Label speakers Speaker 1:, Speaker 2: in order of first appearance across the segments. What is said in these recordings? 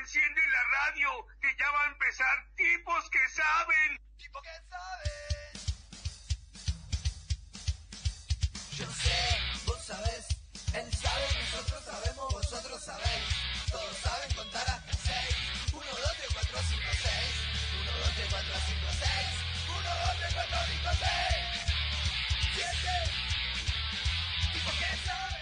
Speaker 1: enciende la radio, que ya va a empezar tipos que saben.
Speaker 2: Tipo que sabes. Yo sé, vos sabés. Él sabe, nosotros sabemos, vosotros sabéis. Todos saben contar hasta seis. Uno, dos, tres, cuatro, cinco, seis. Uno, dos, tres, cuatro, cinco, seis. Uno, dos, tres, cuatro, cinco, seis. Siete. Tipo que sabe.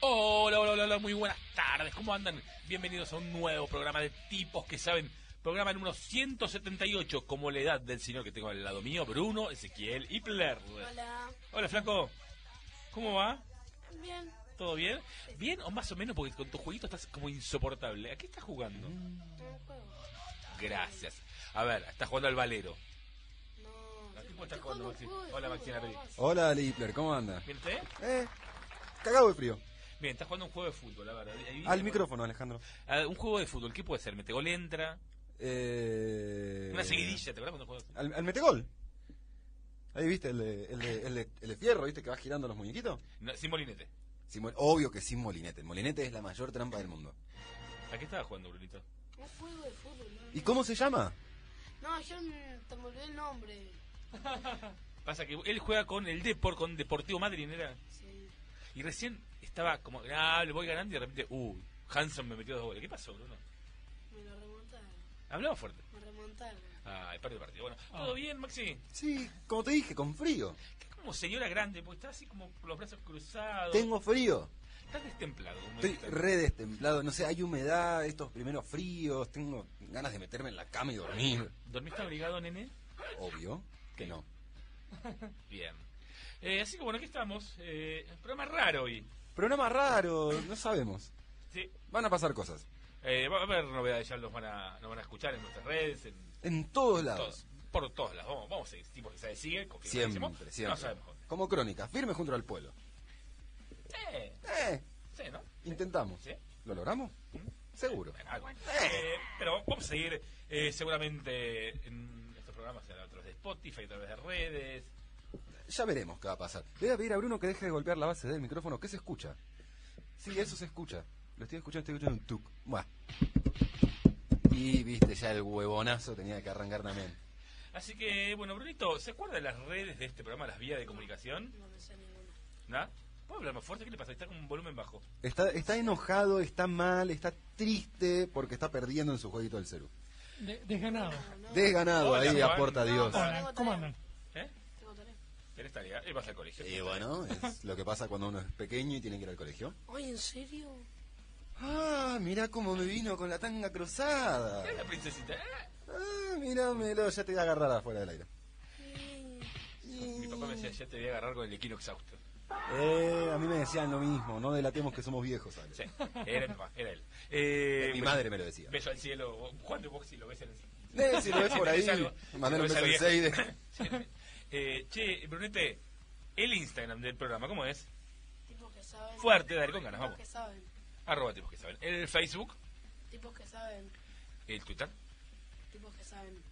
Speaker 3: Hola, hola, hola, hola, muy buenas tardes, ¿cómo andan? Bienvenidos a un nuevo programa de tipos que saben, programa número 178, como la edad del señor que tengo al lado mío, Bruno, Ezequiel y Pler.
Speaker 4: Hola.
Speaker 3: Hola, Flaco, ¿cómo va?
Speaker 4: Bien.
Speaker 3: ¿Todo bien? ¿Bien o más o menos? Porque con tu jueguito estás como insoportable. ¿A qué estás jugando?
Speaker 4: No juego.
Speaker 3: Gracias. A ver, estás jugando al valero.
Speaker 4: No.
Speaker 3: ¿A qué
Speaker 4: yo-
Speaker 3: juego estás
Speaker 4: yo
Speaker 3: jugando,
Speaker 4: juego
Speaker 3: Maxi?
Speaker 4: al fútbol,
Speaker 3: Hola,
Speaker 4: fútbol,
Speaker 3: Maxi Napoli.
Speaker 4: nada más.
Speaker 5: Hola, Lipler, ¿cómo anda?
Speaker 3: ¿Bien usted?
Speaker 5: Eh, cagado de frío.
Speaker 3: Bien, estás jugando un juego de fútbol, a ver. ahí-
Speaker 5: Al micrófono, Alejandro.
Speaker 3: Ah, un juego de fútbol, ¿qué puede ser? ¿Metegol entra?
Speaker 5: Eh,
Speaker 3: Una seguidilla, ¿te acuerdas cuando jugabas?
Speaker 5: Al, al metegol. Ahí viste el de, el, de, el, de, el de fierro, viste que va girando los muñequitos.
Speaker 3: No, sin molinete.
Speaker 5: Sin mol- obvio que sin molinete. El molinete es la mayor trampa del mundo.
Speaker 3: ¿A qué estabas jugando, Brunito?
Speaker 4: No juego de fútbol. no,
Speaker 5: ¿Y
Speaker 4: no.
Speaker 5: cómo se llama?
Speaker 4: No, yo mm, te me olvidé el nombre.
Speaker 3: Pasa que él juega con el Depor, con Deportivo Madrid, era.
Speaker 4: Sí.
Speaker 3: Y recién estaba como, ah, le voy ganando y de repente, uh, Hanson me metió dos goles. ¿Qué pasó, Bruno?
Speaker 4: Me lo remontaron.
Speaker 3: Hablaba fuerte.
Speaker 4: Me remontaron.
Speaker 3: Ah, parte del partido. Bueno, ¿todo bien, Maxi?
Speaker 5: Sí, como te dije, con frío.
Speaker 3: Que es como señora grande, porque está así como con los brazos cruzados.
Speaker 5: Tengo frío.
Speaker 3: Estás destemplado. como
Speaker 5: Estoy
Speaker 3: dijiste.
Speaker 5: re destemplado. No sé, hay humedad, estos primeros fríos. Tengo ganas de meterme en la cama y dormir.
Speaker 3: ¿Dormiste abrigado, nene?
Speaker 5: Obvio que no.
Speaker 3: Bien. Eh, así que bueno, aquí estamos. Eh, programa raro hoy.
Speaker 5: Programa raro, no sabemos.
Speaker 3: Sí.
Speaker 5: Van a pasar cosas.
Speaker 3: Eh, va a haber novedades, ya los van a, nos van a escuchar en nuestras redes, en
Speaker 5: En todos lados.
Speaker 3: todos, por todos lados. Vamos, vamos a seguir, tipo que se sigue, con que hacemos,
Speaker 5: Siempre, siempre.
Speaker 3: No sabemos dónde.
Speaker 5: Como crónica, firme junto al pueblo.
Speaker 3: Eh,
Speaker 5: Eh,
Speaker 3: sí, ¿no?
Speaker 5: intentamos.
Speaker 3: Sí.
Speaker 5: ¿Lo logramos? Seguro.
Speaker 3: Bueno, algo. Eh, pero vamos a seguir eh, seguramente en estos programas, en otros de Spotify, a través de redes.
Speaker 5: Ya veremos qué va a pasar. Le voy a pedir a Bruno que deje de golpear la base del micrófono. ¿Qué se escucha? Sí, eso se escucha. Lo estoy escuchando, estoy escuchando un tuk. Buah. Y viste, ya el huevonazo tenía que arrancar también.
Speaker 3: Así que, bueno, Brunito, ¿se acuerda de las redes de este programa, las vías de comunicación?
Speaker 4: No me sé ninguna.
Speaker 3: ¿No? ¿Puedo hablar más fuerte? ¿Qué le pasa? Está con un volumen bajo.
Speaker 5: Está, está enojado, está mal, está triste porque está perdiendo en su jueguito del celu.
Speaker 6: De- desganado.
Speaker 4: No, no.
Speaker 5: Desganado
Speaker 3: Hola,
Speaker 5: ahí,
Speaker 3: Juan.
Speaker 5: aporta Dios.
Speaker 4: No.
Speaker 6: Ah, Hola, ¿cómo andan?
Speaker 3: ¿Eh?
Speaker 4: Tengo tarea.
Speaker 3: ¿Tenés tarea? Él pasa al colegio.
Speaker 5: Y bueno, es lo que pasa cuando uno es pequeño y tiene que ir al colegio.
Speaker 4: Ay, ¿en serio?
Speaker 5: Ah, mirá cómo me vino con la tanga cruzada.
Speaker 3: Mirá la princesita. Ah,
Speaker 5: Ah, mirámelo, ya te voy a agarrar afuera del aire.
Speaker 4: Sí.
Speaker 3: Mi papá me decía, ya te voy a agarrar con el equino exhausto.
Speaker 5: Eh, a mí me decían lo mismo, no delatemos que somos viejos, Ale.
Speaker 3: Sí, era mi papá, era él. Eh,
Speaker 5: Mi madre me lo decía.
Speaker 3: Beso al cielo. ¿Cuánto vos si lo ves en el cielo?
Speaker 5: Eh, si lo ves por ahí,
Speaker 3: Si algo,
Speaker 5: mandale un
Speaker 3: si lo
Speaker 5: beso al
Speaker 3: ves al viejo.
Speaker 5: Seide.
Speaker 3: Eh, che, Brunete, el Instagram del programa, ¿cómo es?
Speaker 4: Tipos que saben.
Speaker 3: Fuerte, dale, con ganas,
Speaker 4: Tipos
Speaker 3: vamos.
Speaker 4: que saben.
Speaker 3: Arroba tipos que saben. El Facebook,
Speaker 4: Tipos que saben.
Speaker 3: el Twitter,
Speaker 4: Tipos que saben.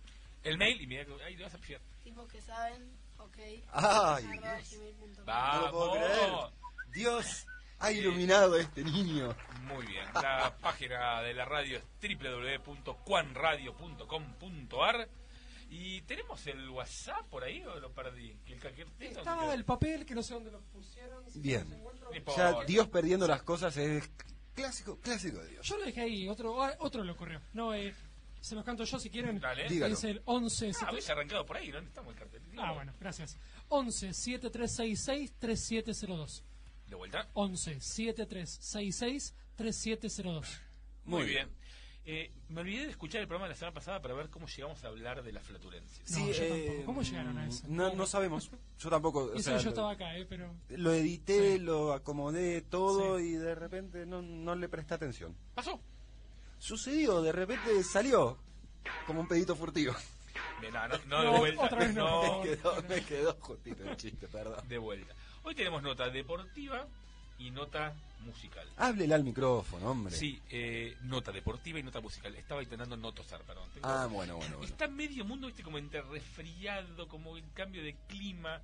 Speaker 3: el mail y mira que ahí lo vas a pillar.
Speaker 4: Tipos que saben. Ok.
Speaker 5: Ay,
Speaker 4: Arroba
Speaker 5: Dios.
Speaker 4: gmail.com.
Speaker 3: Va.
Speaker 5: No lo puedo creer.
Speaker 3: Vamos.
Speaker 5: Dios ha iluminado a este niño.
Speaker 3: Muy bien. La página de la radio es www.cuanradio.com.ar. Y tenemos el WhatsApp por ahí o lo perdí. ¿El caquetero?
Speaker 6: Estaba el papel que no sé dónde lo pusieron. si
Speaker 5: Bien.
Speaker 6: no se encuentra.
Speaker 3: Ni por-
Speaker 5: Ya Dios perdiendo las cosas es clásico, clásico de Dios.
Speaker 6: Yo lo dejé ahí, otro, ah, otro lo corrió. No, eh, se los canto yo si quieren.
Speaker 3: Dale.
Speaker 5: Dígalo.
Speaker 6: Es el 11.
Speaker 3: Ah, habéis arrancado por ahí, ¿dónde estamos el cartel?
Speaker 6: Ah, bueno, gracias. 11 7366 3702.
Speaker 3: De vuelta.
Speaker 6: 11 7366 3702.
Speaker 3: Muy bien. Eh, me olvidé de escuchar el programa de la semana pasada para ver cómo llegamos a hablar de la flatulencia.
Speaker 6: No, yo tampoco. ¿Cómo llegaron a eso?
Speaker 5: eh, No, no sabemos. Yo tampoco. o
Speaker 6: Y eso
Speaker 5: sea,
Speaker 6: que yo
Speaker 5: lo-
Speaker 6: estaba acá, eh, pero.
Speaker 5: lo edité, lo acomodé todo
Speaker 6: Sí.
Speaker 5: y de repente no, no le presté atención.
Speaker 3: ¿Pasó?
Speaker 5: Sucedió, de repente salió como un pedito furtivo.
Speaker 3: Bien, No, no, no, de
Speaker 6: No,
Speaker 3: vuelta.
Speaker 6: otra vez
Speaker 3: no.
Speaker 6: no.
Speaker 5: me, quedó, me quedó justito el chiste, perdón.
Speaker 3: de vuelta. Hoy tenemos nota deportiva y nota musical.
Speaker 5: Háblele al micrófono, hombre.
Speaker 3: Sí, eh, nota deportiva y nota musical. Estaba intentando no tosar, perdón. Tengo-
Speaker 5: Ah, bueno, bueno, bueno.
Speaker 3: Está medio mundo, viste, como entre resfriado, como el cambio de clima.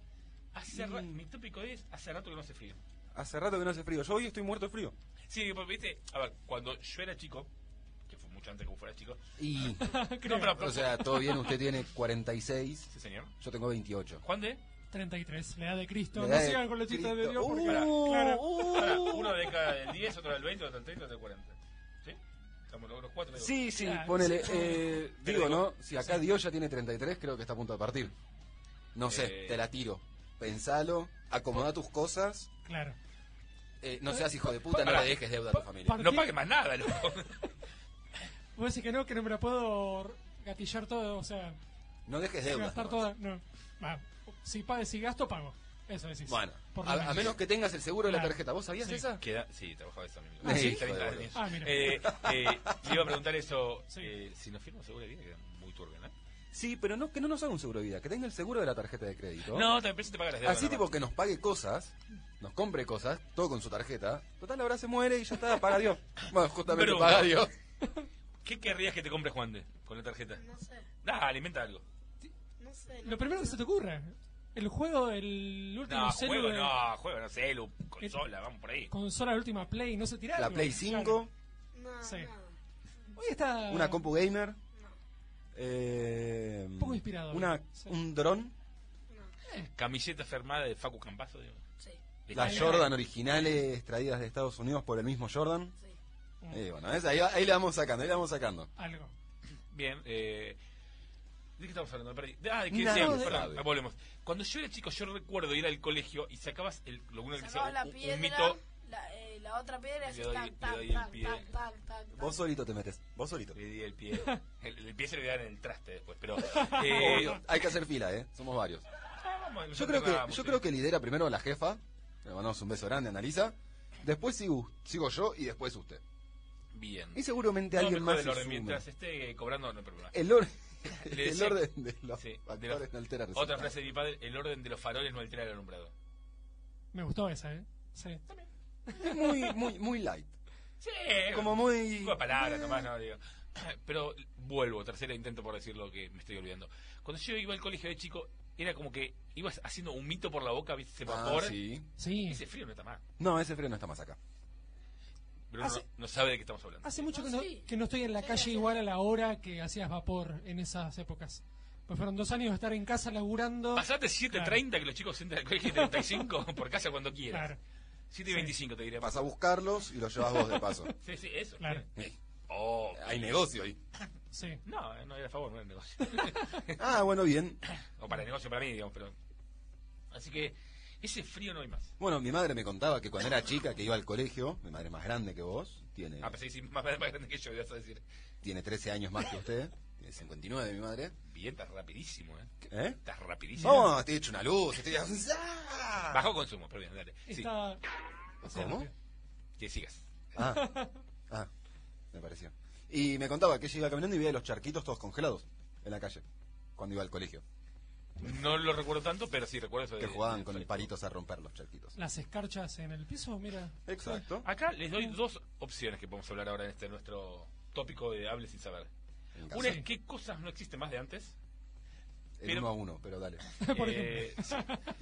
Speaker 3: Hace ra-
Speaker 5: Mm.
Speaker 3: Mi tópico es, hace rato que no hace frío. pues,
Speaker 5: Hace rato que no hace frío. Yo hoy estoy muerto de frío.
Speaker 3: Sí, porque, viste, a ver, cuando yo era chico, que fue mucho antes que fuera chico.
Speaker 5: Y,
Speaker 6: Creo.
Speaker 3: No, pero,
Speaker 5: o sea, todo bien, usted tiene 46,
Speaker 3: sí, señor.
Speaker 5: yo tengo 28.
Speaker 3: Juan de.
Speaker 6: 33, la edad de Cristo.
Speaker 5: La
Speaker 6: No
Speaker 5: edad de
Speaker 6: sigan con los chistes de
Speaker 5: Cristo.
Speaker 6: Dios porque.
Speaker 5: Uh,
Speaker 6: claro.
Speaker 5: uh.
Speaker 3: Ahora, uno de cada del 10, otro del 20, otro del 30, otro del 40. ¿Sí? Estamos los los cuatro. digo.
Speaker 5: Sí, sí,
Speaker 6: Claro,
Speaker 5: ponele.
Speaker 6: sí.
Speaker 5: eh,
Speaker 3: Te
Speaker 5: digo,
Speaker 3: digo,
Speaker 5: ¿no? Si acá Dios ya tiene 33, creo que está a punto de partir. No sé,
Speaker 3: Eh.
Speaker 5: te la tiro. Pensalo, acomoda tus cosas.
Speaker 6: Claro.
Speaker 5: eh, no seas hijo de puta, no
Speaker 3: Pará.
Speaker 5: le dejes deuda a tu familia.
Speaker 6: Partir-
Speaker 3: No pague más nada, loco.
Speaker 6: Vos decís que no, que no me la puedo gatillar todo, o sea,
Speaker 5: No dejes deuda.
Speaker 6: gastar toda. No. Va, si, pa- si gasto, pago. Eso decís.
Speaker 5: Bueno,
Speaker 6: Por lo
Speaker 5: a, a menos que tengas el seguro de la
Speaker 6: Claro.
Speaker 5: tarjeta. ¿Vos sabías
Speaker 6: Sí.
Speaker 5: esa?
Speaker 3: Queda, sí, trabajaba eso, amigo.
Speaker 5: Ah, ¿sí?
Speaker 3: Treinta
Speaker 5: Hijo de
Speaker 3: años.
Speaker 6: Ah, mira.
Speaker 3: Eh, eh, le iba a preguntar eso.
Speaker 6: Sí.
Speaker 3: eh, si nos firma seguro de vida, que era muy turbio, ¿no?
Speaker 5: Sí, pero no que no nos haga un seguro de vida, que tenga el seguro de la tarjeta de crédito.
Speaker 3: No, te empieza te paga las deudas.
Speaker 5: Así tipo
Speaker 3: nomás.
Speaker 5: que nos pague cosas, nos compre cosas, todo con su tarjeta. Total, ahora se muere y ya está, paga Dios. Bueno, justamente
Speaker 3: Pero-
Speaker 5: paga Dios.
Speaker 3: ¿Qué querrías que te compre Juan de con la tarjeta?
Speaker 4: No sé,
Speaker 3: Dale, inventa algo.
Speaker 4: no sé.
Speaker 6: Lo primero que se te ocurra. El juego, el último
Speaker 3: No,
Speaker 6: celu
Speaker 3: juego,
Speaker 6: de-
Speaker 3: no, juego, no,
Speaker 5: Eh,
Speaker 3: celu, consola, vamos por ahí.
Speaker 6: Consola, la última Play, no se tira.
Speaker 5: La
Speaker 6: algo.
Speaker 5: Play
Speaker 6: Claro.
Speaker 5: 5,
Speaker 4: No,
Speaker 6: Sí.
Speaker 4: nada.
Speaker 6: Hoy está.
Speaker 5: una compu gamer.
Speaker 4: No,
Speaker 5: Eh,
Speaker 6: Un poco inspirador.
Speaker 5: una-
Speaker 6: Sí.
Speaker 5: Un dron.
Speaker 4: no,
Speaker 3: Camiseta fermada de Facu Campazo, digo.
Speaker 4: sí,
Speaker 5: Las
Speaker 3: Ahí.
Speaker 5: Jordan originales traídas de Estados Unidos por el mismo Jordan.
Speaker 4: sí.
Speaker 5: Eh, bueno, esa, ahí, va- ahí la vamos sacando, ahí la vamos sacando.
Speaker 6: Algo.
Speaker 3: Bien, eh. ¿De qué estamos hablando? Me perdí. Ah, de que
Speaker 5: Nada
Speaker 3: decíamos,
Speaker 5: de-
Speaker 3: perdón,
Speaker 5: sabe.
Speaker 3: ah, volvemos. Cuando yo era chico, yo recuerdo ir al colegio y sacabas el, lo uno que se
Speaker 4: Sacabas la
Speaker 3: un, un
Speaker 4: piedra,
Speaker 3: mito.
Speaker 4: la, eh, la otra piedra es
Speaker 3: Le doy-
Speaker 4: tac,
Speaker 3: le
Speaker 4: tac,
Speaker 3: doy el
Speaker 4: tac,
Speaker 3: pie.
Speaker 4: tac, tac, tac, tac.
Speaker 5: Vos solito te metes, vos solito.
Speaker 3: Le di el pie. El, el pie se le iba a dar en el traste después, pero.
Speaker 5: Eh,
Speaker 3: Eh,
Speaker 5: hay que hacer fila, ¿eh? Somos varios.
Speaker 3: ah, vamos, nos
Speaker 5: Yo creo que,
Speaker 3: alternamos,
Speaker 5: yo
Speaker 3: sí.
Speaker 5: creo que lidera primero la jefa. Le mandamos un beso grande, Analisa. Después sigo, sigo yo y después usted.
Speaker 3: Bien.
Speaker 5: Y seguramente
Speaker 3: No,
Speaker 5: alguien
Speaker 3: mejor
Speaker 5: más
Speaker 3: el
Speaker 5: se
Speaker 3: orden,
Speaker 5: sume.
Speaker 3: mientras esté eh, cobrando, no hay problema.
Speaker 5: El, or-
Speaker 3: Le
Speaker 5: el
Speaker 3: decía-
Speaker 5: orden de los
Speaker 3: Sí, de los-
Speaker 5: factores no altera el
Speaker 3: Otra
Speaker 5: resultado.
Speaker 3: frase de mi padre: el orden de los faroles no altera el alumbrado.
Speaker 6: Me gustó esa, ¿eh? Sí.
Speaker 5: Muy, muy, muy light.
Speaker 3: Sí,
Speaker 5: Como muy...
Speaker 3: Una palabra
Speaker 5: Eh,
Speaker 3: nomás, no digo. Pero vuelvo, tercera intento por decir lo que me estoy olvidando. Cuando yo iba al colegio de chico, era como que ibas haciendo un mito por la boca, viste ese
Speaker 5: ah,
Speaker 3: vapor.
Speaker 5: sí.
Speaker 6: Sí.
Speaker 3: Ese frío no está mal.
Speaker 5: No, ese freno está más acá.
Speaker 3: Bruno
Speaker 6: Hace-
Speaker 3: no, no sabe de qué estamos hablando.
Speaker 6: Hace mucho
Speaker 4: Ah,
Speaker 6: que no,
Speaker 4: sí.
Speaker 6: que no estoy en la
Speaker 4: Sí,
Speaker 6: calle
Speaker 4: sí.
Speaker 6: igual a la hora que hacías vapor en esas épocas. Pues fueron dos años de estar en casa laburando.
Speaker 3: Pasate 7.30 que los chicos entran al colegio y 35 por casa cuando quieras.
Speaker 6: Claro,
Speaker 3: 7.25 te diré.
Speaker 5: Vas a buscarlos y los llevas vos de paso.
Speaker 3: Sí, sí, eso.
Speaker 6: claro.
Speaker 5: Eh,
Speaker 3: Oh,
Speaker 5: Hay negocio ahí.
Speaker 6: Sí.
Speaker 3: no, eh, no era a favor, no era negocio.
Speaker 5: Ah, bueno, bien.
Speaker 3: o para el negocio, para mí, digamos, pero. Así que ese frío no hay más.
Speaker 5: Bueno, mi madre me contaba que cuando era chica, que iba al colegio, mi madre es más grande que vos, tiene,
Speaker 3: A pesar de Ah, que más, más grande que yo, ibas a decir.
Speaker 5: tiene 13 años más que usted, ¿Eh? tiene 59 mi madre.
Speaker 3: Bien, estás rapidísimo, ¿eh?
Speaker 5: ¿Eh?
Speaker 3: Estás rapidísimo.
Speaker 5: No, estoy hecho una luz, estoy... ¡Ah!
Speaker 3: Bajo consumo, pero bien, dale. Sí,
Speaker 6: Está.
Speaker 5: ¿Cómo?
Speaker 3: que sigas.
Speaker 5: Ah, ah, me pareció. Y me contaba que ella iba caminando y veía los charquitos todos congelados en la calle, cuando iba al colegio,
Speaker 3: No lo recuerdo tanto, pero sí recuerdo eso de.
Speaker 5: que jugaban
Speaker 3: de-
Speaker 5: con el palitos a romper los charquitos.
Speaker 6: Las escarchas en el piso, mira.
Speaker 5: Exacto.
Speaker 3: Acá les doy dos opciones que podemos hablar ahora en este nuestro tópico de Hable sin saber.
Speaker 5: En casa.
Speaker 3: Una es qué cosas no existen más de antes.
Speaker 5: El uno a uno, pero dale.
Speaker 6: Por
Speaker 3: Eh, sí.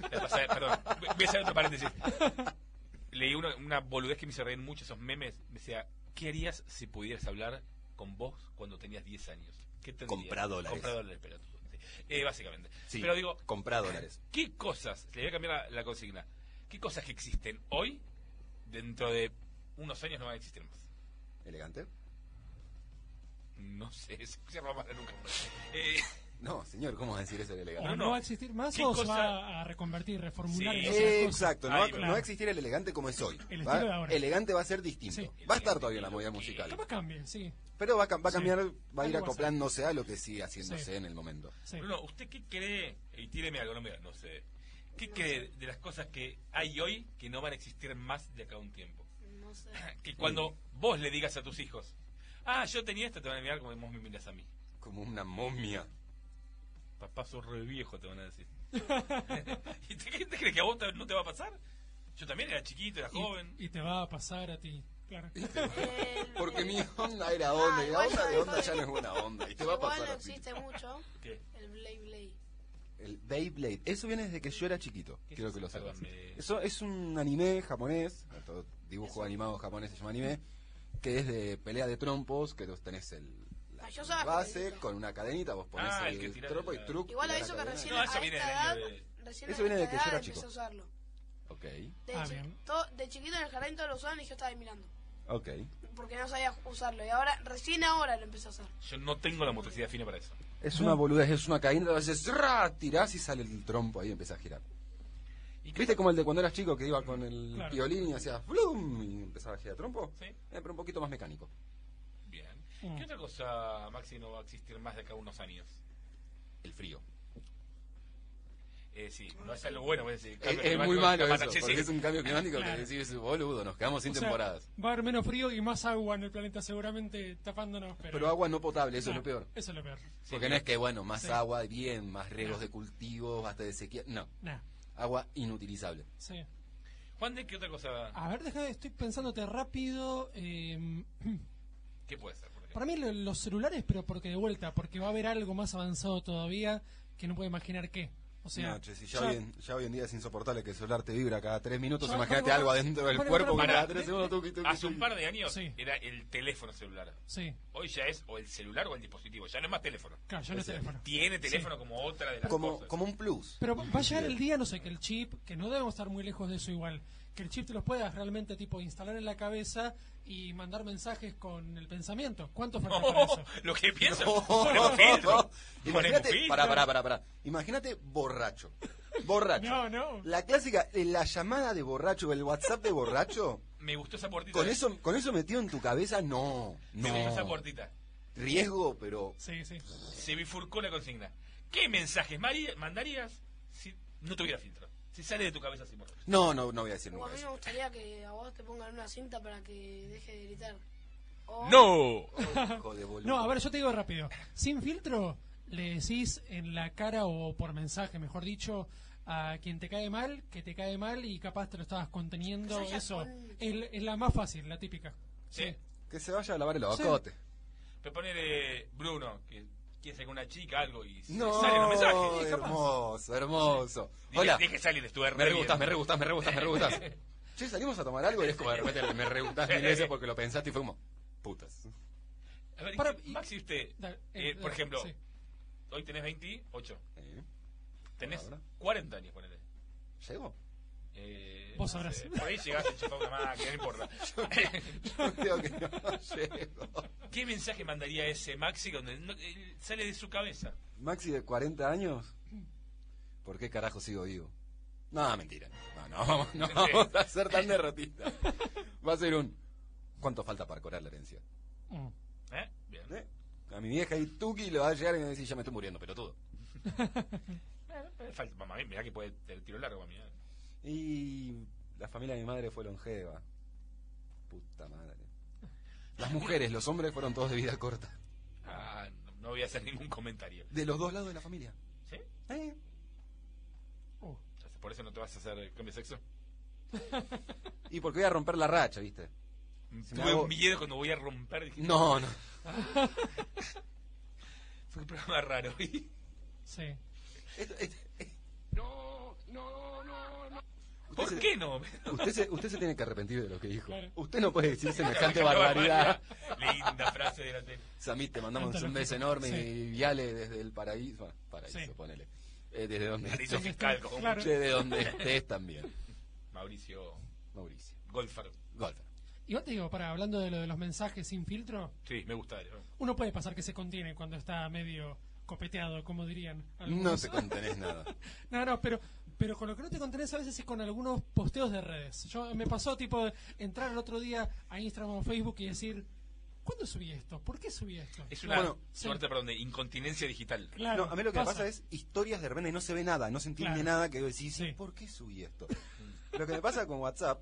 Speaker 3: La pasada- perdón, voy a hacer otro paréntesis. Leí una, una boludez que me hizo reír mucho esos memes. Me decía, ¿qué harías si pudieras hablar con vos cuando tenías 10 años? ¿Qué tendrías?
Speaker 5: Comprá dólares.
Speaker 3: Comprá dólares, pelotudo. Sí. Eh, básicamente.
Speaker 5: Sí,
Speaker 3: Pero digo,
Speaker 5: comprá dólares.
Speaker 3: ¿Qué cosas, le voy a cambiar la, la consigna, qué cosas que existen hoy, dentro de unos años no van a existir más?
Speaker 5: ¿Elegante?
Speaker 3: No sé, se se va a parar nunca. Eh,
Speaker 5: No, señor, ¿cómo vas a decir eso de
Speaker 6: O
Speaker 5: elegante?
Speaker 3: No,
Speaker 6: no,
Speaker 3: no.
Speaker 6: va a existir más
Speaker 3: ¿Qué
Speaker 6: o se
Speaker 3: cosa?
Speaker 6: va a reconvertir, reformular.
Speaker 3: Sí.
Speaker 6: en otras
Speaker 5: Eh,
Speaker 6: cosas?
Speaker 5: Exacto, no
Speaker 3: Ahí
Speaker 5: va,
Speaker 3: va.
Speaker 5: no va a existir el elegante como es hoy.
Speaker 6: El
Speaker 5: ¿va?
Speaker 6: estilo de ahora.
Speaker 5: Elegante va a ser distinto.
Speaker 6: Sí.
Speaker 5: Va a estar todavía en la movida musical.
Speaker 6: Capaz cambie, sí.
Speaker 5: Pero va a, cam- va a
Speaker 6: Sí.
Speaker 5: cambiar, va a ir
Speaker 6: Algo va a ser.
Speaker 5: acoplándose a lo que sigue haciéndose
Speaker 6: Sí.
Speaker 5: en el momento.
Speaker 6: sí.
Speaker 3: Bruno, ¿usted qué cree? Y tíreme algo, no me no sé. ¿Qué cree de las cosas que hay hoy que no van a existir más de acá a un tiempo?
Speaker 4: No sé.
Speaker 3: Que cuando vos le digas a tus hijos, ah, yo tenía esto, te van a mirar como vos me miras a mí.
Speaker 5: Como una momia.
Speaker 3: Papá, sos re viejo, te van a decir. ¿Y te, qué te crees que a vos te- no te va a pasar? Yo también era chiquito, era joven.
Speaker 6: Y, y te va a pasar a ti. Claro.
Speaker 4: El-
Speaker 5: Porque
Speaker 4: el-
Speaker 5: mi onda era onda, y la
Speaker 4: igual
Speaker 5: onda de
Speaker 4: yo
Speaker 5: onda
Speaker 4: digo-
Speaker 5: ya no es buena onda. Y te va a
Speaker 4: Igual
Speaker 5: pasar
Speaker 4: no
Speaker 5: a ti.
Speaker 4: existe mucho
Speaker 3: ¿Qué?
Speaker 4: el Blay Blay.
Speaker 5: El Beyblade. Eso viene desde que yo era chiquito.
Speaker 3: ¿Qué
Speaker 5: Quiero
Speaker 3: es
Speaker 5: que lo
Speaker 3: eso?
Speaker 5: sepas.
Speaker 3: Perdón, me-
Speaker 5: Eso es un anime japonés. todo Dibujo animado japonés se llama anime. que es de pelea de trompos, que los tenés el la
Speaker 4: Ah, yo usaba
Speaker 5: base
Speaker 4: cadenita.
Speaker 5: con una cadenita, vos ponés
Speaker 3: Ah, el que
Speaker 5: el,
Speaker 3: tira
Speaker 5: trompo
Speaker 3: la-
Speaker 5: y truco.
Speaker 4: Igual aviso que recién
Speaker 3: No,
Speaker 4: a
Speaker 3: eso
Speaker 4: esta
Speaker 3: viene del
Speaker 4: edad,
Speaker 3: año de-
Speaker 4: recién
Speaker 5: Eso
Speaker 4: a
Speaker 5: viene de
Speaker 4: esta
Speaker 5: que yo era
Speaker 4: edad empecé
Speaker 5: chico.
Speaker 4: a usarlo.
Speaker 5: Ok,
Speaker 4: De,
Speaker 6: Ah,
Speaker 4: chi-
Speaker 6: bien.
Speaker 4: to- de chiquito en el jardín todos lo usaban y yo estaba ahí mirando.
Speaker 5: ok.
Speaker 4: Porque no sabía usarlo. Y ahora, recién ahora lo empecé a usar.
Speaker 3: Yo no tengo la motricidad fina para eso.
Speaker 5: Es una boludez, es una cadenita, haces ¡ra! tirás y sale el trompo ahí y empieza a girar.
Speaker 3: ¿Y qué
Speaker 5: ¿Viste como el de cuando eras chico que iba con el
Speaker 6: Claro.
Speaker 5: violín y hacías ¡blum! y empezaba a girar trompo?
Speaker 3: Sí.
Speaker 5: Eh, pero un poquito más mecánico.
Speaker 3: Bien.
Speaker 6: Mm.
Speaker 3: ¿Qué otra cosa, Maxi, no va a existir más de acá a unos años?
Speaker 5: El frío.
Speaker 3: Eh, sí, no es algo bueno. Es, decir,
Speaker 5: Es,
Speaker 3: cambio
Speaker 5: es muy
Speaker 3: climático,
Speaker 5: malo eso,
Speaker 3: capaz, sí,
Speaker 5: porque
Speaker 3: sí.
Speaker 5: es un cambio climático que
Speaker 6: Claro.
Speaker 5: decís, boludo, nos quedamos sin
Speaker 6: O sea,
Speaker 5: temporadas.
Speaker 6: va a haber menos frío y más agua en el planeta, seguramente tapándonos. Pero,
Speaker 5: Pero agua no potable, eso
Speaker 6: Nah,
Speaker 5: es lo peor.
Speaker 6: Eso es lo peor.
Speaker 5: Porque no es que, bueno, más
Speaker 6: Sí.
Speaker 5: agua, bien, más riegos
Speaker 6: No.
Speaker 5: de cultivo, hasta de sequía. No,
Speaker 6: Nah,
Speaker 5: agua inutilizable.
Speaker 6: sí.
Speaker 3: Juan, ¿de qué otra cosa?
Speaker 6: A ver, deja, estoy pensándote rápido. eh,
Speaker 3: ¿Qué puede ser? por ejemplo?
Speaker 6: para mí lo- los celulares, pero porque de vuelta, porque va a haber algo más avanzado todavía que no puedo imaginar qué. O sea,
Speaker 5: No, che, si ya, hoy en, ya hoy en día es insoportable que el celular te vibra cada tres minutos,
Speaker 6: Yo
Speaker 5: imagínate
Speaker 6: juego-
Speaker 5: algo adentro del
Speaker 6: Para,
Speaker 5: cuerpo que
Speaker 6: para,
Speaker 5: cada
Speaker 6: para.
Speaker 5: tres segundos tuqui, tuqui,
Speaker 3: Hace
Speaker 5: tuqui.
Speaker 3: un par de años
Speaker 6: Sí.
Speaker 3: era el teléfono celular.
Speaker 6: sí,
Speaker 3: Hoy ya es o el celular o el dispositivo. Ya no es más teléfono.
Speaker 6: claro, yo no
Speaker 5: Ese.
Speaker 6: teléfono.
Speaker 3: Tiene teléfono como otra de las
Speaker 5: Como,
Speaker 3: cosas.
Speaker 5: como un plus.
Speaker 6: Pero va a llegar el día, no sé, que el chip, que no debemos estar muy lejos de eso igual, que el chip te los puedas realmente tipo instalar en la cabeza y mandar mensajes con el pensamiento. ¿Cuánto falta para eso?
Speaker 3: lo que pienso.
Speaker 5: No,
Speaker 3: Ponemos filtro. Ponemos
Speaker 5: Imagínate,
Speaker 3: filtro.
Speaker 5: pará, pará, pará, pará. Imagínate borracho. Borracho.
Speaker 6: No, no.
Speaker 5: La clásica, eh, la llamada de borracho, el WhatsApp de borracho.
Speaker 3: Me gustó esa puertita.
Speaker 6: ¿Eh?
Speaker 5: Con eso, con eso metido en tu cabeza, no.
Speaker 3: Me gustó esa
Speaker 5: No.
Speaker 3: puertita.
Speaker 5: Riesgo, pero
Speaker 6: Sí, sí.
Speaker 3: Se bifurcó la consigna. ¿Qué mensajes María, mandarías si no tuviera filtro? Si sale de tu cabeza así, borracho.
Speaker 5: No, no, no voy a decir
Speaker 4: O a
Speaker 5: nunca
Speaker 4: mí me
Speaker 5: eso.
Speaker 4: gustaría que a vos te pongan una cinta para que deje de gritar. O-
Speaker 3: ¡No!
Speaker 5: Oh, hijo de boludo.
Speaker 6: No, a ver, yo te digo rápido. Sin filtro, le decís en la cara o por mensaje, mejor dicho, a quien te cae mal, que te cae mal y capaz te lo estabas conteniendo.
Speaker 4: Que se haya
Speaker 6: Eso
Speaker 4: con-
Speaker 6: es, es la más fácil, la típica.
Speaker 3: Sí.
Speaker 5: Que se vaya a lavar el
Speaker 6: Sí.
Speaker 5: abacote.
Speaker 3: Pero ponele Bruno, que quiere salir con una chica, algo, y se
Speaker 5: No,
Speaker 3: salen los mensajes.
Speaker 5: hermoso, hermoso.
Speaker 3: Dije-
Speaker 5: Hola,
Speaker 3: Dije salir, estuve re
Speaker 5: me
Speaker 3: bien.
Speaker 5: regustas, me regustas, me regustas, me regustas. Che, salimos a tomar algo y es como de repente me regustas mil veces porque lo pensaste y fue como, putas.
Speaker 3: A ver,
Speaker 6: Para-
Speaker 3: ¿qué- Maxi, usted,
Speaker 6: Da-
Speaker 3: eh,
Speaker 6: eh,
Speaker 3: por
Speaker 6: da-
Speaker 3: ejemplo,
Speaker 6: sí.
Speaker 3: hoy tenés 28,
Speaker 5: Eh,
Speaker 3: tenés
Speaker 5: Ahora.
Speaker 3: 40 años, ponele.
Speaker 5: ¿Llego?
Speaker 3: Eh,
Speaker 6: Vos
Speaker 3: no
Speaker 6: sabrás.
Speaker 3: sé, por ahí llegás a chupar una máquina, no importa.
Speaker 5: Yo creo que no llego.
Speaker 3: ¿Qué mensaje mandaría ese Maxi donde no- él sale de su cabeza?
Speaker 5: Maxi de 40 años, ¿por qué carajo sigo vivo? No, mentira. No, no, vamos- no vamos a ser tan derrotistas. Va a ser un, ¿cuánto falta para cobrar la herencia?
Speaker 6: Mm.
Speaker 3: ¿Eh? Bien.
Speaker 5: ¿Eh? A mi vieja y Tuki le va a llegar y me va a decir, ya me estoy muriendo, pero todo.
Speaker 3: Eh, Falta, mamá, mirá que puede el tiro largo, mami. eh.
Speaker 5: Y la familia de mi madre fue longeva. Puta madre. Las mujeres, los hombres fueron todos de vida corta.
Speaker 3: Ah, no, no voy a hacer ningún comentario.
Speaker 5: De los dos lados de la familia.
Speaker 3: ¿Sí?
Speaker 5: ¿Eh?
Speaker 6: Uh,
Speaker 3: ¿Por eso no te vas a hacer el cambio de sexo?
Speaker 5: Y porque voy a romper la racha, ¿viste? Si me
Speaker 3: Tuve
Speaker 5: hago-
Speaker 3: un miedo cuando voy a romper. dije,
Speaker 5: No, no.
Speaker 3: Fue un programa raro. y-
Speaker 6: sí.
Speaker 5: Esto- esto-
Speaker 3: ¿Por qué no?
Speaker 5: usted, se, usted se tiene que arrepentir de lo que dijo.
Speaker 6: Claro.
Speaker 5: Usted no puede decir semejante barbaridad.
Speaker 3: Linda frase de la tele.
Speaker 5: Samit, te mandamos un beso enorme
Speaker 6: Sí.
Speaker 5: y viale desde el paraíso. bueno, paraíso,
Speaker 6: Sí.
Speaker 5: ponele. Eh, desde donde
Speaker 3: Paraíso
Speaker 5: estés.
Speaker 3: fiscal, como
Speaker 6: Claro.
Speaker 5: Che, de donde estés también.
Speaker 3: Mauricio
Speaker 5: Mauricio.
Speaker 3: Golfar.
Speaker 5: Golfer.
Speaker 6: Igual te digo, para hablando de lo de los mensajes sin filtro,
Speaker 3: Sí, me gusta. ¿no?
Speaker 6: uno puede pasar que se contiene cuando está medio copeteado, como dirían.
Speaker 5: No
Speaker 6: algunos.
Speaker 5: te contenés nada.
Speaker 6: No, no, pero, pero con lo que no te contenés a veces es con algunos posteos de redes. Yo me pasó tipo de entrar el otro día a Instagram o Facebook y decir, ¿cuándo subí esto? ¿Por qué subí esto?
Speaker 3: Es una
Speaker 5: Bueno,
Speaker 3: suerte, perdón, de incontinencia digital.
Speaker 6: Claro,
Speaker 5: no, a mí lo que pasa. es historias de repente y no se ve nada, no se entiende
Speaker 6: Claro.
Speaker 5: nada, que vos decís,
Speaker 6: Sí.
Speaker 5: ¿por qué subí esto? lo que me pasa con WhatsApp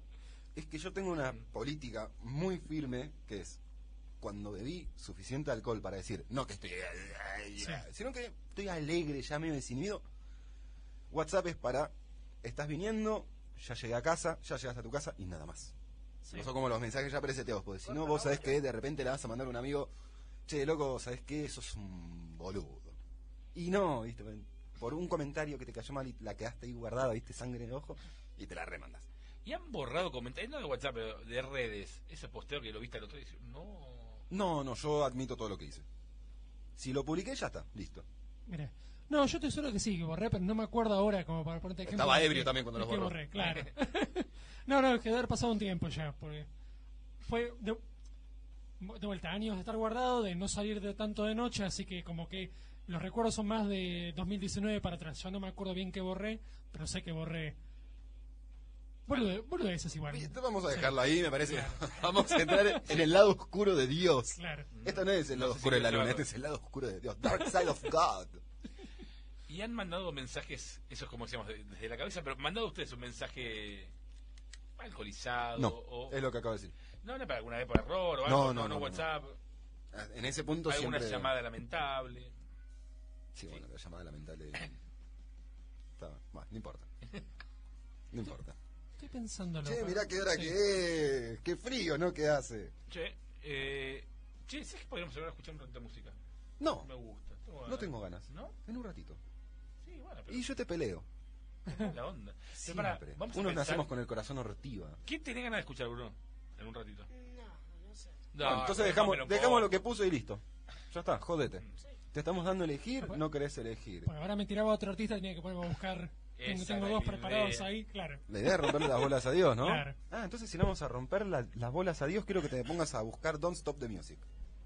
Speaker 5: es que yo tengo una política muy firme que es cuando bebí suficiente alcohol para decir, no que estoy, sino que estoy alegre, ya medio desinhibido, WhatsApp es para, estás viniendo, ya llegué a casa, ya llegaste a tu casa y nada más. No son como los mensajes ya preseteados, porque si no, vos sabés que de repente le vas a mandar a un amigo, che, loco, ¿sabés qué? Sos un boludo. Y no, viste, por un comentario que te cayó mal y la quedaste ahí guardada, viste, sangre en el ojo, y te la remandas.
Speaker 3: Y han borrado comentarios, no de WhatsApp, pero de redes. Ese posteo que lo viste al otro día. y dices, No.
Speaker 5: No, no, yo admito todo lo que hice. Si lo publiqué, ya está, listo.
Speaker 6: Mirá. No, yo estoy seguro que sí, que borré, pero no me acuerdo ahora como para ponerte ejemplo.
Speaker 5: Estaba
Speaker 6: de
Speaker 5: ebrio
Speaker 6: que-
Speaker 5: también cuando
Speaker 6: de
Speaker 5: los
Speaker 6: que
Speaker 5: borró.
Speaker 6: borré, claro. no, no, es que debe haber pasado un tiempo ya, porque fue de, de vuelta, años de estar guardado, de no salir de tanto de noche, así que como que los recuerdos son más de 2019 para atrás. Yo no me acuerdo bien qué borré, pero sé que borré. Bolude, boludeces igual.
Speaker 5: Oye, entonces Vamos a dejarlo ahí, me parece. Vamos a entrar en el lado oscuro de Dios.
Speaker 6: Claro.
Speaker 5: Esto no es el lado
Speaker 3: sé si
Speaker 5: oscuro de la
Speaker 3: quiero
Speaker 5: luna,
Speaker 3: saberlo.
Speaker 5: este es el lado oscuro de Dios. Dark Side of God.
Speaker 3: Y han mandado mensajes, eso es como decíamos, de- desde la cabeza, pero mandado ustedes un mensaje alcoholizado.
Speaker 5: No,
Speaker 3: o,
Speaker 5: es lo que acabo de decir.
Speaker 3: no, no, pero alguna vez por error, o
Speaker 5: No,
Speaker 3: algo,
Speaker 5: no,
Speaker 3: no,
Speaker 5: no, no.
Speaker 3: WhatsApp,
Speaker 5: En ese punto
Speaker 3: alguna
Speaker 5: siempre...
Speaker 3: llamada lamentable.
Speaker 5: Sí, bueno, la llamada lamentable... Está, bueno, no importa. No importa.
Speaker 6: Estoy pensándolo.
Speaker 5: Che,
Speaker 6: pero-
Speaker 5: mirá qué hora
Speaker 6: sí.
Speaker 5: que es. Qué frío, ¿no? ¿Qué hace?
Speaker 3: Che, eh, che, ¿sabes que podríamos hablar escuchar un rato de música?
Speaker 5: No,
Speaker 3: Me gusta.
Speaker 5: no tengo ganas.
Speaker 3: ¿No?
Speaker 5: En un ratito.
Speaker 3: Sí, bueno, pero
Speaker 5: Y yo te peleo.
Speaker 3: la onda. Pero pará,
Speaker 5: Siempre.
Speaker 3: vamos a
Speaker 5: Unos
Speaker 3: pensar-
Speaker 5: nacemos con el corazón ortiva.
Speaker 3: ¿Quién tiene ganas de escuchar, Bruno? En un ratito.
Speaker 4: No, no sé.
Speaker 3: No,
Speaker 5: Bueno, entonces dejamos, dejamos lo que puso y listo. Ya está, jódete. Te estamos dando a elegir, no querés elegir.
Speaker 6: Porque ahora me tiraba otro artista, tenía que ponerme a buscar. Tengo,
Speaker 3: Esa
Speaker 6: tengo
Speaker 3: era
Speaker 6: dos
Speaker 3: la
Speaker 6: preparados
Speaker 3: idea.
Speaker 6: ahí, claro.
Speaker 5: La idea es romperle las bolas a Dios, ¿no?
Speaker 6: Claro.
Speaker 5: Ah, entonces si le vamos a romper la- las bolas a Dios, quiero que te pongas a buscar Don't Stop the Music.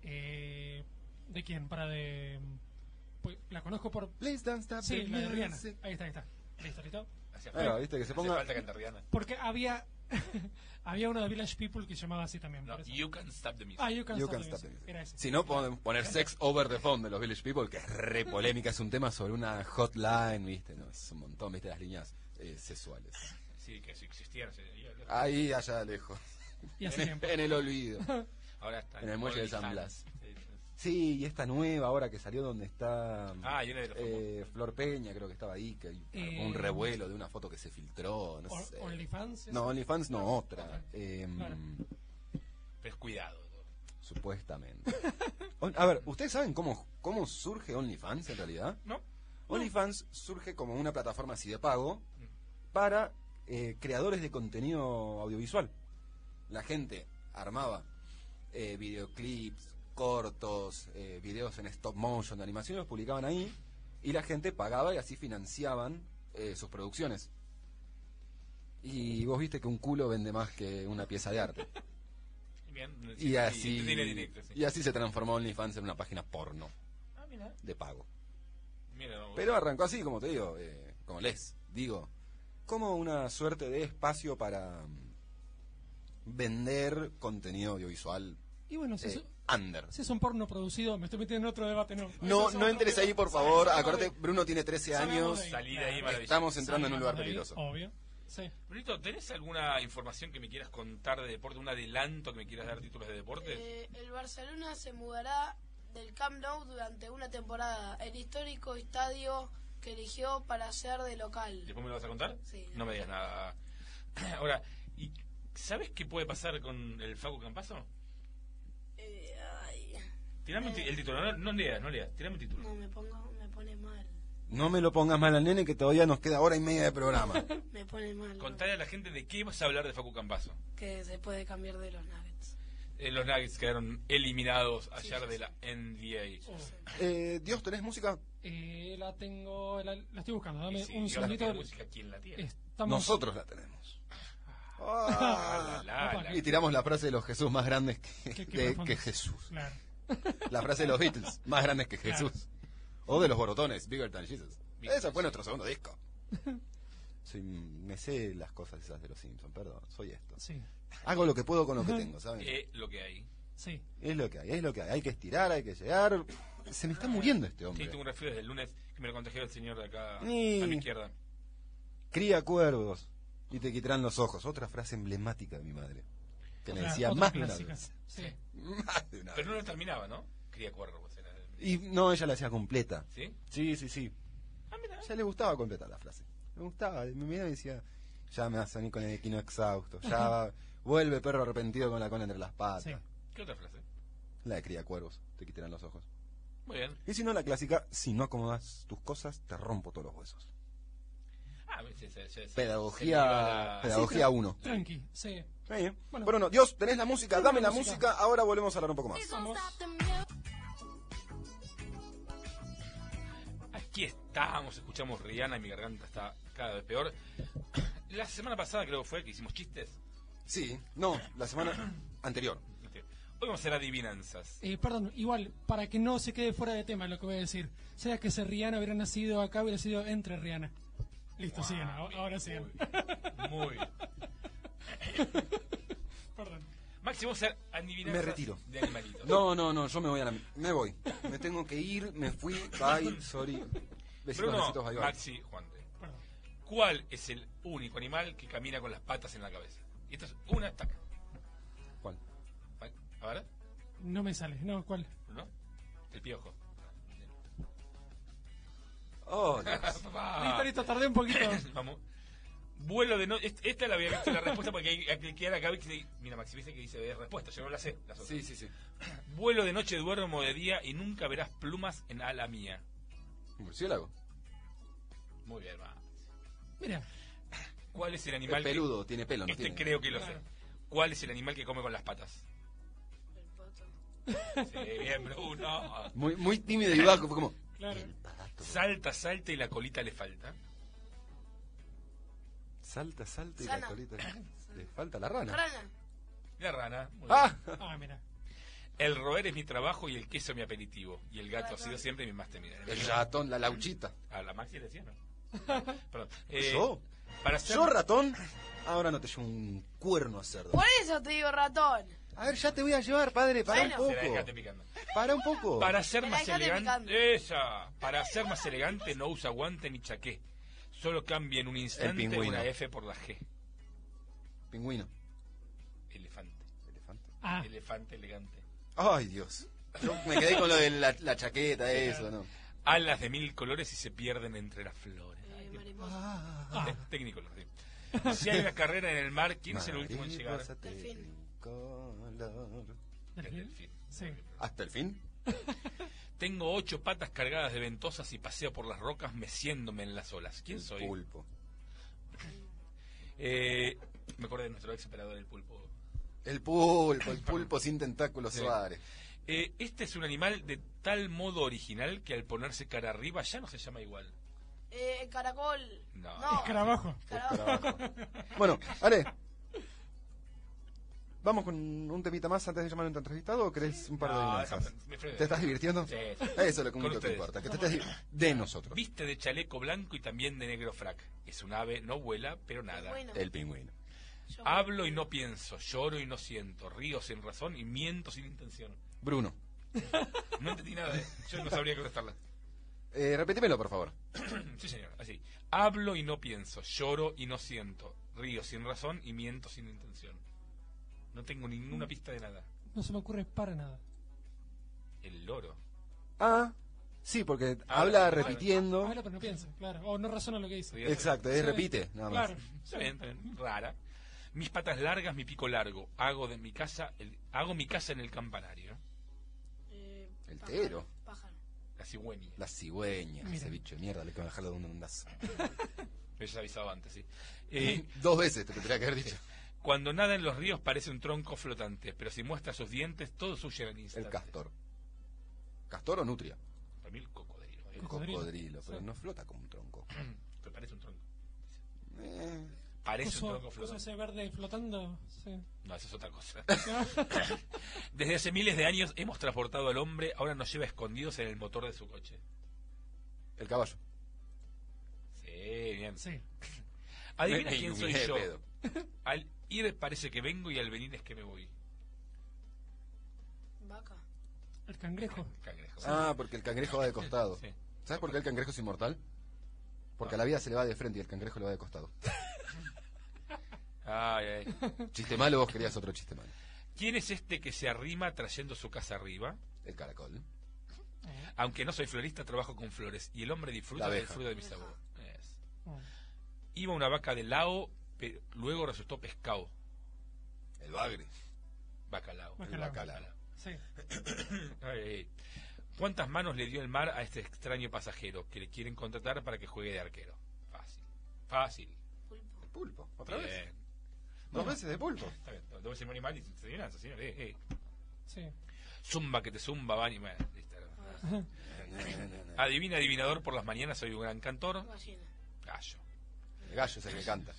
Speaker 6: Eh, ¿De quién? Para de. pues, la conozco por.
Speaker 5: Please don't stop
Speaker 6: Sí,
Speaker 5: the
Speaker 6: la de Rihanna.
Speaker 5: music.
Speaker 6: Ahí está, ahí está. Listo, listo.
Speaker 5: Bueno, viste que se ponga-
Speaker 3: falta cantar Rihanna.
Speaker 6: Porque había. había uno de Village People que se llamaba así también.
Speaker 3: No,
Speaker 6: por eso.
Speaker 3: you can stop the music.
Speaker 6: ah, You Can,
Speaker 5: You
Speaker 6: Stop
Speaker 5: can
Speaker 6: the
Speaker 5: stop the
Speaker 6: Music.
Speaker 5: music.
Speaker 6: Era ese.
Speaker 5: Si no, podemos poner Sex Over the Phone de los Village People, que es re polémica, es un tema sobre una hotline, ¿viste? No, es un montón, ¿viste? Las líneas eh, sexuales.
Speaker 3: Sí, que si existiera. se-
Speaker 5: Ahí, allá lejos.
Speaker 6: Y hace tiempo.
Speaker 5: En el olvido.
Speaker 3: Ahora está.
Speaker 5: En el muelle de San
Speaker 3: Only
Speaker 5: Blas.
Speaker 3: Fans. Sí, sí.
Speaker 5: Sí, y esta nueva ahora que salió donde está
Speaker 3: Ah, y una de las
Speaker 5: eh, Flor Peña, creo que estaba ahí, que hay
Speaker 6: Eh,
Speaker 5: un revuelo de una foto que se filtró, no
Speaker 6: O-
Speaker 5: sé.
Speaker 6: OnlyFans.
Speaker 5: no, OnlyFans no, otra.
Speaker 6: Otra.
Speaker 5: eh,
Speaker 6: Claro.
Speaker 3: Pero es cuidado.
Speaker 5: Supuestamente. On- a ver, ¿ustedes saben cómo, cómo surge OnlyFans en realidad?
Speaker 3: ¿No?
Speaker 5: OnlyFans surge como una plataforma así de pago para eh, creadores de contenido audiovisual. La gente armaba eh, videoclips, cortos, eh, videos en stop motion, de animación, los publicaban ahí y la gente pagaba y así financiaban eh, sus producciones. Y vos viste que un culo vende más que una pieza de arte.
Speaker 3: Bien. sí,
Speaker 5: Y
Speaker 3: sí,
Speaker 5: así,
Speaker 3: tiene directo, sí.
Speaker 5: y así se transformó OnlyFans en una página porno
Speaker 3: Ah, mira.
Speaker 5: de pago.
Speaker 3: Mira, no,
Speaker 5: Pero arrancó así, como te digo, eh, como les digo, como una suerte de espacio para mm, vender contenido audiovisual
Speaker 6: Y bueno, si,
Speaker 5: eh,
Speaker 6: es,
Speaker 5: under.
Speaker 6: si es un porno producido, me estoy metiendo en otro debate. No,
Speaker 5: No,
Speaker 6: Eso es
Speaker 5: no
Speaker 6: otro
Speaker 5: entres
Speaker 6: tema.
Speaker 5: ahí, por favor.
Speaker 6: Salgamos
Speaker 5: Acordate,
Speaker 6: de-
Speaker 5: Bruno tiene 13
Speaker 6: salgamos
Speaker 5: años.
Speaker 6: de
Speaker 3: Salí de
Speaker 6: claro.
Speaker 3: ahí maravilloso.
Speaker 5: Estamos entrando en un lugar
Speaker 6: Salgamos de ahí,
Speaker 5: peligroso.
Speaker 6: Obvio. Sí.
Speaker 3: Brito, ¿tenés alguna información que me quieras contar de deporte? ¿Un adelanto que me quieras dar títulos de deporte?
Speaker 4: Eh, el Barcelona se mudará del Camp Nou durante una temporada. El histórico estadio que eligió para ser de local.
Speaker 3: ¿Después me lo vas a contar?
Speaker 4: Sí.
Speaker 3: No me digas nada. Ahora, ¿y ¿sabes qué puede pasar con el Facu Campaso?
Speaker 4: Eh, ay,
Speaker 3: Tirame
Speaker 4: Eh.
Speaker 3: un ti- el título, no, no leas, no leas, tirame un título.
Speaker 4: no me pongo, me pone mal.
Speaker 5: No me lo pongas mal al nene que todavía nos queda hora y media de programa.
Speaker 4: Me pone mal. ¿no?
Speaker 3: Contale a la gente de qué vas a hablar de Facu Campaso.
Speaker 4: Que se puede cambiar de los Nuggets.
Speaker 3: Eh, los Nuggets quedaron eliminados ayer
Speaker 4: sí,
Speaker 3: de la NBA.
Speaker 6: Oh.
Speaker 5: Eh, Dios, ¿tenés música?
Speaker 6: Eh, la tengo. La, la estoy buscando.
Speaker 3: Y
Speaker 6: Dame
Speaker 3: si
Speaker 6: un
Speaker 3: Dios tiene
Speaker 6: segundito.
Speaker 3: música, ¿quién la tiene?
Speaker 6: Estamos.
Speaker 5: Nosotros la tenemos.
Speaker 3: Ah,
Speaker 5: Ah.
Speaker 3: la, la.
Speaker 5: Y tiramos la frase de los Jesús más grandes que,
Speaker 6: Qué- qué
Speaker 5: de-
Speaker 6: profundo.
Speaker 5: que Jesús.
Speaker 6: Claro.
Speaker 5: La frase de los Beatles, más grandes que
Speaker 6: Claro.
Speaker 5: Jesús. O de los Borotones, Bigger Than Jesus.
Speaker 3: Bigger
Speaker 5: Ese
Speaker 3: than
Speaker 5: fue nuestro segundo disco. Soy- me sé las cosas esas de los Simpsons, perdón, soy esto.
Speaker 6: Sí.
Speaker 5: Hago lo que puedo con lo que tengo, ¿saben?
Speaker 3: Eh, lo que hay.
Speaker 6: Sí.
Speaker 5: Es lo que hay, es lo que hay. Hay que estirar, hay que llegar. Se me está muriendo este
Speaker 3: Sí,
Speaker 5: hombre.
Speaker 3: tengo un resfrío desde el lunes que me lo contagió el señor de acá
Speaker 5: Ni.
Speaker 3: a mi izquierda.
Speaker 5: Cría cuervos y te quitarán los ojos. Otra frase emblemática de mi madre. Que me
Speaker 6: Otra-
Speaker 5: decía
Speaker 6: otra
Speaker 5: más de una
Speaker 6: clásica.
Speaker 5: vez.
Speaker 6: Sí.
Speaker 5: Más de una
Speaker 3: Pero no
Speaker 5: vez.
Speaker 3: lo terminaba, ¿no? Cría cuervos. era el-
Speaker 5: Y no, ella la hacía completa.
Speaker 3: ¿Sí?
Speaker 5: Sí, sí, sí.
Speaker 3: Ah, mira.
Speaker 5: Ya le gustaba completar la frase. Me gustaba. Me miraba y decía, ya me vas a venir con el equino exhausto. Ya va- vuelve perro arrepentido con la cola entre las patas.
Speaker 6: Sí.
Speaker 3: ¿Qué otra frase?
Speaker 5: La de cría cuervos, te quitarán los ojos.
Speaker 3: Muy bien.
Speaker 5: Y si no, la clásica, si no acomodas tus cosas, te rompo todos los huesos.
Speaker 3: Ah, se- se- se- se- se me iba
Speaker 5: Pedagogía,
Speaker 3: la-
Speaker 5: pedagogía 1.
Speaker 6: Tranqui, sí.
Speaker 5: Bueno. Bruno, Dios, tenés la música,
Speaker 6: Tengo
Speaker 5: dame la
Speaker 6: la
Speaker 5: música.
Speaker 6: música.
Speaker 5: ahora volvemos a hablar un poco más.
Speaker 6: Vamos.
Speaker 3: Aquí estamos, escuchamos Rihanna y mi garganta está cada vez peor. La semana pasada creo que fue que hicimos chistes.
Speaker 5: Sí, no, la semana anterior.
Speaker 3: Este, Hoy vamos a hacer adivinanzas.
Speaker 6: Eh, perdón, igual, para que no se quede fuera de tema lo que voy a decir. Sea que se Rihanna hubiera nacido acá, hubiera sido entre Rihanna. Listo,
Speaker 3: Wow,
Speaker 6: siguen, ahora- ahora siguen.
Speaker 3: Muy, Muy. bien.
Speaker 6: perdón.
Speaker 3: Maxi, vamos a hacer adivinanzas.
Speaker 5: Me retiro.
Speaker 3: De animalitos.
Speaker 5: No, no, no, yo me voy a la... Me voy. Me tengo que ir, me fui. Bye, sorry. Besitos,
Speaker 3: Bruno,
Speaker 5: besitos, bye, bye.
Speaker 3: Maxi, Juan. ¿Cuál es el único animal que camina con las patas en la cabeza? Y esta es una taca.
Speaker 5: ¿Cuál?
Speaker 3: ¿Vale? ¿A ver?
Speaker 6: No me sale, no, ¿cuál?
Speaker 3: ¿No? El piojo.
Speaker 5: Oh, Dios.
Speaker 3: Papá.
Speaker 6: Listo, listo, tardé un poquito.
Speaker 3: Vamos. Vuelo de noche. Est- Esta la había visto la respuesta porque hay, hay que dar acá. dice- Mira, Maxi, viste que dice eh, respuesta. Yo no la sé. las otras.
Speaker 5: Sí, sí, sí.
Speaker 3: Vuelo de noche, duermo de día y nunca verás plumas en ala mía.
Speaker 5: Un murciélago.
Speaker 3: Muy bien, va.
Speaker 6: Mira,
Speaker 3: ¿Cuál es el
Speaker 5: Es
Speaker 3: animal que-
Speaker 5: peludo, tiene pelo, no
Speaker 3: Este
Speaker 5: tiene.
Speaker 3: creo que lo sé.
Speaker 6: Claro.
Speaker 3: ¿Cuál es el animal que come con las patas?
Speaker 4: El pato.
Speaker 3: Sí, bien, Bruno.
Speaker 5: Muy, muy tímido y bajo, fue como...
Speaker 6: claro.
Speaker 3: Salta, salta y la colita le falta.
Speaker 5: Salta, salta y la
Speaker 4: Sana.
Speaker 5: colita. Le falta la rana.
Speaker 4: Rana.
Speaker 3: La rana. muy
Speaker 5: Ah,
Speaker 6: Ah, mira.
Speaker 3: bien. El roer es mi trabajo y el queso mi aperitivo. Y el gato ha
Speaker 4: Ratón.
Speaker 3: sido siempre mi más temida.
Speaker 5: el ratón, la lauchita.
Speaker 3: A la Maxi le decía, ¿no? Perdón.
Speaker 5: Pues
Speaker 3: Eh,
Speaker 5: Yo.
Speaker 3: Para ser...
Speaker 5: Yo, ratón, ahora no te llevo un cuerno a cerdo.
Speaker 4: Por eso te digo ratón. Eh,
Speaker 5: A ver, ya te voy a llevar, padre, para
Speaker 4: Bueno.
Speaker 5: un
Speaker 3: Se la dejaste
Speaker 5: poco.
Speaker 3: picando.
Speaker 5: Para un poco.
Speaker 3: Para ser
Speaker 4: Me la
Speaker 3: más
Speaker 4: dejaste picando.
Speaker 3: elegante. Esa. Para ser más elegante no usa guante ni chaqué. Solo cambia en un instante
Speaker 5: pingüino.
Speaker 3: una F por la G.
Speaker 5: Pingüino.
Speaker 3: Elefante.
Speaker 5: Elefante.
Speaker 6: Ah,
Speaker 3: Elefante elegante.
Speaker 5: Ay, Dios. Yo me quedé con lo de la, la chaqueta, eso, ¿no?
Speaker 3: Alas de mil colores y se pierden entre las flores.
Speaker 4: Eh,
Speaker 3: Ay, qué-
Speaker 4: mariposa.
Speaker 6: ah,
Speaker 3: Es técnico, lo sé. Si hay una carrera en el mar, ¿quién es el último en llegar?
Speaker 5: Mariposa de
Speaker 4: Delfín.
Speaker 5: un color.
Speaker 3: El
Speaker 6: ¿del fin?
Speaker 3: delfín.
Speaker 6: Sí.
Speaker 5: ¿Hasta el fin?
Speaker 3: Tengo ocho patas cargadas de ventosas y paseo por las rocas meciéndome en las olas. ¿Quién
Speaker 5: El
Speaker 3: soy?
Speaker 5: Pulpo.
Speaker 3: Eh, me acuerdo de nuestro ex operador, el pulpo.
Speaker 5: El pulpo, el pulpo sin tentáculos
Speaker 3: Sí.
Speaker 5: Suárez.
Speaker 3: Eh, este es un animal de tal modo original que al ponerse cara arriba ya no se llama igual.
Speaker 4: Eh, caracol.
Speaker 3: No.
Speaker 6: Escarabajo.
Speaker 4: Carajo.
Speaker 5: Bueno, Ale. ¿Vamos con un temita más antes de llamar a un entrevistado o querés un par de
Speaker 3: No,
Speaker 5: adivinanzas?
Speaker 3: déjame, me fregué.
Speaker 5: ¿Te estás divirtiendo?
Speaker 3: Sí, sí.
Speaker 5: Eso es lo que
Speaker 3: Con
Speaker 5: único que
Speaker 3: ustedes.
Speaker 5: importa, que te estés di- de nosotros.
Speaker 3: Viste de chaleco blanco y también de negro frac. Es un ave, no vuela, pero nada.
Speaker 4: Bueno,
Speaker 5: El pingüino.
Speaker 4: yo-
Speaker 3: Hablo y no pienso, lloro y no siento, río sin razón y miento sin intención.
Speaker 5: Bruno.
Speaker 3: No entendí nada, ¿eh? yo no sabría contestarla.
Speaker 5: Eh, repetímelo, por favor.
Speaker 3: Sí, señor, así. Hablo y no pienso, lloro y no siento, río sin razón y miento sin intención. No tengo
Speaker 5: Mm.
Speaker 3: ninguna pista de nada.
Speaker 6: No se me ocurre para nada.
Speaker 3: El loro.
Speaker 5: Ah, sí, porque
Speaker 3: Ah,
Speaker 5: habla
Speaker 3: bueno.
Speaker 5: repitiendo.
Speaker 6: Habla, pero no piensa, claro. O no razona lo que dice.
Speaker 3: Río sin-
Speaker 5: Exacto, eh,
Speaker 6: Sí.
Speaker 5: repite, nada más.
Speaker 6: Claro.
Speaker 3: Está bien, está bien, Rara. Mis patas largas, mi pico largo. Hago de mi casa, el- hago mi casa en el campanario.
Speaker 4: eh,
Speaker 5: El
Speaker 4: pájaro,
Speaker 5: tero.
Speaker 4: Pájaro.
Speaker 3: La cigüeña.
Speaker 5: La cigüeña,
Speaker 6: Mira.
Speaker 5: ese bicho de mierda, le hay que bajarlo de un ondazo.
Speaker 3: Me has avisado antes, sí. Eh,
Speaker 5: Dos veces te tendría que haber dicho.
Speaker 3: Cuando nada en los ríos parece un tronco flotante, pero si muestra sus dientes, todos huyen al instante.
Speaker 5: El castor. ¿Castor o nutria?
Speaker 3: Para mí el cocodrilo. ¿eh?
Speaker 6: Cocodrilo.
Speaker 5: Cocodrilo, pero no flota como un tronco.
Speaker 3: Pero parece un tronco.
Speaker 5: Eh,
Speaker 3: Parece un
Speaker 6: Coso,
Speaker 3: tronco
Speaker 6: coso
Speaker 3: flotante.
Speaker 6: ese verde flotando. Sí.
Speaker 3: No, eso es otra cosa. Desde hace miles de años hemos transportado al hombre, ahora nos lleva escondidos en el motor de su coche.
Speaker 5: el caballo.
Speaker 3: Sí, bien.
Speaker 6: Sí.
Speaker 3: Adivina
Speaker 5: Me- me
Speaker 3: quién soy
Speaker 5: iluminé de
Speaker 3: yo.
Speaker 5: pedo.
Speaker 3: Al ir parece que vengo y al venir es que me voy.
Speaker 4: Vaca.
Speaker 6: El cangrejo.
Speaker 3: Cangrejo.
Speaker 5: Ah, porque el cangrejo va de costado.
Speaker 3: Sí. Ah.
Speaker 5: ¿Sabes por qué el cangrejo es inmortal? Porque a la vida se le va de frente y el cangrejo le va de costado.
Speaker 3: Ay, ay.
Speaker 5: Chiste malo, vos querías otro chiste malo.
Speaker 3: ¿Quién es este que se arrima trayendo su casa arriba?
Speaker 5: El caracol.
Speaker 6: Ah,
Speaker 3: Aunque no soy florista, trabajo con flores y el hombre
Speaker 5: La
Speaker 3: disfruta del
Speaker 5: abeja.
Speaker 3: fruto de mi sabor. Es.
Speaker 6: Oh.
Speaker 3: Iba una vaca de lao, pero luego resultó pescado.
Speaker 5: El bagre.
Speaker 3: Bacalao.
Speaker 5: El
Speaker 6: Bacalao.
Speaker 5: bacalao.
Speaker 6: Sí.
Speaker 3: Ay, ay. Eh, ¿Cuántas manos le dio el mar a este extraño pasajero que le quieren contratar para que juegue de arquero? Fácil. Fácil.
Speaker 4: Pulpo.
Speaker 5: Pulpo, otra
Speaker 3: Bien.
Speaker 5: vez. Dos veces de pulpo.
Speaker 3: Está bien. Dos veces un animal y se viene señor. Eh, eh.
Speaker 6: Sí.
Speaker 3: Zumba que te zumba, va animal. Listo. Adivina, adivinador por las mañanas, soy un gran cantor.
Speaker 4: Gallina.
Speaker 3: Gallo.
Speaker 5: El gallo es el que canta.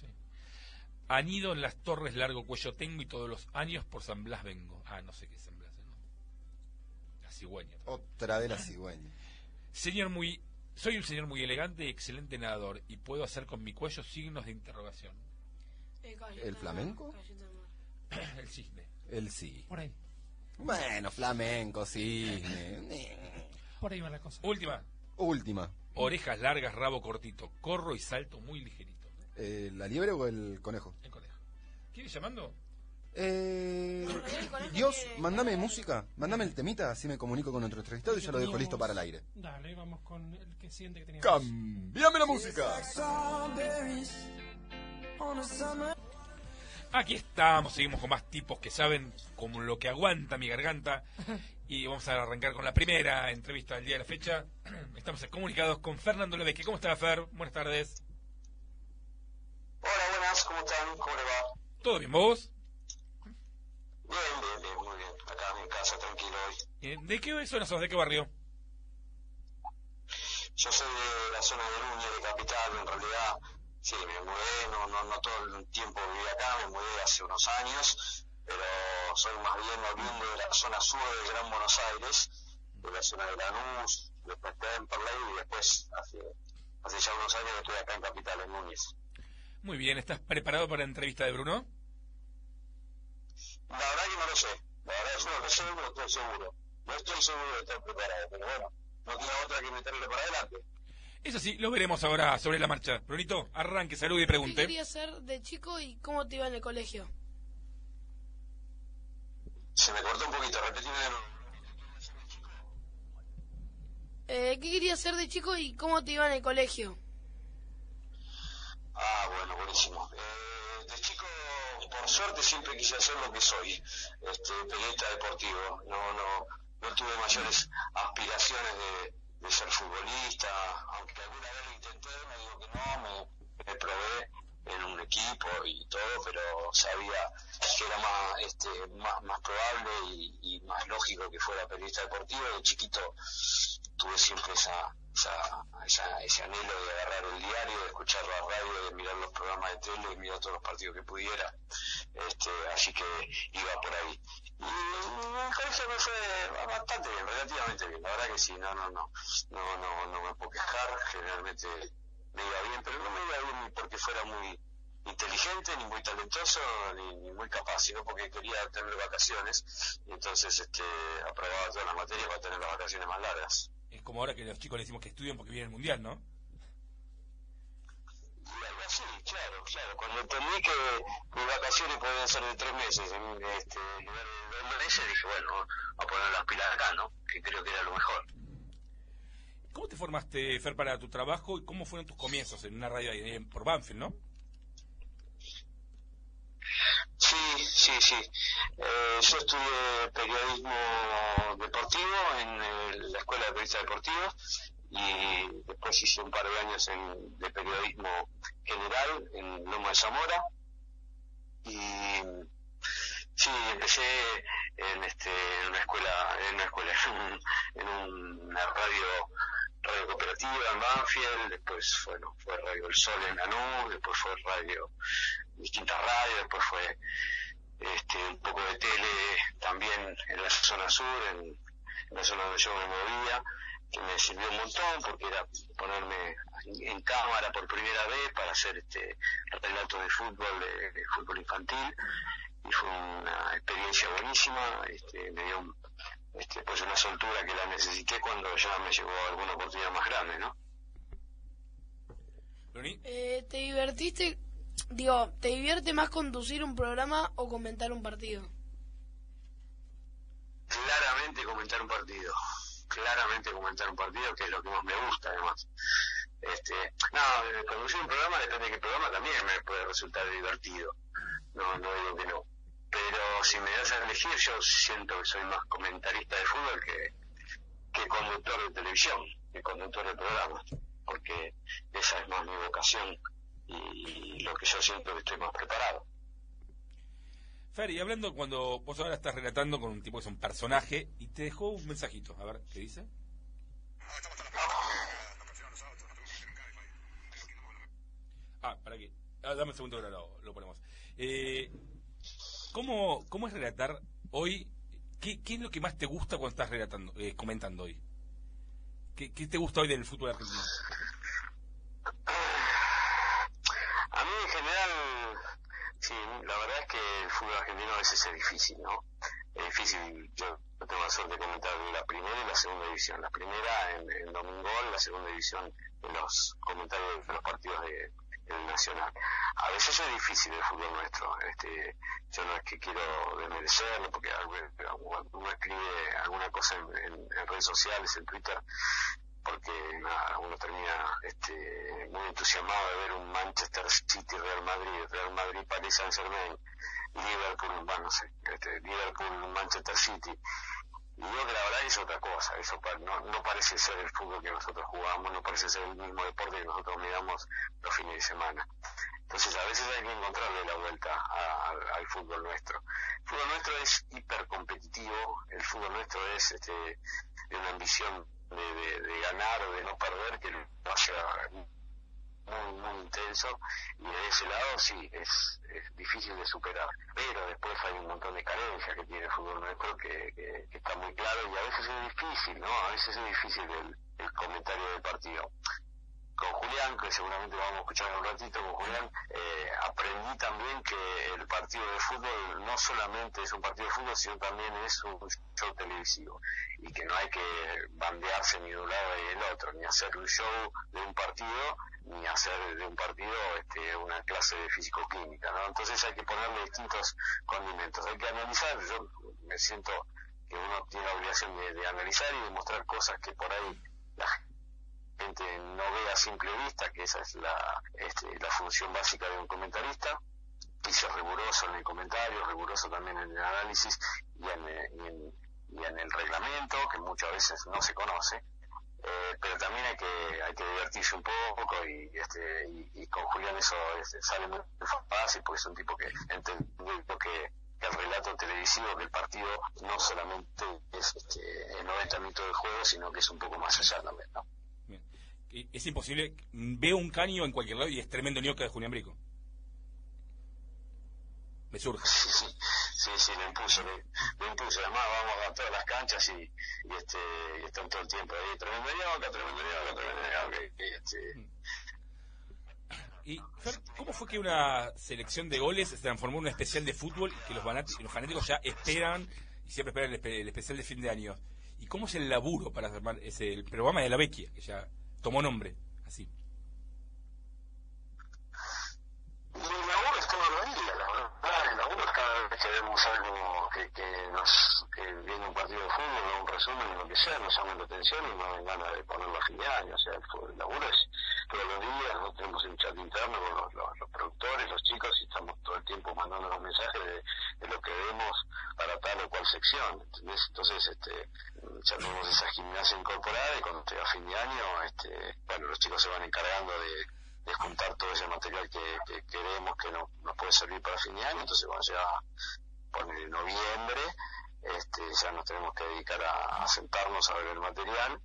Speaker 3: Anido en las torres largo cuello tengo y todos los años por San Blas vengo. Ah, no sé qué es San Blas, ¿no? La cigüeña.
Speaker 5: Otra vez la cigüeña.
Speaker 3: Señor muy... Soy un señor muy elegante y excelente nadador y puedo hacer con mi cuello signos de interrogación.
Speaker 4: Eh, galleta
Speaker 5: ¿El
Speaker 4: de mar,
Speaker 5: flamenco?
Speaker 4: galleta de mar.
Speaker 3: El cisne.
Speaker 5: Él sí.
Speaker 6: Por ahí.
Speaker 5: Bueno, flamenco, cisne.
Speaker 6: Por ahí va la cosa.
Speaker 3: Última.
Speaker 5: Última.
Speaker 3: Orejas largas, rabo cortito. Corro y salto muy ligerito.
Speaker 5: Eh, ¿La liebre o el conejo?
Speaker 3: El conejo. ¿Quiere llamando?
Speaker 5: Eh,
Speaker 4: El conejo
Speaker 5: Dios,
Speaker 4: quiere-
Speaker 5: mandame música, mandame el temita, así me comunico con nuestro entrevistado y yo lo dejo
Speaker 6: Teníamos-
Speaker 5: listo para el aire.
Speaker 6: Dale, vamos con el que siente que teníamos.
Speaker 5: ¡Cambiame la música!
Speaker 3: Aquí estamos, seguimos con más tipos que saben como lo que aguanta mi garganta. Y vamos a arrancar con la primera entrevista del día de la fecha. Estamos comunicados con Fernando Levesque. ¿Cómo está, Fer? Buenas tardes.
Speaker 7: Hola, buenas, ¿cómo están? ¿Cómo le va?
Speaker 3: ¿Todo bien vos?
Speaker 7: Bien, bien, bien, muy bien. Acá en mi casa, tranquilo hoy.
Speaker 3: Eh, ¿De qué zona sos? ¿De qué barrio?
Speaker 7: Yo soy de la zona de Núñez, de Capital, en realidad. Sí, me mudé, no, no, no todo el tiempo viví acá, me mudé hace unos años, pero soy más bien oriundo de la zona sur de Gran Buenos Aires, de la zona de Lanús, después de Temperley y después hace, hace ya unos años que estoy acá en Capital, en Núñez.
Speaker 3: Muy bien, ¿estás preparado para la entrevista de Bruno?
Speaker 7: La verdad que no lo sé. La verdad es no lo sé, no estoy seguro. No estoy seguro de estar preparado, pero bueno, no queda otra que meterle para adelante.
Speaker 3: Eso sí, lo veremos ahora sobre la marcha. Brunito, arranque, salude y
Speaker 4: ¿Qué
Speaker 3: pregunte.
Speaker 4: querías ser de chico y cómo te iba en el colegio?
Speaker 7: Se me cortó un poquito, repetime de nuevo.
Speaker 4: Eh, ¿Qué querías ser de chico y cómo te iba en el colegio?
Speaker 7: Ah, bueno, buenísimo. Eh, de chico, por suerte, siempre quise hacer lo que soy, este, periodista deportivo. No, no, no tuve mayores aspiraciones de, de ser futbolista, aunque alguna vez lo intenté, me digo que no, me, me probé en un equipo y todo, pero sabía que era más, este, más, más probable y, y más lógico que fuera periodista deportivo. De chiquito tuve siempre esa, esa, esa- ese anhelo de agarrar el diario, de escuchar la radio, de mirar los programas de tele, de mirar todos los partidos que pudiera. Este, así que iba por ahí. Y en el colegio me fue bastante bien, relativamente bien. La verdad que sí, no, no, no, no, no, no me puedo quejar. Generalmente me iba bien, pero no me iba bien ni porque fuera muy inteligente, ni muy talentoso, ni, ni muy capaz, sino porque quería tener vacaciones. Y entonces este, aprobaba todas las materias para tener las vacaciones más largas.
Speaker 3: Es como ahora que los chicos les decimos que estudien porque viene el mundial, ¿no?
Speaker 7: Y algo así, claro, claro. Cuando entendí que mis vacaciones podían ser de tres meses en, este, en lugar de dos meses, dije, bueno, a poner las pilas acá, ¿no? Que creo que era lo mejor.
Speaker 3: ¿Cómo te formaste, Fer, para tu trabajo y cómo fueron tus comienzos en una radio ahí en- por Banfield, no?
Speaker 7: Sí, sí, sí. Eh, yo estudié periodismo deportivo en eh, la Escuela de Periodistas Deportivos y después hice un par de años en- de periodismo general en Loma de Zamora y sí, empecé en, este, en una escuela, en una escuela, en, un- en una radio radio cooperativa en Banfield, después bueno, fue Radio El Sol en Lanús, después fue radio distintas radios, después fue este, un poco de tele también en la zona sur, en, en la zona donde yo me movía, que me sirvió un montón porque era ponerme en, en cámara por primera vez para hacer este relatos de fútbol, de, de fútbol infantil, y fue una experiencia buenísima, este, me dio un- este, pues una soltura que la necesité cuando ya me llegó alguna oportunidad más grande, ¿no?
Speaker 3: Bruni,
Speaker 4: Eh, ¿Te divertiste? Digo, ¿te divierte más conducir un programa o comentar un partido?
Speaker 7: claramente comentar un partido claramente comentar un partido que es lo que más me gusta además este no eh, conducir un programa depende de qué programa también me puede resultar divertido no no digo que no pero si me das a elegir yo siento que soy más comentarista de fútbol que que conductor de televisión que conductor de programa porque esa es más mi vocación y lo que yo siento que estoy más preparado.
Speaker 3: Fer, y hablando cuando vos ahora estás relatando con un tipo que es un personaje y te dejó un mensajito, a ver, ¿qué dice? Ah, para que, ah, dame un segundo, ahora lo, lo ponemos. Eh, ¿cómo, ¿Cómo es relatar hoy? ¿Qué, qué es lo que más te gusta cuando estás relatando, eh, comentando hoy? ¿Qué, ¿Qué te gusta hoy del fútbol argentino?
Speaker 7: A mí en general, sí, la verdad es que el fútbol argentino a veces es difícil, ¿no? Es difícil, yo tengo la suerte de comentar la primera y la segunda división. La primera en, en Domingol, la segunda división en los comentarios de los partidos de, del Nacional. A veces es difícil el fútbol nuestro. Este, yo no es que quiero desmerecerlo, porque alguno, alguno escribe alguna cosa en, en- en redes sociales, en Twitter, porque nada, uno termina este, muy entusiasmado de ver un Manchester City, Real Madrid, Real Madrid, Paris Saint Germain, Liverpool, bueno, no sé, este, Liverpool, Manchester City. Y yo que la verdad es otra cosa, eso pa- no, no parece ser el fútbol que nosotros jugamos, no parece ser el mismo deporte que nosotros miramos los fines de semana. Entonces a veces hay que encontrarle la vuelta a- al- al fútbol nuestro. El fútbol nuestro es hipercompetitivo, el fútbol nuestro es este, de una ambición de, de- de ganar o de no perder que lo hace muy, muy intenso y de ese lado sí, es, es difícil de superar. Pero después hay un montón de carencias que tiene el fútbol nuestro que, que- que está muy claro y a veces es difícil, ¿no? A veces es difícil el, el comentario del partido. Con Julián, que seguramente lo vamos a escuchar en un ratito, con Julián, eh, aprendí también que el partido de fútbol no solamente es un partido de fútbol, sino también es un show televisivo y que no hay que bandearse ni de un lado ni del otro, ni hacer un show de un partido, ni hacer de un partido este, una clase de fisicoquímica, ¿no? Entonces hay que ponerle distintos condimentos, hay que analizar, yo me siento que uno tiene la obligación de, de analizar y de mostrar cosas que por ahí la gente no ve a simple vista, que esa es la, este, la función básica de un comentarista, y ser riguroso en el comentario, riguroso también en el análisis y en, eh, y en- y en el reglamento, que muchas veces no se conoce, Eh, pero también hay que, hay que divertirse un poco y, este, y, y con Julián eso este, sale muy fácil porque es un tipo que entendió que, que el relato televisivo del partido no solamente es este, el 90 minutos de juego, sino que es un poco más allá también, ¿no?
Speaker 3: Bien. Eh, Es imposible, veo un caño en cualquier lado y es tremendo ñoca de Julián Brico. Me surge.
Speaker 7: Sí, sí, sí, sí, lo impuso, lo, lo impuso. Además, vamos a todas las canchas y, y, este, y están todo el tiempo ahí. Tremendo yoga, tremendo yoga, tremendo yoga. Y, este,
Speaker 3: Y, Fer, ¿cómo fue que una selección de goles se transformó en un especial de fútbol y que los, fanati- los fanáticos ya esperan y siempre esperan el, espe- el especial de fin de año? ¿Y cómo es el laburo para armar ese el programa de la Vecchia, que ya tomó nombre? Así.
Speaker 7: y el laburo es todo el día, la verdad. El laburo es cada vez que vemos algo que, que nos que viene un partido de fútbol o un resumen, lo que sea, nos llama la atención y nos dan ganas de ponerlo a fin de año. O sea, el, fu- el laburo es todos los días. Nosotros tenemos un chat interno con los, los- los productores, los chicos, y estamos todo el tiempo mandando los mensajes de, de lo que vemos para tal o cual sección, ¿entendés? Entonces, este, ya tenemos esa gimnasia incorporada y cuando esté a fin de año, este, bueno, los chicos se van encargando de, de juntar todo ese material que, que queremos que no- nos puede servir para fin de año, entonces cuando llega por el noviembre, este, ya nos tenemos que dedicar a, a sentarnos a ver el material,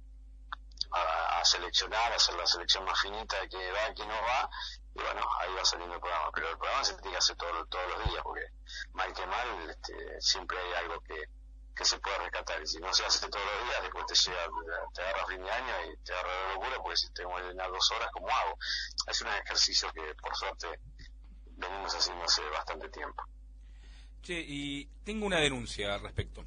Speaker 7: a, a seleccionar, a hacer la selección más finita de que va, que no va, y bueno, ahí va saliendo el programa, pero el programa se tiene que hacer todo- todos los días, porque mal que mal, este, siempre hay algo que, que se puede rescatar. Y si no se hace todos los días, después te llega, te agarra fin de año y te agarra la locura, porque si tengo que llenar dos horas, ¿cómo hago? Es un ejercicio que, por suerte, venimos haciendo hace bastante tiempo.
Speaker 3: Che, y tengo una denuncia al respecto.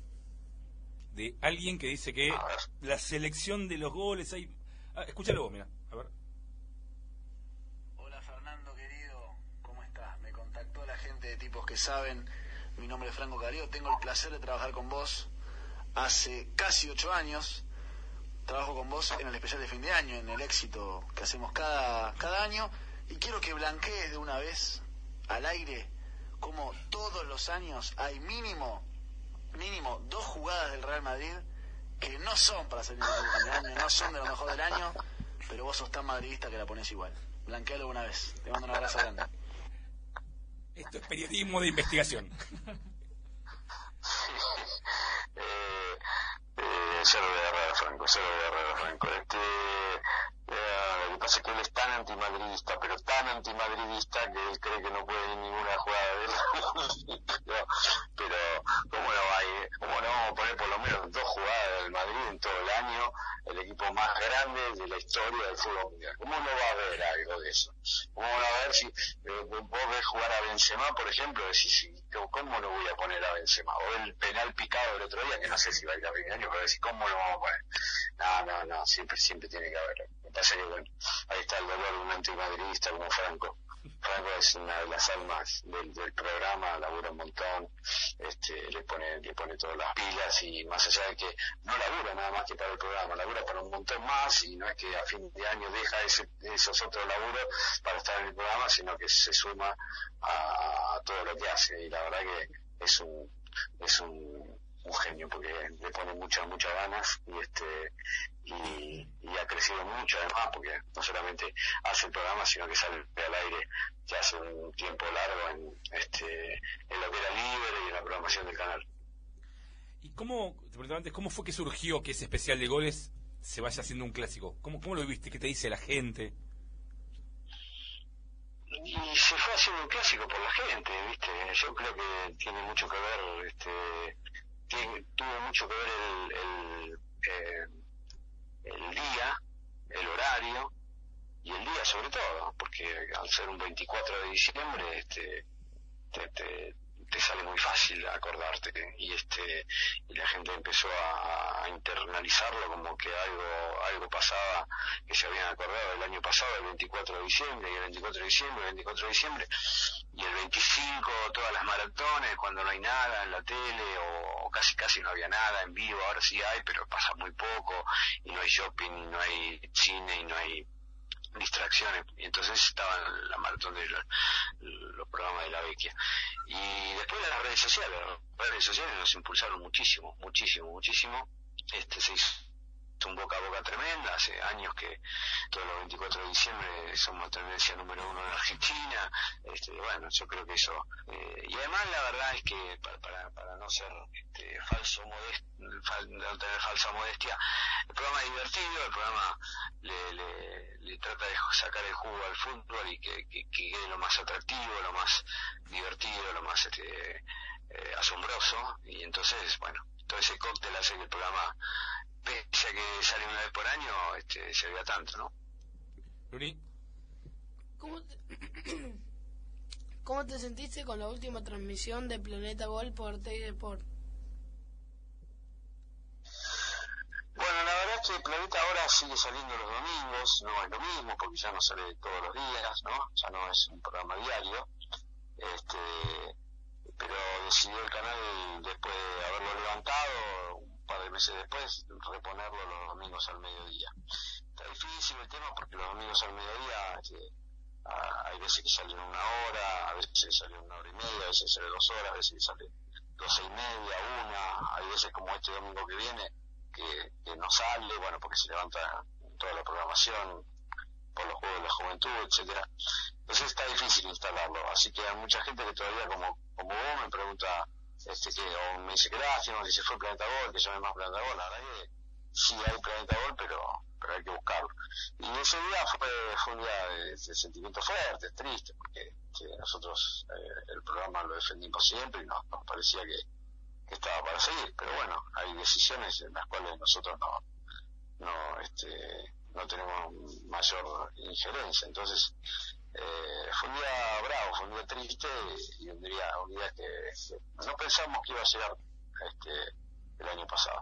Speaker 3: De alguien que dice que
Speaker 7: A ver.
Speaker 3: la selección de los goles hay... Ah, escúchalo vos, mira. A ver.
Speaker 8: Hola Fernando querido, ¿cómo estás? Me contactó la gente de tipos que saben. Mi nombre es Franco Carío, tengo el placer de trabajar con vos hace casi ocho años. Trabajo con vos en el especial de fin de año, en el éxito que hacemos cada, cada año. Y quiero que blanquees de una vez al aire como todos los años hay mínimo, mínimo dos jugadas del Real Madrid que no son para salir del fin de año, no son de lo mejor del año, pero vos sos tan madridista que la pones igual. Blanquealo una vez. Te mando un abrazo grande.
Speaker 3: Esto es periodismo de investigación.
Speaker 7: eh, eh, ya lo voy a agarrar a Franco, ya lo voy a agarrar a Franco. Este, eh, lo que pasa es que él es tan antimadridista, pero tan antimadridista que él cree que no puede ir ninguna jugada de él. No, pero, ¿cómo no va a ir? ¿Cómo no vamos a poner por lo menos dos jugadas del Madrid en todo el año? El equipo más grande de la historia del fútbol mundial. ¿Cómo no va a haber algo de eso? ¿Cómo no va a haber si eh, vos ves jugar a Benzema, por ejemplo, decís, "Sí, ¿cómo no voy a poner a Benzema? O el penal picado del otro día, que no sé si va a ir a Riñaño, pero decís, ¿cómo lo vamos a poner? No, no, no, siempre, siempre tiene que haber. Me pasa que, bueno, ahí está el dolor de un antimadridista como Franco. Franco es una de las almas del, del programa, labura un montón, este, le pone, le pone todas las pilas y más allá de que no labura nada más que para el programa, labura para un montón más y no es que a fin de año deja ese, esos otros laburos para estar en el programa, sino que se suma a, todo lo que hace y la verdad que es un, es un, un genio porque le pone muchas, muchas ganas y este, y, y ha crecido mucho además porque no solamente hace el programa sino que sale al aire ya hace un tiempo largo en este, en lo que era libre y en la programación del canal.
Speaker 3: ¿Y cómo, te preguntaba antes, cómo fue que surgió que ese especial de goles se vaya haciendo un clásico? ¿Cómo, cómo lo viste? ¿Qué te dice la gente?
Speaker 7: y se fue haciendo un clásico por la gente, ¿viste? Yo creo que tiene mucho que ver, este, tiene- tuvo mucho que ver el, el, eh, el día, el horario y el día sobre todo, porque al ser un 24 de diciembre, este, te, te- te sale muy fácil acordarte y este y la gente empezó a, a internalizarlo como que algo algo pasaba que se habían acordado el año pasado el 24 de diciembre y el 24 de diciembre el 24 de diciembre y el 25 todas las maratones cuando no hay nada en la tele o, o casi casi no había nada en vivo ahora sí hay pero pasa muy poco y no hay shopping y no hay cine y no hay distracciones y entonces estaban la maratón de la- los programas de la vecchia y después las redes sociales las redes sociales nos impulsaron muchísimo muchísimo muchísimo este se hizo un boca a boca tremenda hace años que todos los 24 de diciembre somos tendencia número uno en Argentina este, bueno yo creo que eso eh, y además la verdad es que pa- para, para no ser este, falso modest, fal- no tener falsa modestia el programa es divertido el programa le, le- le trata de sacar el jugo al fútbol y que, que- que quede lo más atractivo, lo más divertido, lo más este, eh, asombroso. Y entonces, bueno, todo ese cóctel hace que el programa, pese a que sale una vez por año, este, se vea tanto, ¿no?
Speaker 3: Luni,
Speaker 4: ¿Cómo te, ¿Cómo te sentiste con la última transmisión de Planeta Gol por Tei Deport?
Speaker 7: Bueno, la verdad es que el planeta ahora sigue saliendo los domingos, no es lo mismo porque ya no sale todos los días, ¿no? Ya no es un programa diario. Este, pero decidió el canal, después de haberlo levantado, un par de meses después, reponerlo los domingos al mediodía. Está difícil el tema porque los domingos al mediodía este, ah, hay veces que salen una hora, a veces que salen una hora y media, a veces que sale dos horas, a veces que sale doce y media, una, hay veces como este domingo que viene que, que no sale, bueno, porque se levanta toda la programación por los juegos de la juventud, etcétera. Entonces está difícil instalarlo, así que hay mucha gente que todavía como, como vos me pregunta, este que, o me dice gracias, o que se fue Planeta Gol, que llame más Planeta Gol, la verdad que sí hay Planeta Gol, pero, pero hay que buscarlo. Y ese día fue, fue un día de, de sentimientos fuertes, tristes, porque este, nosotros eh, el programa lo defendimos siempre y nos- nos parecía que que estaba para seguir, pero bueno, hay decisiones en las cuales nosotros no, no, este, no tenemos mayor injerencia, entonces eh, fue un día bravo, fue un día triste y un día, un día que que no pensamos que iba a llegar este, el año pasado.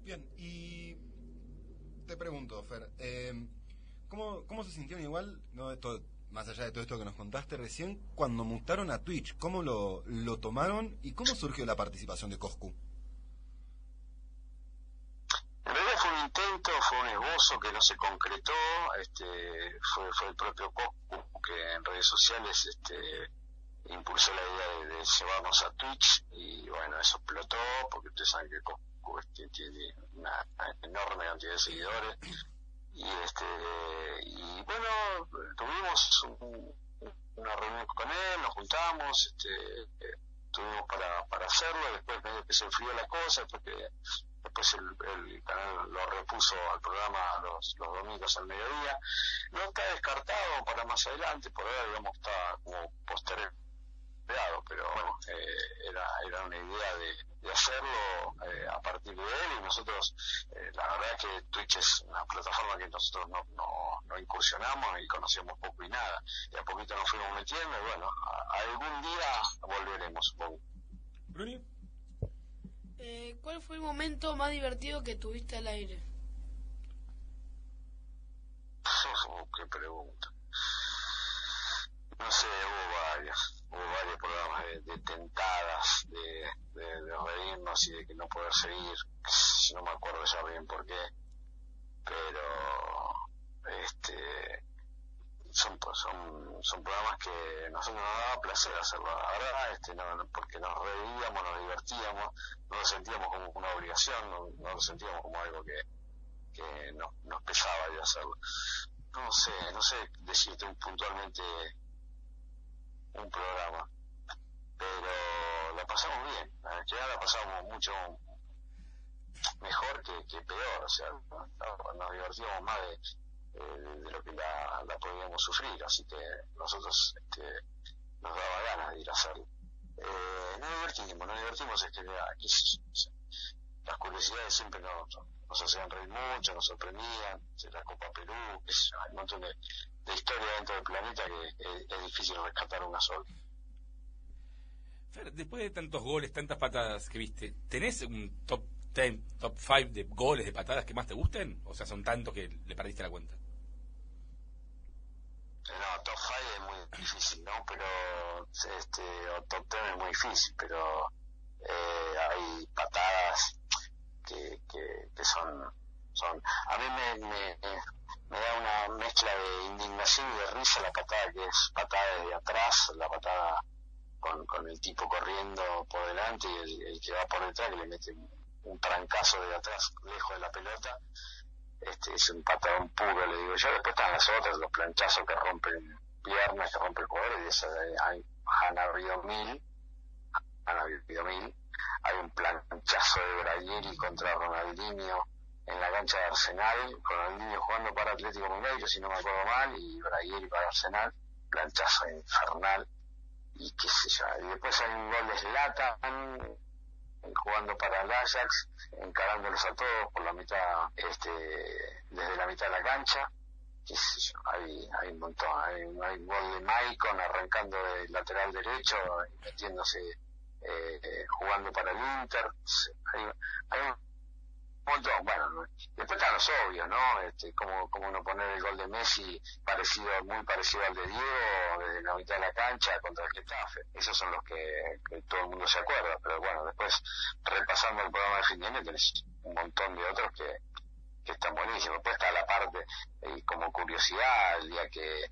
Speaker 5: Bien, y te pregunto, Fer, eh, ¿cómo, ¿cómo se sintieron igual, no, de todo- más allá de todo esto que nos contaste recién, cuando mutaron a Twitch? ¿Cómo lo, lo tomaron y cómo surgió la participación de Coscu?
Speaker 7: En realidad fue un intento, fue un esbozo que no se concretó, este, fue, fue el propio Coscu que en redes sociales este, impulsó la idea de, de llevarnos a Twitch y bueno, eso explotó porque ustedes saben que Coscu este, tiene una enorme cantidad de seguidores y este y bueno tuvimos un- una reunión con él nos juntamos este eh, tuvimos para, para hacerlo después medio que se enfrió la cosa porque después el, el canal lo repuso al programa los, los domingos al mediodía no está descartado para más adelante por ahora digamos está como postergado empleado, pero bueno, eh, era, era una idea de, de hacerlo eh, a partir de él y nosotros, eh, la verdad es que Twitch es una plataforma que nosotros no, no, no incursionamos y conocíamos poco y nada, y a poquito nos fuimos metiendo y bueno, a- algún día volveremos, supongo.
Speaker 3: Bruni.
Speaker 4: Eh, ¿Cuál fue el momento más divertido que tuviste al aire?
Speaker 7: Oh, qué pregunta. No sé, hubo varios, hubo varios programas de, de tentadas, de, de- de reírnos y de que no poder seguir. No me acuerdo ya bien por qué, pero este son pues, son, son programas que nosotros nos daba placer hacerlo. Ahora, este, no, no, porque nos reíamos, nos divertíamos, no lo sentíamos como una obligación, no, no lo sentíamos como algo que, que no- nos pesaba de hacerlo. No sé, no sé decirte un- puntualmente un programa, pero la pasamos bien, la verdad que la pasamos mucho mejor que, que peor, o sea, no- nos divertíamos más de, eh, de- de lo que la, la podíamos sufrir, así que nosotros este, nos daba ganas de ir a hacerlo. Eh, nos divertimos, nos divertimos, es que ah, qué sé yo, las curiosidades siempre nos, nos hacían reír mucho, nos sorprendían, de la Copa Perú, qué sé yo, hay un montón de, de historia dentro del planeta que es, es difícil rescatar una sola.
Speaker 3: Fer, después de tantos goles, tantas patadas que viste, ¿tenés un top 10, top 5 de goles, de patadas que más te gusten? O sea, son tantos que le perdiste la cuenta.
Speaker 7: No, top 5 es muy difícil, ¿no? Pero, este, o top 10 es muy difícil, pero eh, hay patadas que, que, que son, son... A mí me, me, me da una mezcla de indignación y de risa la patada que es patada desde atrás, la patada con, con el tipo corriendo por delante y el, el que va por detrás que le mete un, un trancazo de atrás, lejos de la pelota este, es un patadón puro, le digo yo. Después están las otras, los planchazos que rompen piernas, que rompen cuadros, y esas hay- hay, han habido mil, han habido mil. Hay un planchazo de Braieri contra Ronaldinho en la cancha de Arsenal, Ronaldinho jugando para Atlético Mineiro, si no me acuerdo mal, y Braieri para Arsenal, planchazo infernal, y qué sé yo. Y después hay un gol de Zlatan, eh, jugando para el Ajax, encarándolos a todos por la mitad, este, desde la mitad de la cancha. Qué sé yo, hay, hay un montón, hay, hay un gol de Maicon arrancando del lateral derecho, metiéndose, eh, eh, jugando para el Inter. Hay, hay un montón, bueno, no- después están los obvios, ¿no? Este, como, como no poner el gol de Messi parecido, muy parecido al de Diego, desde la mitad de la cancha contra el Getafe. Esos son los que, que todo el mundo se acuerda, pero bueno, después repasando el programa de fin de año tenés un montón de otros que, que están buenísimos. Después está la parte, eh, como curiosidad, el día que,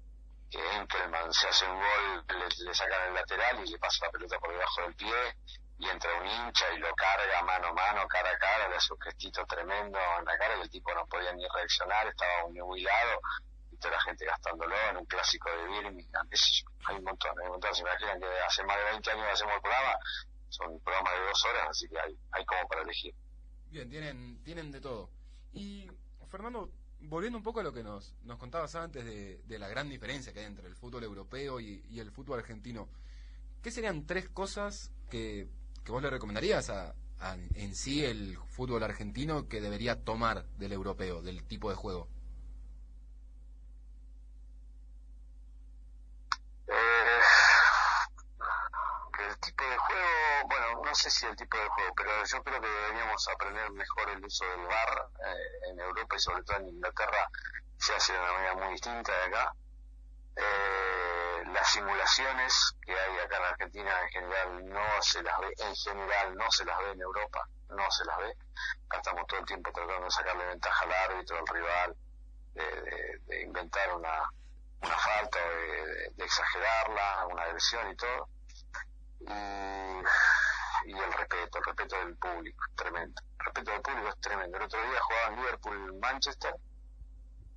Speaker 7: que Enkelman se hace un gol, le, le sacan el lateral y le pasa la pelota por debajo del pie y entra un hincha y lo carga mano a mano, cara a cara, le hace un gestito tremendo en la cara y el tipo no podía ni reaccionar, estaba muy hilado y toda la gente gastándolo en un clásico de Birmingham, qué sé yo. hay un montón, hay un montón, se imaginan que hace más de 20 años hacemos el programa, son programas de dos horas, así que hay, hay como para elegir.
Speaker 5: Bien, tienen, tienen de todo. Y Fernando, volviendo un poco a lo que nos, nos contabas antes de, de la gran diferencia que hay entre el fútbol europeo y, y el fútbol argentino, ¿qué serían tres cosas que, que vos le recomendarías a, a- en sí el fútbol argentino que debería tomar del europeo, del tipo de juego?
Speaker 7: Eh, que el tipo de juego, bueno, no sé si el tipo de juego, pero yo creo que deberíamos aprender mejor el uso del VAR eh, en Europa y sobre todo en Inglaterra se hace de una manera muy distinta de acá. Eh, las simulaciones que hay acá en Argentina en general no se las ve, en general no se las ve en Europa, no se las ve. Acá estamos todo el tiempo tratando de sacarle ventaja al árbitro, al rival, de, de- de inventar una, una falta, o de, de- de exagerarla, una agresión y todo. Y, y el respeto, el respeto del público, tremendo. El respeto del público es tremendo. El otro día jugaba en Liverpool Manchester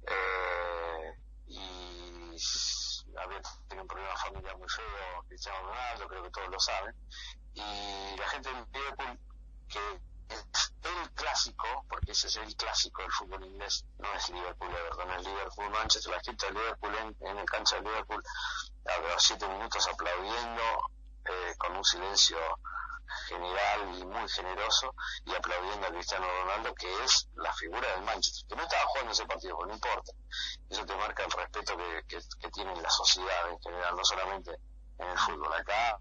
Speaker 7: Eh, y s- había tenido un problema familiar muy feo, Cristiano Ronaldo, creo que todos lo saben. Y la gente de Liverpool, que es el clásico, porque ese es el clásico del fútbol inglés, no es Liverpool Everton, es Liverpool Manchester, la gente de Liverpool en, en el cancha de Liverpool, a los siete minutos aplaudiendo, eh, con un silencio general y muy generoso y aplaudiendo a Cristiano Ronaldo que es la figura del Manchester que no estaba jugando ese partido pero no importa eso te marca el respeto que, que, que tiene la sociedad en general no solamente en el fútbol acá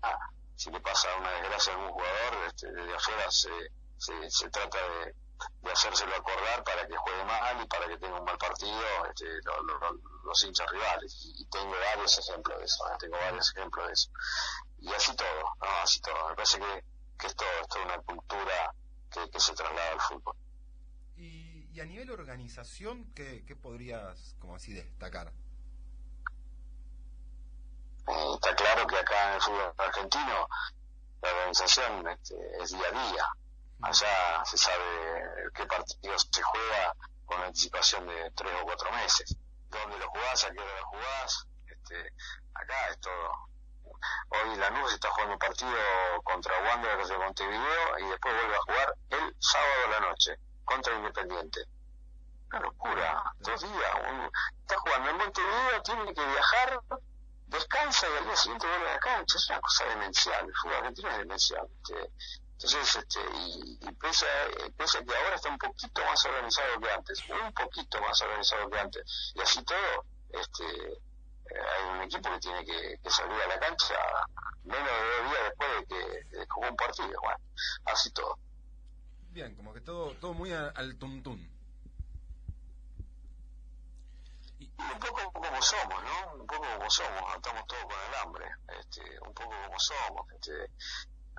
Speaker 7: si le pasa una desgracia a algún jugador este, desde afuera se, se, se trata de, de hacérselo acordar para que juegue mal y para que tenga un mal partido este, lo- lo- lo- los hinchas rivales y, y tengo varios ejemplos de eso ¿eh? tengo varios ejemplos de eso y así todo no así todo me parece que que es todo, es toda una cultura que, que se traslada al fútbol.
Speaker 5: Y, y a nivel organización, ¿qué, qué podrías, como así, destacar?
Speaker 7: Eh, está claro que acá en el fútbol argentino la organización este, es día a día. Allá se sabe qué partido se juega con anticipación de tres o cuatro meses. ¿Dónde lo jugás? ¿A qué hora lo jugás? Este, acá es todo. Hoy Lanús está jugando un partido contra Wanderers de Montevideo y después vuelve a jugar el sábado a la noche contra Independiente. Una locura, dos días. un- está jugando en Montevideo, tiene que viajar, descansa y al día siguiente vuelve a la cancha. Es una cosa demencial. El fútbol argentino es demencial. este. Entonces, este, y, y pese, a- eh, pese a que ahora está un poquito más organizado que antes, un poquito más organizado que antes, y así todo, este, eh, hay un equipo que tiene que, que salir a la cancha menos de dos días después de que eh, jugó un partido. Bueno, así todo.
Speaker 5: Bien, como que todo, todo muy a- al tuntún.
Speaker 7: Y un poco como somos, ¿no? Un poco como somos, atamos todo con el hambre, este, un poco como somos, este,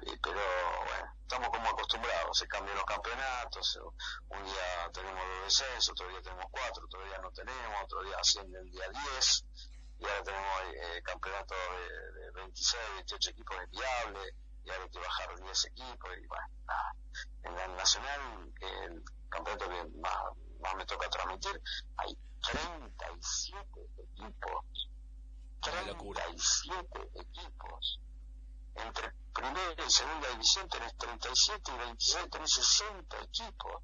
Speaker 7: eh, pero bueno, estamos como acostumbrados, se cambian los campeonatos, eh, un día tenemos dos descensos, otro día tenemos cuatro, otro día no tenemos, otro día asciende el día 10, y ahora tenemos eh, campeonato de, de 26, 28 equipos es viable, y ahora hay que bajar 10 equipos, y bueno, nada. en la Nacional, que el campeonato que más, más me toca transmitir, hay 37 equipos.
Speaker 3: Una locura.
Speaker 7: 37 equipos. Entre primera y segunda división tenés 37 y 26, tenés 60 equipos.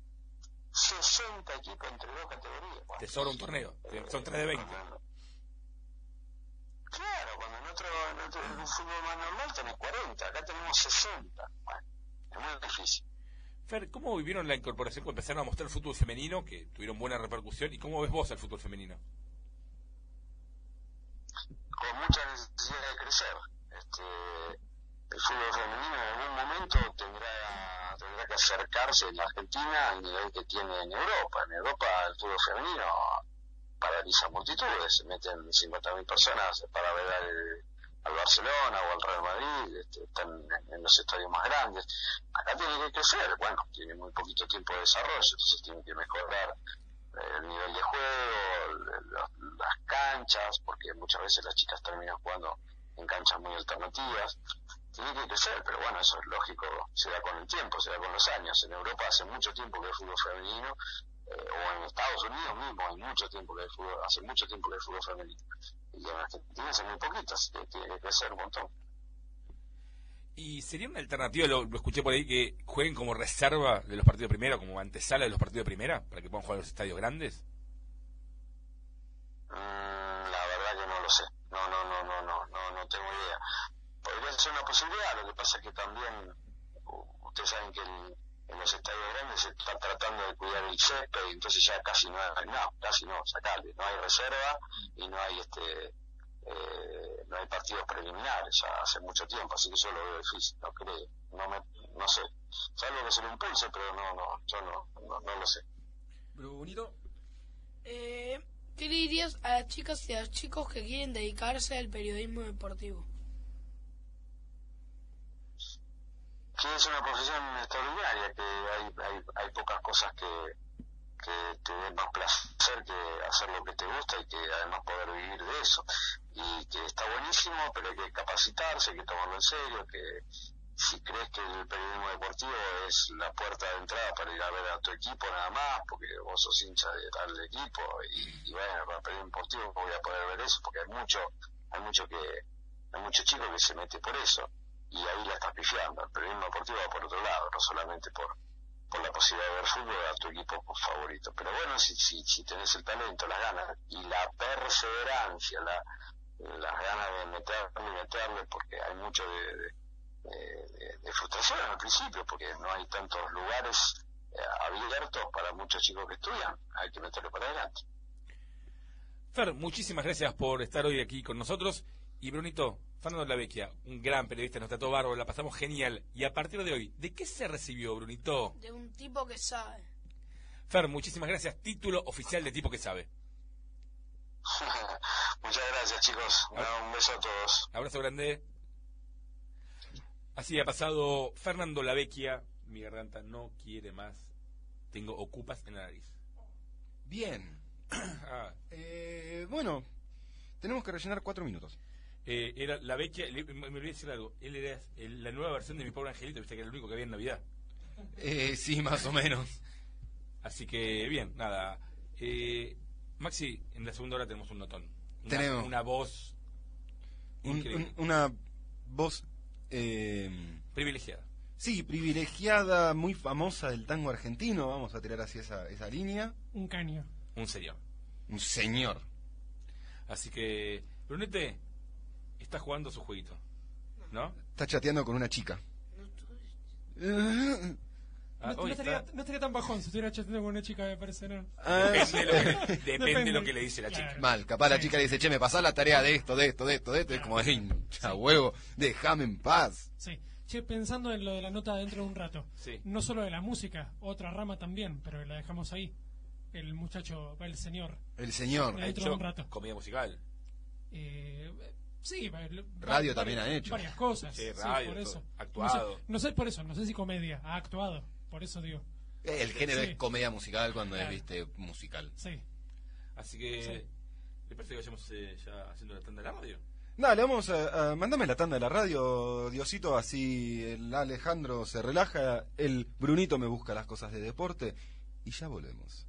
Speaker 7: 60 equipos entre dos categorías. Bueno,
Speaker 3: Te sobra un torneo. Te- Son 3 de 20.
Speaker 7: Claro, cuando en otro, en otro- en un fútbol más normal tenés 40, acá tenemos 60. Bueno, es muy difícil.
Speaker 3: Fer, ¿cómo vivieron la incorporación cuando empezaron a mostrar el fútbol femenino, que tuvieron buena repercusión? ¿Y cómo ves vos al fútbol femenino?
Speaker 7: Con mucha necesidad de crecer. Este, el fútbol femenino en algún momento tendrá, tendrá que acercarse en la Argentina al nivel que tiene en Europa. En Europa el fútbol femenino paraliza multitudes, se meten 50.000 personas para ver al, al Barcelona o al Real Madrid, este, están en, en los estadios más grandes. Acá tiene que crecer, bueno, tiene muy poquito tiempo de desarrollo, entonces tiene que mejorar eh, el nivel de juego, el- los- las canchas, porque muchas veces las chicas terminan jugando en canchas muy alternativas. Tiene que crecer, pero bueno, eso es lógico, se da con el tiempo, se da con los años. En Europa hace mucho tiempo que el fútbol femenino, eh, o en Estados Unidos mismo, hay mucho tiempo que el fútbol, hace mucho tiempo que el fútbol femenino. Y en Argentina hace muy poquito, así que tiene que crecer un montón.
Speaker 3: ¿Y sería una alternativa, lo, lo escuché por ahí, que jueguen como reserva de los partidos de primera, como antesala de los partidos de primera, para que puedan jugar en los estadios grandes?
Speaker 7: Mm, la verdad que no lo sé. No, no, no, no, no, no, no tengo idea. Podría ser una posibilidad, lo que pasa es que también u- ustedes saben que el- en los estadios grandes se está tratando de cuidar el césped, y entonces ya casi no hay, no, casi no, sacale, no hay reserva y no hay este eh, no hay partidos preliminares ya hace mucho tiempo, así que yo lo veo difícil, no creo, no me, no sé, salvo que se lo impulse, pero no, no, yo no, no, no lo sé.
Speaker 5: Brunito,
Speaker 4: Eh, ¿Qué le dirías a las chicas y a los chicos que quieren dedicarse al periodismo deportivo?
Speaker 7: que es una profesión extraordinaria, que hay, hay, hay pocas cosas que, que te den más placer que hacer lo que te gusta y que además poder vivir de eso. Y que está buenísimo, pero hay que capacitarse, hay que tomarlo en serio, que,
Speaker 9: si crees que el periodismo deportivo es la puerta de entrada para ir a ver a tu equipo nada más, porque vos sos hincha de tal equipo, y, y bueno, para el periodismo deportivo no voy a poder ver eso, porque hay mucho, hay mucho que, hay muchos chicos que se mete por eso, y ahí la estás pifiando, el periodismo deportivo va por otro lado, no solamente por, por la posibilidad de ver fútbol a tu equipo favorito. Pero bueno, si, si, si tenés el talento, las ganas y la perseverancia, la, las ganas de meterle y meterle, porque hay mucho de, de- de- de frustración al principio, porque no hay tantos lugares eh, abiertos para muchos chicos que estudian, hay que meterle para adelante.
Speaker 3: Fer, muchísimas gracias por estar hoy aquí con nosotros. Y Brunito, Fernando Lavecchia, un gran periodista, nos trató bárbaro, la pasamos genial. Y a partir de hoy, ¿de qué se recibió, Brunito?
Speaker 4: de un tipo que sabe.
Speaker 3: Fer, muchísimas gracias. Título oficial de tipo que sabe.
Speaker 9: Muchas gracias chicos,
Speaker 7: Ah.
Speaker 9: Bueno, un beso a todos.
Speaker 3: Abrazo grande. Así ha pasado Fernando Lavecchia. Mi garganta no quiere más. Tengo ocupas en la nariz.
Speaker 5: Bien.
Speaker 3: Ah,
Speaker 5: Eh, bueno, tenemos que rellenar cuatro minutos.
Speaker 3: eh, era Lavecchia, le- me me olvidé decir algo. Él era el- la nueva versión de mi pobre angelito, viste que era el único que había en Navidad.
Speaker 5: Eh, sí, más o menos.
Speaker 3: Así que, bien, nada. Eh, Maxi, en la segunda hora tenemos un notón. Una,
Speaker 5: Tenemos.
Speaker 3: Una voz
Speaker 5: Un-
Speaker 3: Increíble.
Speaker 5: un- una voz, eh,
Speaker 3: privilegiada.
Speaker 5: sí, privilegiada, muy famosa del tango argentino. Vamos a tirar así esa, esa línea.
Speaker 6: Un caño.
Speaker 3: Un señor.
Speaker 5: Un señor.
Speaker 3: Así que, Brunete está jugando su jueguito. ¿No?
Speaker 5: Está chateando con una chica. Eh,
Speaker 6: No,
Speaker 3: Ah,
Speaker 6: no
Speaker 3: hoy
Speaker 6: estaría,
Speaker 3: está-
Speaker 6: no estaría tan bajón si estuviera chateando con una chica, me parece, ¿no?
Speaker 5: ah,
Speaker 3: Depende, lo que, depende lo que le dice la
Speaker 6: Claro.
Speaker 3: chica.
Speaker 5: Mal, capaz la chica le dice, che, me pasás la tarea de esto, de esto, de esto, de esto. Es como, "Ey, a huevo, déjame en paz.
Speaker 6: Sí. Che, pensando en lo de la nota dentro de un rato.
Speaker 3: Sí.
Speaker 6: No solo de la música, otra rama también, pero la dejamos ahí. El muchacho, el señor.
Speaker 5: El señor.
Speaker 6: Ha hecho un rato.
Speaker 3: Comida musical.
Speaker 6: Eh, sí, va- lo-
Speaker 5: Radio
Speaker 6: va-
Speaker 5: también
Speaker 6: varias-
Speaker 5: han hecho.
Speaker 6: Varias cosas.
Speaker 3: Sí, radio,
Speaker 6: por
Speaker 3: todo.
Speaker 6: eso.
Speaker 3: Actuado.
Speaker 6: No sé, no sé por eso, no sé si comedia. Ha actuado. Por eso digo.
Speaker 5: El género
Speaker 6: Sí.
Speaker 5: es comedia musical cuando
Speaker 6: Claro.
Speaker 5: es, viste, musical.
Speaker 6: Sí.
Speaker 3: Así que,
Speaker 6: Sí.
Speaker 3: ¿le parece que vayamos eh, ya haciendo la tanda de la radio?
Speaker 5: Dale, vamos a, a- Mandame la tanda de la radio, Diosito, así el Alejandro se relaja, el Brunito me busca las cosas de deporte y ya volvemos.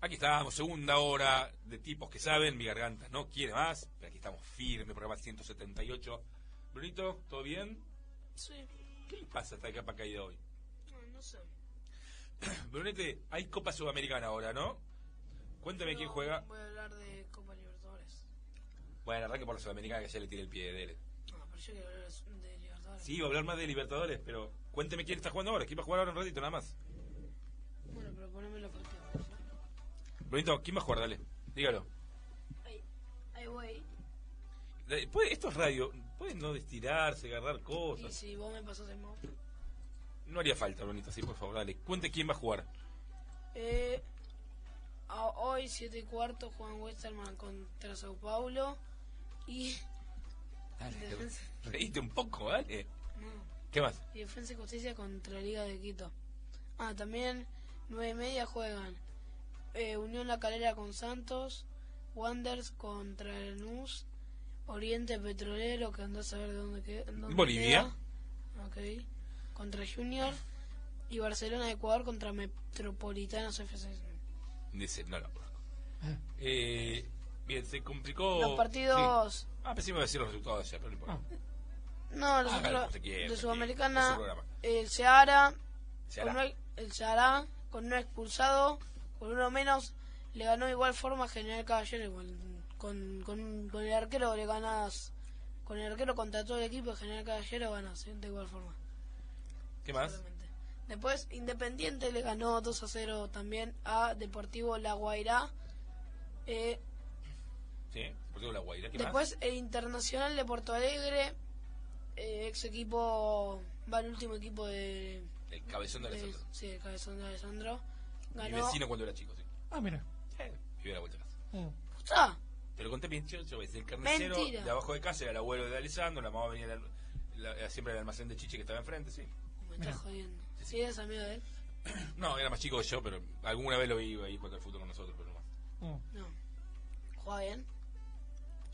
Speaker 3: Aquí estamos, segunda hora de tipos que saben, mi garganta no quiere más, pero aquí estamos firme, programa 178. Brunito, ¿todo bien?
Speaker 4: Sí,
Speaker 3: ¿Qué le pasa a esta capa caída hoy?
Speaker 4: no, no sé.
Speaker 3: Brunete, hay Copa Sudamericana ahora, ¿no? Cuéntame quién
Speaker 4: Yo
Speaker 3: juega.
Speaker 4: Voy a hablar de Copa Libertadores.
Speaker 3: Bueno, arranque por la Sudamericana que ya le tiré el pie de él.
Speaker 4: No, pero yo quiero hablar de Libertadores.
Speaker 3: Sí, iba a hablar más de Libertadores, pero cuénteme quién está jugando ahora, quién va a jugar ahora un ratito nada más.
Speaker 4: Bueno, pero poneme los partidos.
Speaker 3: Brunito, ¿quién va a jugar? Dale, dígalo.
Speaker 4: Ahí, ahí voy.
Speaker 3: Dale, puede- Esto es radio, pueden no destirarse, agarrar
Speaker 4: Y
Speaker 3: cosas.
Speaker 4: si vos me pasas el mouse.
Speaker 3: No haría falta, Brunito, así por favor, dale. Cuente quién va a jugar.
Speaker 4: Eh, a- hoy, 7 y cuarto, juegan Westerman contra Sao Paulo. Y.
Speaker 3: Dale,
Speaker 4: Defensa.
Speaker 3: reíste un poco, dale.
Speaker 4: No.
Speaker 3: ¿Qué más?
Speaker 4: Y Defensa y Justicia contra Liga de Quito. Ah, también 9 y media juegan eh, Unión La Calera con Santos, Wanders contra Lanús, Oriente Petrolero, que andás a ver de dónde queda.
Speaker 3: Bolivia.
Speaker 4: Ok. Contra Junior. Y Barcelona de Ecuador contra Metropolitanos FC.
Speaker 3: Dice, no lo conozco.
Speaker 6: Ah.
Speaker 3: Eh, bien, se complicó.
Speaker 4: Los partidos.
Speaker 3: Oh, Sí. Ah, pensé que iba a decir los resultados de ayer, pero no importa.
Speaker 6: Ah.
Speaker 4: No, los
Speaker 3: Ah,
Speaker 4: otros-
Speaker 3: claro, se quiere, se
Speaker 4: de
Speaker 3: quiere, es
Speaker 4: Sudamericana,
Speaker 3: su programa.
Speaker 4: el Seara,
Speaker 3: Se
Speaker 4: con
Speaker 3: hará.
Speaker 4: uno- el Seara, con uno expulsado, con uno menos, le ganó igual forma a General Caballero, igual, con, con, con el arquero le ganas, con el arquero contra todo el equipo, General Caballero ganas, de igual forma.
Speaker 3: ¿Qué más?
Speaker 4: solamente. Después Independiente le ganó 2 a 0 también a Deportivo La Guairá. Eh,
Speaker 3: Sí, Deportivo La Guaira. ¿Qué más?
Speaker 4: Después el Internacional de Porto Alegre, eh, ex equipo, va el último equipo de...
Speaker 3: El cabezón de
Speaker 4: de-
Speaker 3: Alessandro.
Speaker 4: sí, el cabezón de Alessandro.
Speaker 3: Mi
Speaker 4: Ganó...
Speaker 3: vecino cuando era chico, sí.
Speaker 6: Ah, mira.
Speaker 3: Eh, Vivía a la vuelta de casa.
Speaker 6: Mm.
Speaker 4: ¡Puta!
Speaker 3: Te lo conté 28 veces. El carnicero
Speaker 4: Mentira.
Speaker 3: de abajo de casa era el abuelo de Alessandro, la mamá venía la, la- siempre el almacén de Chiche que estaba enfrente, sí.
Speaker 4: Me
Speaker 6: Mirá.
Speaker 4: estás jodiendo. ¿Sí eres amigo de él?
Speaker 3: No, era más chico que yo, pero alguna vez lo vi ahí jugando al fútbol con nosotros, pero no más.
Speaker 6: Oh.
Speaker 4: No. ¿Juega bien?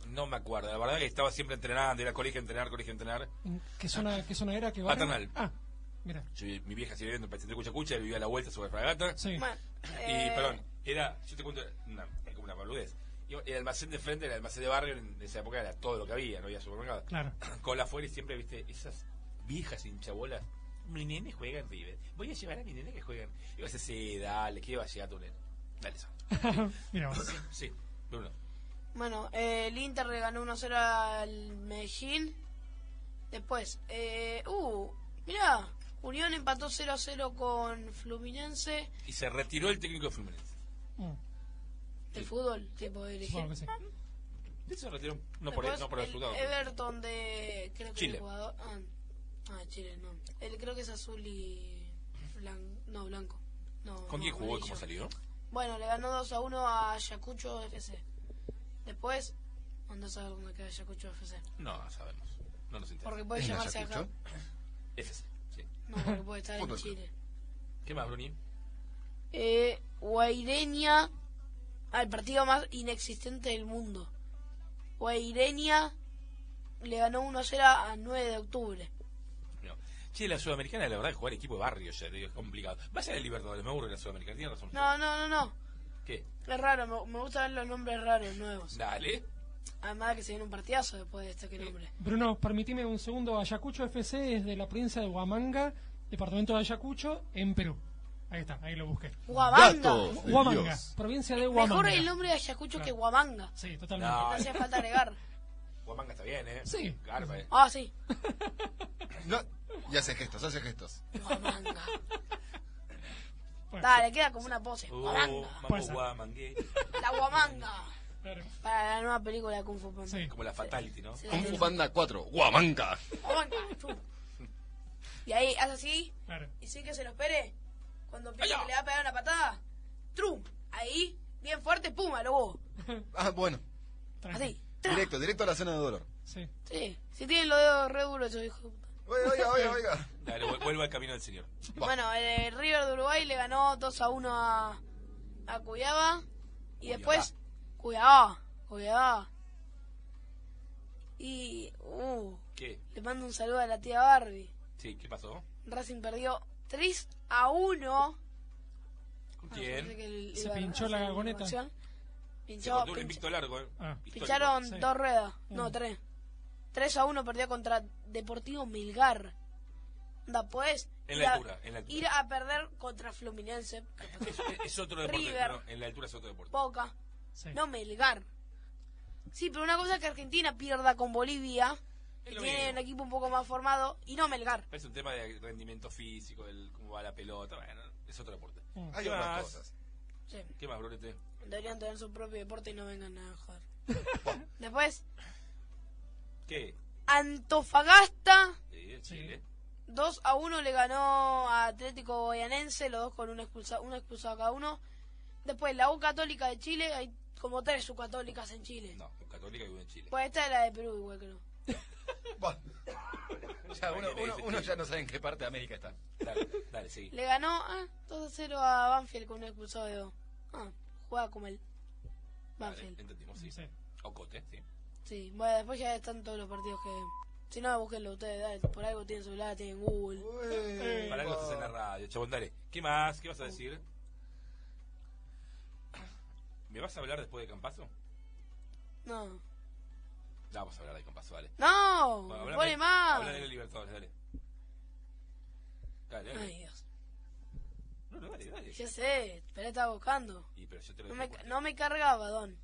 Speaker 3: No me acuerdo, la verdad que estaba siempre entrenando, era colegio a entrenar, colegio a entrenar.
Speaker 6: ¿En ¿Qué zona, qué zona era? ¿Qué barrio?
Speaker 3: Paternal.
Speaker 6: Ah, mira.
Speaker 3: Yo vi- mi vieja sigue viviendo en Pacheco Cuchacucha, él vivía a la vuelta sobre Fragata.
Speaker 6: Sí.
Speaker 4: Bueno,
Speaker 3: Y,
Speaker 4: eh,
Speaker 3: perdón, era, yo te cuento, una, es como una paludez. El almacén de frente, el almacén de barrio, en esa época era todo lo que había, no había supermercado.
Speaker 6: Claro.
Speaker 3: Cola afuera y siempre, viste, esas viejas hinchabolas. Mi nene juega en River. Voy a llevar a mi nene que juegan. Y vas a decir, sí, dale, que va a llegar tu nene. Dale, son.
Speaker 6: mira vos.
Speaker 3: Sí, Bruno.
Speaker 4: Bueno, eh, el Inter le ganó 1-0 al Medellín. Después, eh, uh, mirá, Unión empató 0-0 con Fluminense
Speaker 3: Y se retiró el técnico de Fluminense.
Speaker 6: Mm,
Speaker 4: de fútbol, tipo de dirigir.
Speaker 6: supongo que sí.
Speaker 3: Él se retiró, no por, el,
Speaker 4: Después,
Speaker 3: no por el resultado.
Speaker 4: Everton de, creo que
Speaker 3: Chile.
Speaker 4: el jugador, ah, ah, Chile, no. Él creo que es azul y blan- no, blanco. No,
Speaker 3: ¿Con
Speaker 4: no,
Speaker 3: quién jugó y
Speaker 4: amarillo.
Speaker 3: cómo salió?
Speaker 4: Bueno, le ganó 2 a 1 a Ayacucho FC. Después, no saber dónde queda Ayacucho FC.
Speaker 3: No, sabemos. No nos interesa.
Speaker 4: Porque puede
Speaker 5: ¿En
Speaker 4: llamarse
Speaker 5: Ayacucho?
Speaker 4: acá.
Speaker 3: FC, sí.
Speaker 4: No, porque puede estar en
Speaker 5: Fútbol club.
Speaker 4: Chile.
Speaker 3: ¿Qué más, Bruni?
Speaker 4: Eh, Guaireña, al partido más inexistente del mundo. Guaireña le ganó 1 a 0 a 9 de octubre.
Speaker 3: No. Che, la Sudamericana, la verdad, jugar equipo de barrio ya te digo, es complicado. Vaya a Libertadores, me aburre la Sudamericana, tienes razón.
Speaker 4: No, no, no, no.
Speaker 3: ¿Qué?
Speaker 4: Es raro, me, me gusta ver los nombres raros, nuevos.
Speaker 3: Dale.
Speaker 4: Además de que se viene un partidazo después de este que nombre.
Speaker 6: Bruno, permitime un segundo. Ayacucho FC es de la provincia de Huamanga, departamento de Ayacucho, en Perú. Ahí está, ahí lo busqué.
Speaker 4: Guabanga.
Speaker 5: Datos de
Speaker 6: Huamanga,
Speaker 5: Dios.
Speaker 6: provincia de Huamanga.
Speaker 4: Mejor el nombre de Ayacucho
Speaker 6: Claro.
Speaker 4: que Guabanga.
Speaker 6: Sí, totalmente.
Speaker 4: No
Speaker 3: No.
Speaker 4: hacía falta agregar.
Speaker 3: Guamanga está bien, ¿eh?
Speaker 6: Sí.
Speaker 3: Garba, ¿eh?
Speaker 4: Ah, sí.
Speaker 5: No, y hace gestos, hace gestos.
Speaker 4: Guabanga.
Speaker 6: Bueno,
Speaker 4: Dale, queda como una pose.
Speaker 3: Oh,
Speaker 4: Guabanga.
Speaker 3: mambo
Speaker 6: Puede ser.
Speaker 3: guamangue.
Speaker 4: La Guamanga.
Speaker 6: claro.
Speaker 4: Para la nueva película de Kung Fu Panda.
Speaker 6: Sí.
Speaker 3: Como la Fatality, ¿no?
Speaker 4: Sí,
Speaker 5: Kung
Speaker 4: sí,
Speaker 5: Fu
Speaker 4: sí.
Speaker 5: Panda 4, Guamanca.
Speaker 4: Guamanga, chu. Y ahí hace así.
Speaker 6: Claro.
Speaker 4: Y sí que se lo espere. Cuando piensa
Speaker 3: Allá.
Speaker 4: que le va a pegar una patada. Trum. Ahí, bien fuerte, puma, lo hubo.
Speaker 5: Ah, bueno.
Speaker 6: tranqui.
Speaker 4: Así. Tra.
Speaker 5: Directo, directo a la zona de dolor.
Speaker 6: Sí.
Speaker 4: Sí. Si tienen los dedos re duros, yo dijo.
Speaker 5: Oiga, oiga, oiga, oiga.
Speaker 3: Dale, vu- vuelvo al camino del señor.
Speaker 5: Va.
Speaker 4: Bueno, el River de Uruguay le ganó 2 a 1 a, a Cuyaba. Y
Speaker 3: Cuyabá.
Speaker 4: después. Cuyaba. Cuyaba. Y. Uh,
Speaker 3: ¿Qué?
Speaker 4: le mando un saludo a la tía Barbie.
Speaker 3: Sí, ¿qué pasó?
Speaker 4: Racing perdió 3 a 1.
Speaker 3: ¿Con
Speaker 4: Ah, pensé
Speaker 3: quién?
Speaker 4: que el-
Speaker 6: Se
Speaker 4: iba a
Speaker 6: pinchó
Speaker 4: hacer
Speaker 6: la
Speaker 4: una
Speaker 6: goneta.
Speaker 4: acción.
Speaker 3: Se
Speaker 4: Pinchó,
Speaker 3: cortó un
Speaker 4: pinch-
Speaker 3: invicto largo, ¿eh?
Speaker 6: Ah.
Speaker 3: Histórico.
Speaker 4: pincharon
Speaker 6: Sí.
Speaker 4: dos ruedas. No,
Speaker 6: Uno.
Speaker 4: tres. 3 a 1 perdió contra Deportivo Milgar. Anda, pues.
Speaker 3: En
Speaker 4: ir
Speaker 3: la
Speaker 4: a-
Speaker 3: altura, en la altura.
Speaker 4: Ir a perder contra Fluminense.
Speaker 3: Es, es otro deporte.
Speaker 4: River.
Speaker 3: no, en la altura es otro deporte.
Speaker 4: Boca.
Speaker 6: Sí.
Speaker 4: No Melgar. Sí, pero una cosa es que Argentina pierda con Bolivia,
Speaker 3: Es
Speaker 4: que
Speaker 3: lo
Speaker 4: tiene
Speaker 3: mismo.
Speaker 4: un equipo un poco más formado, y no Melgar.
Speaker 3: Pero Es un tema de rendimiento físico, el cómo va la pelota. Bueno, es otro deporte.
Speaker 6: Mm.
Speaker 5: Hay
Speaker 3: ¿Qué
Speaker 5: otras
Speaker 3: más?
Speaker 5: cosas.
Speaker 4: Sí,
Speaker 3: ¿Qué más, Brunete?
Speaker 4: deberían tener su propio deporte y no vengan a joder. Después,
Speaker 3: ¿Qué?
Speaker 4: Antofagasta
Speaker 3: Sí, en
Speaker 6: Sí.
Speaker 3: Chile.
Speaker 4: 2 a 1 le ganó a Atlético Goyanense, los dos con una expulsado, una expulsado cada uno. Después, la U Católica de Chile, hay como tres U Católicas en Chile.
Speaker 3: No, un católica que vive en Chile.
Speaker 4: Pues esta es la de Perú, igual que no.
Speaker 5: Va. Ya, uno,
Speaker 3: Imagínate,
Speaker 5: uno-
Speaker 3: dice
Speaker 5: uno
Speaker 3: que-
Speaker 5: ya no sabe en qué parte de América está.
Speaker 3: Dale, dale, seguí.
Speaker 4: Le ganó ah, 2 a 0 a Banfield con un expulsado de dos. Ah, juega como el
Speaker 3: Dale,
Speaker 4: Banfield.
Speaker 3: entendimos, sí.
Speaker 6: Sí.
Speaker 3: Ocote, sí.
Speaker 4: Sí, bueno, después ya están todos los partidos que... Si no, búsquenlo ustedes, dale, por algo tienen celular, tienen Google.
Speaker 5: Ué,
Speaker 3: Para algo
Speaker 5: va.
Speaker 3: estás en la radio, chabón, dale. ¿Qué más?
Speaker 4: Oh.
Speaker 3: ¿Qué vas a decir? ¿Me vas a hablar después de Campazo?
Speaker 4: No.
Speaker 3: No, vamos a hablar de Campazo, dale.
Speaker 4: ¡No!
Speaker 3: Bueno,
Speaker 4: ¡Me
Speaker 3: hablame-
Speaker 4: Uh, pone más!
Speaker 3: Habla de la Libertadores, dale. Dale, dale.
Speaker 4: Ay, Dios.
Speaker 3: No, no, dale, dale.
Speaker 4: Ya sé, pero estaba buscando.
Speaker 3: Y, pero yo te lo
Speaker 4: No me,
Speaker 3: dije,
Speaker 4: no me cargaba, Don.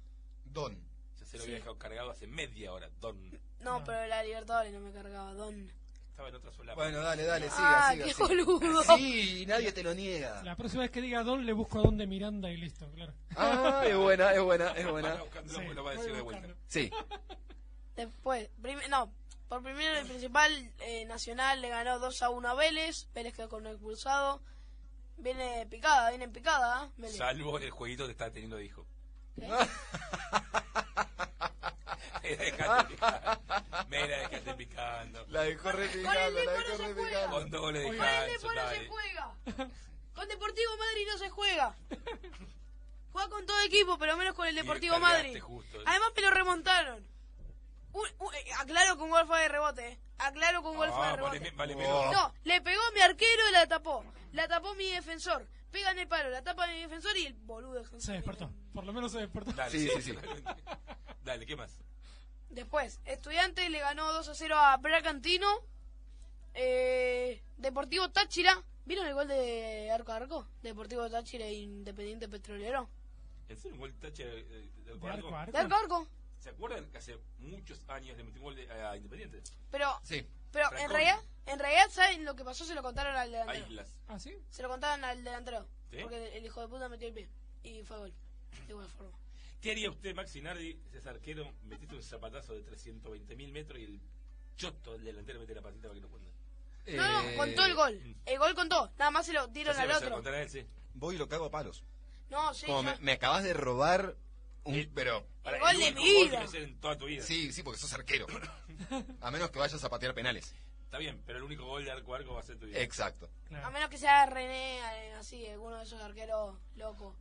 Speaker 5: Don.
Speaker 3: ya se lo había dejado cargado hace media hora, Don.
Speaker 4: No,
Speaker 6: No.
Speaker 4: pero la Libertadores no me cargaba, Don.
Speaker 3: Estaba en otra sola.
Speaker 5: Bueno, dale, dale, siga,
Speaker 4: ¡Ah,
Speaker 5: siga.
Speaker 4: qué
Speaker 5: siga.
Speaker 4: boludo!
Speaker 5: Sí, nadie te lo niega.
Speaker 6: La próxima vez que diga Don, le busco a Don de Miranda y listo, claro.
Speaker 5: Ah, es buena, es buena, es
Speaker 3: Para
Speaker 5: buena.
Speaker 3: buscándolo,
Speaker 6: Sí,
Speaker 3: pues lo va a decir
Speaker 6: voy
Speaker 3: de vuelta.
Speaker 6: buscando.
Speaker 5: Sí.
Speaker 4: Después, prim- no, por primero el principal eh, Nacional le ganó 2 a 1 a Vélez. Vélez quedó con un expulsado. Viene picada, viene en picada. ¿eh? Vélez.
Speaker 3: Salvo el jueguito que está teniendo de hijo.
Speaker 4: ¿Qué?
Speaker 3: Me dejaste picando. Me la dejaste picando.
Speaker 5: La dejó
Speaker 4: Con el
Speaker 5: repicando, la
Speaker 4: Depor no
Speaker 5: dejó
Speaker 4: se
Speaker 5: repicando.
Speaker 4: juega.
Speaker 3: ¿Cuánto goles
Speaker 4: Con el
Speaker 3: dejaste?
Speaker 4: Depor no se juega. Con Deportivo Madrid no se juega. Juega con todo equipo, pero menos con el Deportivo
Speaker 3: cargaste
Speaker 4: Madrid.
Speaker 3: justo. ¿eh?
Speaker 4: Además me lo remontaron. Un- un- eh, aclaro con gol fue de rebote. eh. Aclaro con gol fue de
Speaker 3: Ah, vale,
Speaker 4: rebote.
Speaker 3: me- vale,
Speaker 5: Oh.
Speaker 3: menos.
Speaker 4: No, le pegó mi arquero y la tapó. La tapó mi defensor. Pega en el palo, la tapa mi defensor y el boludo. de Hansi
Speaker 6: Se despertó. Por lo menos se despertó.
Speaker 3: Dale,
Speaker 5: Sí, sí, sí.
Speaker 3: Dale, ¿qué más?
Speaker 4: Después, Estudiantes le ganó 2 a 0 a Bracantino. Eh, Deportivo Táchira. ¿Vieron el gol de arco a arco? Deportivo Táchira e Independiente Petrolero.
Speaker 3: ¿En serio Este un gol tache eh, de
Speaker 6: ¿De arco a arco?
Speaker 4: De arco a arco.
Speaker 3: ¿Se acuerdan que hace muchos años le metí un gol de- a Independiente?
Speaker 4: Pero,
Speaker 5: Sí.
Speaker 4: pero en
Speaker 3: Francón.
Speaker 4: realidad, en realidad, ¿saben lo que pasó? Se lo contaron al
Speaker 3: A
Speaker 4: delantero.
Speaker 3: Islas.
Speaker 6: ¿Ah, sí?
Speaker 4: Se lo contaron al delantero.
Speaker 3: ¿Sí?
Speaker 4: Porque el hijo de puta metió el pie. Y fue gol. De igual forma.
Speaker 3: ¿Qué haría usted, Maxi Nardi, si es arquero, metiste un zapatazo de 320 mil metros y el choto del delantero mete la patita para que no cuente? Eh,
Speaker 4: No,
Speaker 5: Eh,
Speaker 4: no, contó el gol. El gol contó. Nada más se lo dieron al otro.
Speaker 3: contar a él, sí.
Speaker 5: Voy y lo cago a palos.
Speaker 4: No, sí.
Speaker 5: Como
Speaker 4: ya.
Speaker 5: me, me acabas de robar un.
Speaker 3: El-
Speaker 5: pero.
Speaker 3: Ahora,
Speaker 4: gol
Speaker 3: el
Speaker 4: de
Speaker 3: único
Speaker 4: mi
Speaker 3: gol
Speaker 4: vida.
Speaker 3: que vas a hacer en toda tu vida.
Speaker 5: Sí, sí, porque sos arquero. A menos que vayas a patear penales.
Speaker 3: Está bien, pero el único gol de arco a arco va a ser tu vida.
Speaker 5: Exacto.
Speaker 4: A
Speaker 6: Claro.
Speaker 4: menos que sea René, eh, así, alguno de esos arqueros locos.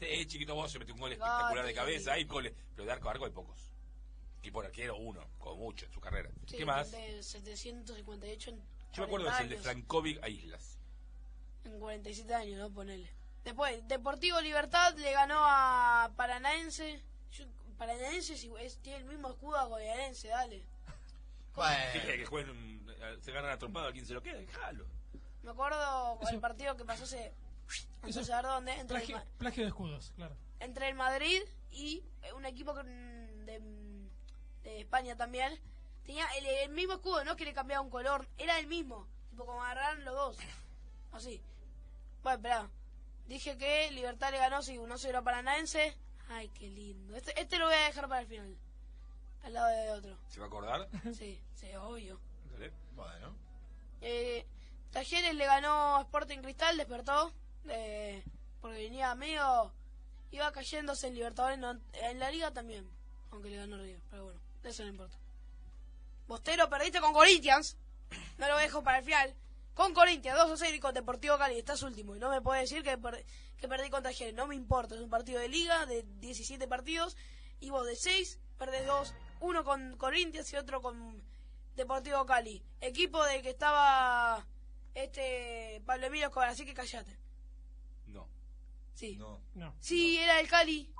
Speaker 3: Eh, chiquito vos se metió un gol espectacular de
Speaker 4: Gatti.
Speaker 3: cabeza, hay goles, pero de arco a arco hay pocos. Y por arquero uno, como mucho en su carrera.
Speaker 4: Sí,
Speaker 3: ¿Qué más?
Speaker 4: De 758 en
Speaker 3: Yo me acuerdo que es el de
Speaker 4: 40 años.
Speaker 3: Frankovic a Islas.
Speaker 4: En 47 años, ¿no? Ponele. Después, Deportivo Libertad le ganó a Paranaense. Yo- Paranaense si es- tiene el mismo escudo a Goyanense, dale.
Speaker 3: ¿Qué quiere
Speaker 5: Bueno,
Speaker 3: que jueguen? eh, Se ganan a trompada, ¿quién se lo queda? Déjalo.
Speaker 4: Me acuerdo
Speaker 6: Eso-
Speaker 4: el partido que pasó hace... No
Speaker 6: Eso-
Speaker 4: sé saber dónde. Entre, el,
Speaker 6: Plagio,
Speaker 4: Ma-
Speaker 6: plagio de escudos, claro.
Speaker 4: entre el Madrid y eh, un equipo que, mm, de, mm, de España también. Tenía el, el mismo escudo, no que le cambiaba un color. Era el mismo. Tipo, como agarraron los dos. Así. Bueno, espera. Dije que Libertad le ganó, sí, 1-0 a Paranaense. Ay, qué lindo. Este, este lo voy a dejar para el final. Al lado de otro.
Speaker 3: ¿Se va a acordar?
Speaker 4: Sí, sí, obvio.
Speaker 3: Dale.
Speaker 5: bueno.
Speaker 4: Eh, Talleres le ganó Sporting Cristal, despertó. eh, porque venía medio. Iba cayéndose en Libertadores, no- en la Liga también. Aunque le ganó Río, pero bueno, eso no importa. Bostero, perdiste con Corinthians. No lo dejo para el final. Con Corinthians, 2 a 0 y con Deportivo Cali. Estás último. Y no me puede decir que, per- que perdí con Talleres. No me importa. Es un partido de Liga de 17 partidos. Y vos de 6, perdés 2. Uno con Corinthians y otro con Deportivo Cali. Equipo de que estaba este Pablo Emilio Escobar, así que callate.
Speaker 3: No.
Speaker 4: Sí.
Speaker 5: No.
Speaker 6: No.
Speaker 4: Sí, era del Cali.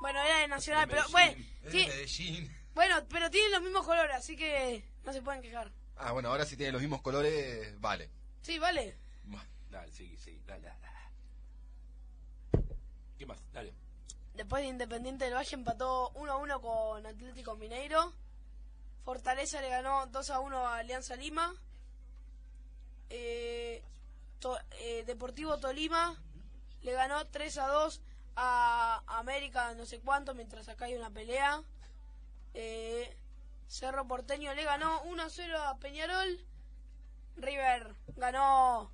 Speaker 4: Bueno, era de Nacional,
Speaker 3: De
Speaker 4: pero bueno,
Speaker 3: Medellín.
Speaker 5: Es de
Speaker 4: sí,
Speaker 5: Medellín.
Speaker 4: bueno, pero tienen los mismos colores, así que no se pueden quejar.
Speaker 5: Ah, bueno, ahora si tiene los mismos colores, vale.
Speaker 4: Sí, vale.
Speaker 3: Dale, sí, sí, dale, dale. dale. ¿Qué más? Dale.
Speaker 4: Después de Independiente del Valle empató 1 a 1 con Atlético Mineiro. Fortaleza le ganó 2 a 1 a Alianza Lima. Eh, To- eh, Deportivo Tolima le ganó 3 a 2 a América no sé cuánto, mientras acá hay una pelea. Eh, Cerro Porteño le ganó 1 a 0 a Peñarol. River ganó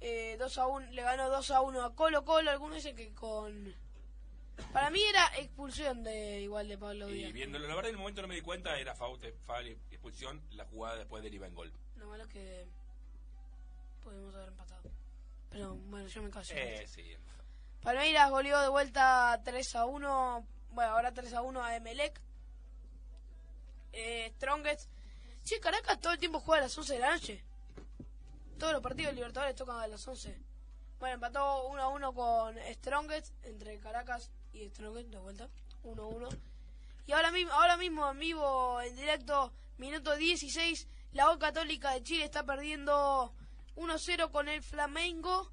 Speaker 4: eh, 2 a 1, le ganó 2 a 1 a Colo Colo. Algunos dicen que con... Para mí era expulsión de igual de Pablo
Speaker 3: Y
Speaker 4: Díaz.
Speaker 3: viéndolo, la verdad en el momento no me di cuenta, era faute, foul, expulsión, la jugada después deriva en gol.
Speaker 4: Lo malo es que pudimos haber empatado. Pero bueno, yo me callo.
Speaker 3: Eh, sí.
Speaker 4: Palmeiras goleó de vuelta 3 a 1. Bueno, ahora 3 a 1 a Emelec. Eh, Strongest. Che, Caracas todo el tiempo juega a las 11 de la noche. Todos los partidos de Libertadores tocan a las 11. Bueno, empató 1 a 1 con Strongest entre Caracas y Strongest de vuelta. 1 a 1. Y ahora mismo, ahora mismo en vivo, en directo, minuto 16, la O Católica de Chile está perdiendo 1-0 con el Flamengo.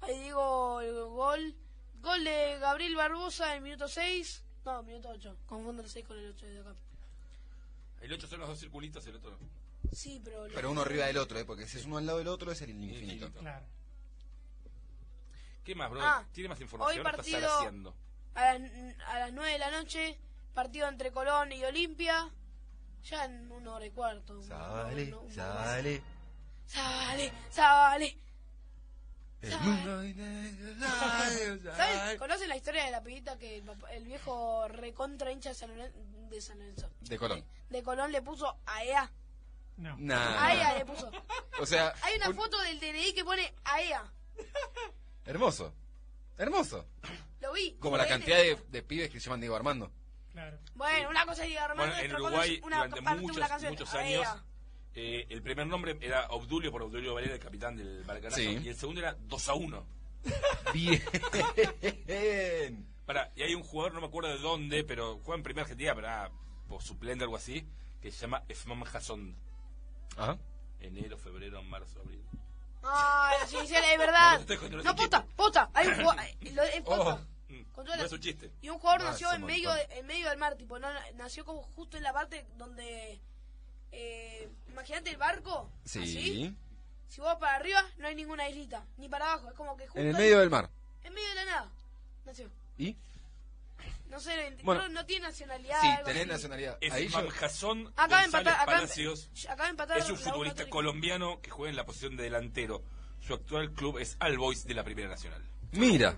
Speaker 4: Ahí digo el gol. Gol de Gabriel Barbosa en minuto 6. No, minuto 8. Confundo el 6 con el 8 de acá.
Speaker 3: El 8 son los dos circulitos, el otro no.
Speaker 4: Sí, pero... lo-
Speaker 5: Pero uno arriba del otro, ¿eh? Porque si es uno al lado del otro es el infinito.
Speaker 6: Claro.
Speaker 3: ¿Qué más, bro?
Speaker 4: Ah,
Speaker 3: ¿Tiene más información?
Speaker 4: hoy
Speaker 3: ¿Qué estás
Speaker 4: partido-
Speaker 3: haciendo?
Speaker 4: A las, a las 9 de la noche, partido entre Colón y Olimpia. Ya en una hora y cuarto. una hora,
Speaker 5: Sale,
Speaker 4: no, una hora más.
Speaker 5: sale.
Speaker 4: Sale, sale.
Speaker 5: El mundo inegable.
Speaker 4: ¿Saben? ¿Conocen la historia de la pibita que el, papá- el viejo recontra hincha de San Loren- de San Lorenzo?
Speaker 5: De Colón.
Speaker 4: De Colón le puso AEA.
Speaker 6: No.
Speaker 5: Nah.
Speaker 4: AEA le puso.
Speaker 5: O sea,
Speaker 4: Hay una
Speaker 5: un-
Speaker 4: foto del DNI que pone AEA.
Speaker 5: hermoso. Hermoso.
Speaker 4: Lo vi.
Speaker 5: Como la
Speaker 4: Lo vi en
Speaker 5: cantidad
Speaker 4: el-
Speaker 5: de, de pibes que se llaman Diego Armando.
Speaker 6: Claro.
Speaker 4: Bueno, una cosa es Diego Armando,
Speaker 3: Bueno, en
Speaker 4: otra
Speaker 3: Uruguay,
Speaker 4: cosa es una
Speaker 3: durante
Speaker 4: parte de una
Speaker 3: muchos,
Speaker 4: canción.
Speaker 3: muchos
Speaker 4: AEA.
Speaker 3: años, eh, el primer nombre era Obdulio por Obdulio Varela, el capitán del Maracanazo,
Speaker 5: Sí.
Speaker 3: y el segundo era 2 a 1.
Speaker 5: Bien.
Speaker 3: Para, y hay un jugador, no me acuerdo de dónde, pero juega en primera Argentina, pero ah, por suplente o algo así, que se llama Efman Hasson.
Speaker 5: Ajá.
Speaker 3: Enero, febrero, marzo, abril.
Speaker 4: Ah, las iniciales, es
Speaker 3: No,
Speaker 4: verdad.
Speaker 3: no te dejo, no lo
Speaker 4: No,
Speaker 3: escuché.
Speaker 4: posta, posta. Hay un jugador. lo- Es posta.
Speaker 3: Mm, No
Speaker 4: Con todas
Speaker 3: es
Speaker 4: las-
Speaker 3: un chiste.
Speaker 4: Y un jugador
Speaker 5: Ah,
Speaker 4: nació
Speaker 5: es
Speaker 4: en
Speaker 5: un
Speaker 4: medio,
Speaker 5: montón.
Speaker 4: en medio del mar, tipo, no, nació como justo en la parte donde. eh, Imagínate el barco.
Speaker 5: ¿Ah, Sí.
Speaker 4: así. Si vos vas para arriba, no hay ninguna islita. Ni para abajo, es como que justo.
Speaker 5: En el
Speaker 4: ahí,
Speaker 5: medio del mar.
Speaker 4: en medio de la nada. Nació.
Speaker 5: ¿Y?
Speaker 4: No sé,
Speaker 5: Bueno.
Speaker 4: no, no tiene nacionalidad.
Speaker 5: sí,
Speaker 4: algo
Speaker 5: tenés
Speaker 4: así.
Speaker 5: nacionalidad. Ahí yo-
Speaker 3: Efman Hasson
Speaker 4: Acaba de
Speaker 3: González
Speaker 4: empatar. Acaba,
Speaker 3: Palacios
Speaker 4: acaba de empatar.
Speaker 3: es un
Speaker 4: la Boca
Speaker 3: futbolista
Speaker 4: Atlética.
Speaker 3: colombiano que juega en la posición de delantero. Su actual club es All Boys de la Primera Nacional.
Speaker 5: Mira.